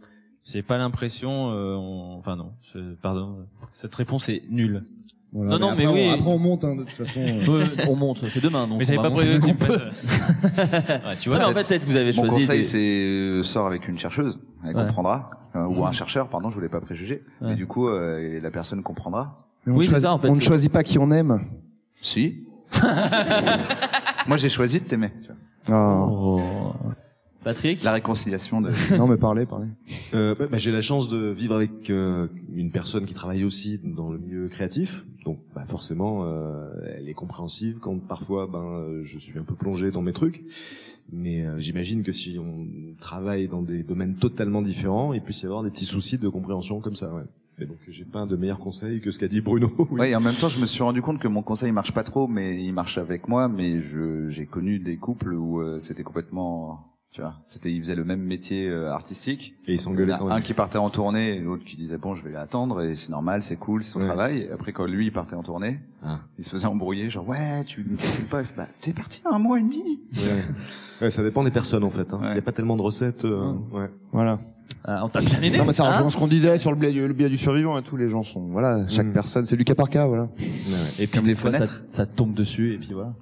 j'ai pas l'impression. euh, on- enfin non, je- pardon. Cette réponse est nulle.
Voilà,
non, non, mais
après,
oui.
On, après, on monte hein, de toute façon.
(laughs) Ouais, on monte, c'est demain. Donc
Mais
on
j'avais
va
pas
monter
prévu
ce
de
qu'on
type,
peut. (laughs)
Ouais,
tu vois, mais en fait, peut-être que vous avez
Mon
choisi.
conseil,
des-
c'est euh, sors avec une chercheuse, elle
Ouais.
comprendra, Euh, ou un chercheur, pardon, je voulais pas préjuger,
Ouais.
mais du coup, euh, et la personne comprendra.
Mais on ne choisit- On ne choisit pas qui on
(laughs)
aime.
(laughs)
Si. Moi, j'ai choisi de t'aimer. tu vois.
Oh.
Oh.
Patrick
La réconciliation de.
Non mais parlez, parlez.
Euh, ouais, bah, j'ai la chance de vivre avec euh, une personne qui travaille aussi dans le milieu créatif, donc bah, forcément euh, elle est compréhensive quand parfois ben euh, je suis un peu plongé dans mes trucs. Mais euh, j'imagine que si on travaille dans des domaines totalement différents, il puisse y avoir des petits soucis de compréhension comme ça. Ouais. Et donc j'ai pas de meilleur conseil que ce qu'a dit Bruno. (laughs) oui.
Ouais, et en même temps, je me suis rendu compte que mon conseil marche pas trop, mais il marche avec moi. Mais je j'ai connu des couples où euh, c'était complètement Tu vois, c'était, ils faisaient le même métier euh, artistique.
Et ils sont
Il y en a Un qui partait en tournée, et l'autre qui disait bon, je vais l'attendre et c'est normal, c'est cool, c'est son travail. Et après, quand lui il partait en tournée,
Ah.
il se faisait embrouiller, genre ouais, tu (laughs) ne calcules pas. Bah, t'es parti un mois et demi.
Ouais. Ouais, ça dépend des personnes en fait. hein. Il n'y a pas tellement de recettes. euh, ouais.
Voilà.
on t'a bien aidé,
Non, mais ça
hein
rejoint ce qu'on disait sur le biais, du- le biais du survivant et tous les gens sont, voilà, chaque personne, c'est du cas par cas, voilà.
Mm. Et puis des fois, ça, ça tombe dessus, et puis voilà.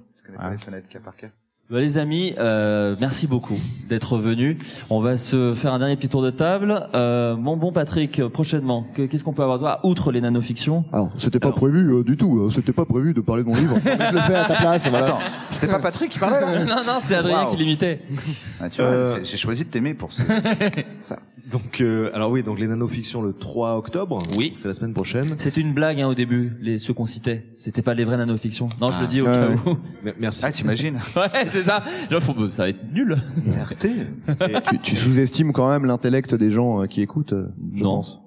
Les fenêtres cas par cas.
Bah, les amis, euh, merci beaucoup d'être venus. On va se faire un dernier petit tour de table. Euh, mon bon Patrick, euh, prochainement, que- qu'est-ce qu'on peut avoir de toi outre les nanofictions
Alors, c'était pas prévu euh, du tout, euh, c'était pas prévu de parler de mon
(laughs)
livre. je le fais à ta place, voilà.
Attends, c'était pas Patrick qui parlait là
Non, non, c'était Adrien qui l'imitait.
Ah, tu vois,
Euh,
c'est- j'ai choisi de t'aimer pour ce.
Donc, euh, alors oui, donc les nanofictions le 3 octobre. Oui. C'est la semaine
(laughs)
prochaine.
C'était une blague hein, au début, les ceux qu'on citait. C'était pas les vraies nanofictions. Non, je
Ah.
le dis au
Ouais,
euh,
cas
ouais.
où. (laughs)
Merci.
Ah, t'imagines
Ouais, c'est ça. Genre, faut- bah, ça va être nul.
tu, tu sous-estimes quand même l'intellect des gens euh, qui écoutent, euh, je pense.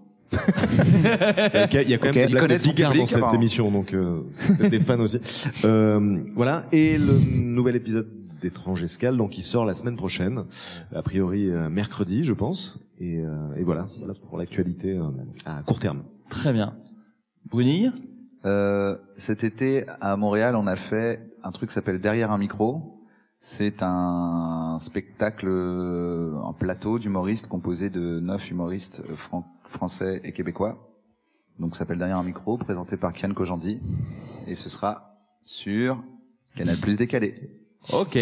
Il y a quand même
Ok.
des blagues
Ils
de
connaissent son
bigards
public,
dans cette
apparemment.
émission, donc euh, c'est peut-être des fans aussi. Euh, voilà. Et le nouvel épisode d'Étrange Escale, donc il sort la semaine prochaine, a priori euh, mercredi, je pense. Et, euh, et voilà, voilà pour l'actualité euh, à court terme.
Très bien. Brunille
euh, Cet été, à Montréal, on a fait un truc qui s'appelle Derrière un micro. C'est un spectacle, euh, un plateau d'humoristes composé de neuf humoristes euh, fran- français et québécois. Donc, ça s'appelle Derrière un micro, présenté par Kian Kojandi. Et ce sera sur Canal Plus décalé.
Ok.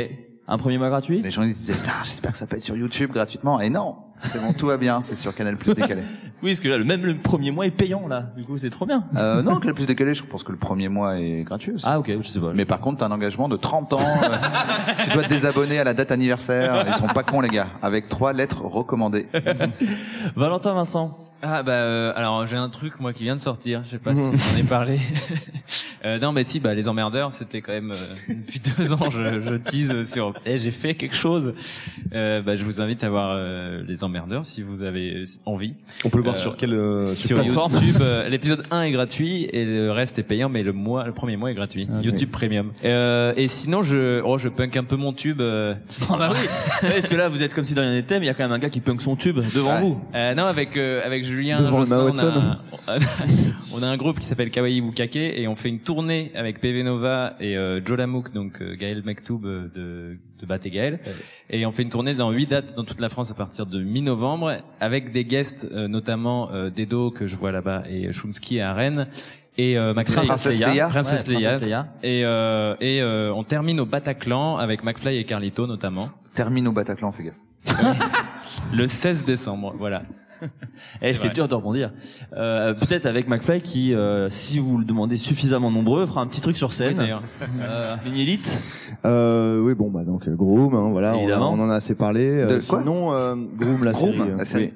Un premier mois gratuit
Les gens ils disaient, putain, j'espère que ça peut être sur YouTube gratuitement. Et non! C'est bon, tout va bien, c'est sur Canal Plus décalé.
(laughs) Oui, parce que là, le- même le premier mois est payant, là. Du coup, c'est trop bien.
Euh, non, Canal Plus décalé, je pense que le premier mois est gratuit aussi.
Ah, ok, je sais pas.
Mais par contre, t'as un engagement de 30 ans. euh, tu dois te désabonner à la date anniversaire. Ils sont pas cons, les gars. Avec trois lettres recommandées.
Valentin Vincent.
Ah bah euh, alors j'ai un truc moi qui vient de sortir, je
(laughs)
sais pas si j'en ai parlé. (laughs) Euh, non mais si bah les emmerdeurs c'était quand même euh, depuis deux ans je, je tease sur Eh, j'ai fait quelque chose. Euh, bah je vous invite à voir euh, les emmerdeurs si vous avez euh, envie.
On peut le voir sur quelle, euh, sur
sur
quelle
YouTube.
plateforme
euh, L'épisode 1 est gratuit et le reste est payant mais le mois le premier mois est gratuit.
Ah,
YouTube Premium. Euh, et sinon je oh je punk un peu mon tube. (laughs) euh,
Ah bah oui. (laughs)
(laughs)
Ouais, parce que là, vous êtes comme si dans rien n'était, mais il y a quand même un gars qui punk son tube devant vous.
Euh, non, avec euh, avec Julien,
Devant le
Jocelyn,
Mao
on, a un, (laughs) on a un groupe qui s'appelle Kawaii Bukake et on fait une tournée avec PV Nova et euh, Joe Lamouk, donc euh, Gaël Mektoub euh, de de Bat et Gaël. Et on fait une tournée dans huit dates dans toute la France à partir de mi-novembre avec des guests, euh, notamment euh, Dedo que je vois là-bas et Shumsky à Rennes. Et euh, McFly,
Princesse Leia.
Princesse
Ouais,
Leia.
Princesse Leia.
Et, euh, et euh, on termine au Bataclan avec McFly et Carlito notamment.
Termine au Bataclan, fais gaffe.
Le 16 décembre, voilà.
Et
(laughs) C'est
c'est
vrai.
dur de rebondir. Euh, Peut-être avec McFly qui, euh, si vous le demandez suffisamment nombreux, fera un petit truc sur scène.
Oui, d'ailleurs.
euh, Ligne élite.
Euh, oui, bon, bah donc euh, Groom, hein, voilà, on, a-
Évidemment.
on en a assez parlé. euh,
De quoi
sinon, euh, Groom, la
Groom,
série. euh,
la série.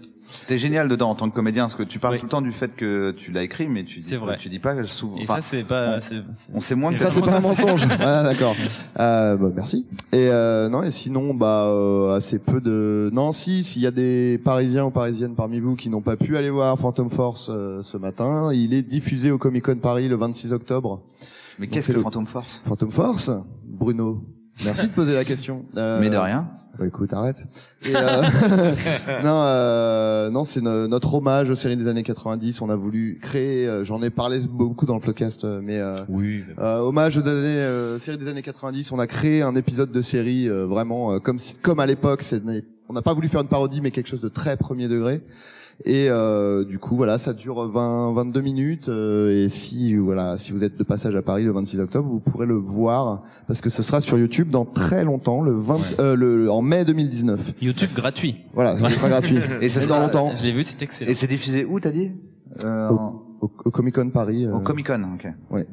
T'es génial dedans en tant que comédien parce que tu parles tout le temps du fait que tu l'as écrit mais tu dis,
vrai.
tu dis pas souvent.
Et
enfin,
ça, c'est pas.
on-
c'est- c'est-
On sait moins que
Ça, c'est pas un
vraiment ça,
(laughs)
(laughs)
mensonge.
c'est-
Ah, d'accord. Euh, bah, merci. Et euh, non, et sinon, bah euh, assez peu de. Non, si, s'il y a des Parisiens ou Parisiennes parmi vous qui n'ont pas pu aller voir Phantom Force euh, ce matin, il est diffusé au Comic Con Paris le 26 octobre.
Mais
Donc,
qu'est-ce
c'est
que Phantom Force
Phantom Force, Bruno. Merci de poser la question. Euh,
Mais de rien.
bah, écoute, arrête. Et, euh, (laughs) non, euh, non, c'est no- notre hommage aux séries des années 90. On a voulu créer. euh, J'en ai parlé beaucoup dans le podcast, euh, mais euh,
Oui.
euh, hommage aux années, euh, séries des années 90. On a créé un épisode de série euh, vraiment euh, comme si- comme à l'époque. c'est- On n'a pas voulu faire une parodie, mais quelque chose de très premier degré. Et euh, du coup, voilà, ça dure 20, 22 minutes. euh, et si voilà, si vous êtes de passage à Paris le 26 octobre, vous pourrez le voir parce que ce sera sur YouTube dans très longtemps, le 20, euh, le, en mai 2019.
YouTube gratuit.
Voilà, ce sera
(laughs)
gratuit.
Et ce
Mais
sera-
dans longtemps.
Je l'ai vu, c'était excellent.
Et c'est diffusé où t'as dit Euh, en-
Au, Comic Con Paris. euh,
Au Comic Con, ok.
Ouais.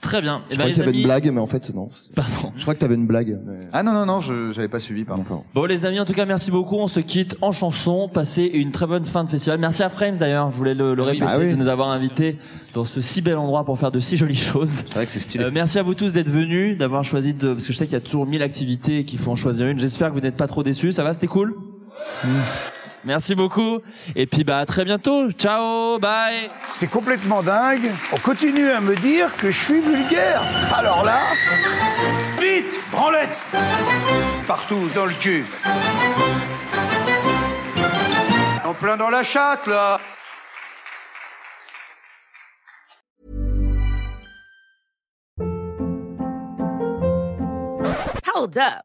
Très bien.
Je
Eh ben,
croyais
les
qu'il y avait
amis,
une blague, mais en fait non.
Pardon.
Je crois que t'avais une blague.
Ah non non non, je j'avais pas suivi pardon.
Bon les amis, en tout cas merci beaucoup. On se quitte en chanson. Passez une très bonne fin de festival. Merci à Frames d'ailleurs. Je voulais le, le répéter
bah oui.
de nous avoir invités dans ce si bel endroit pour faire de si jolies choses. Euh,
C'est vrai que c'est stylé.
merci à vous tous d'être venus, d'avoir choisi de parce que je sais qu'il y a toujours mille activités et qu'il faut en choisir une. J'espère que vous n'êtes pas trop déçus. Ça va, c'était cool. Mm. Merci beaucoup. Et puis bah à très bientôt. Ciao, bye.
C'est complètement dingue. On continue à me dire que je suis vulgaire. Alors là, vite, branlette Partout, dans le cul. En plein dans la chatte, là
Hold up.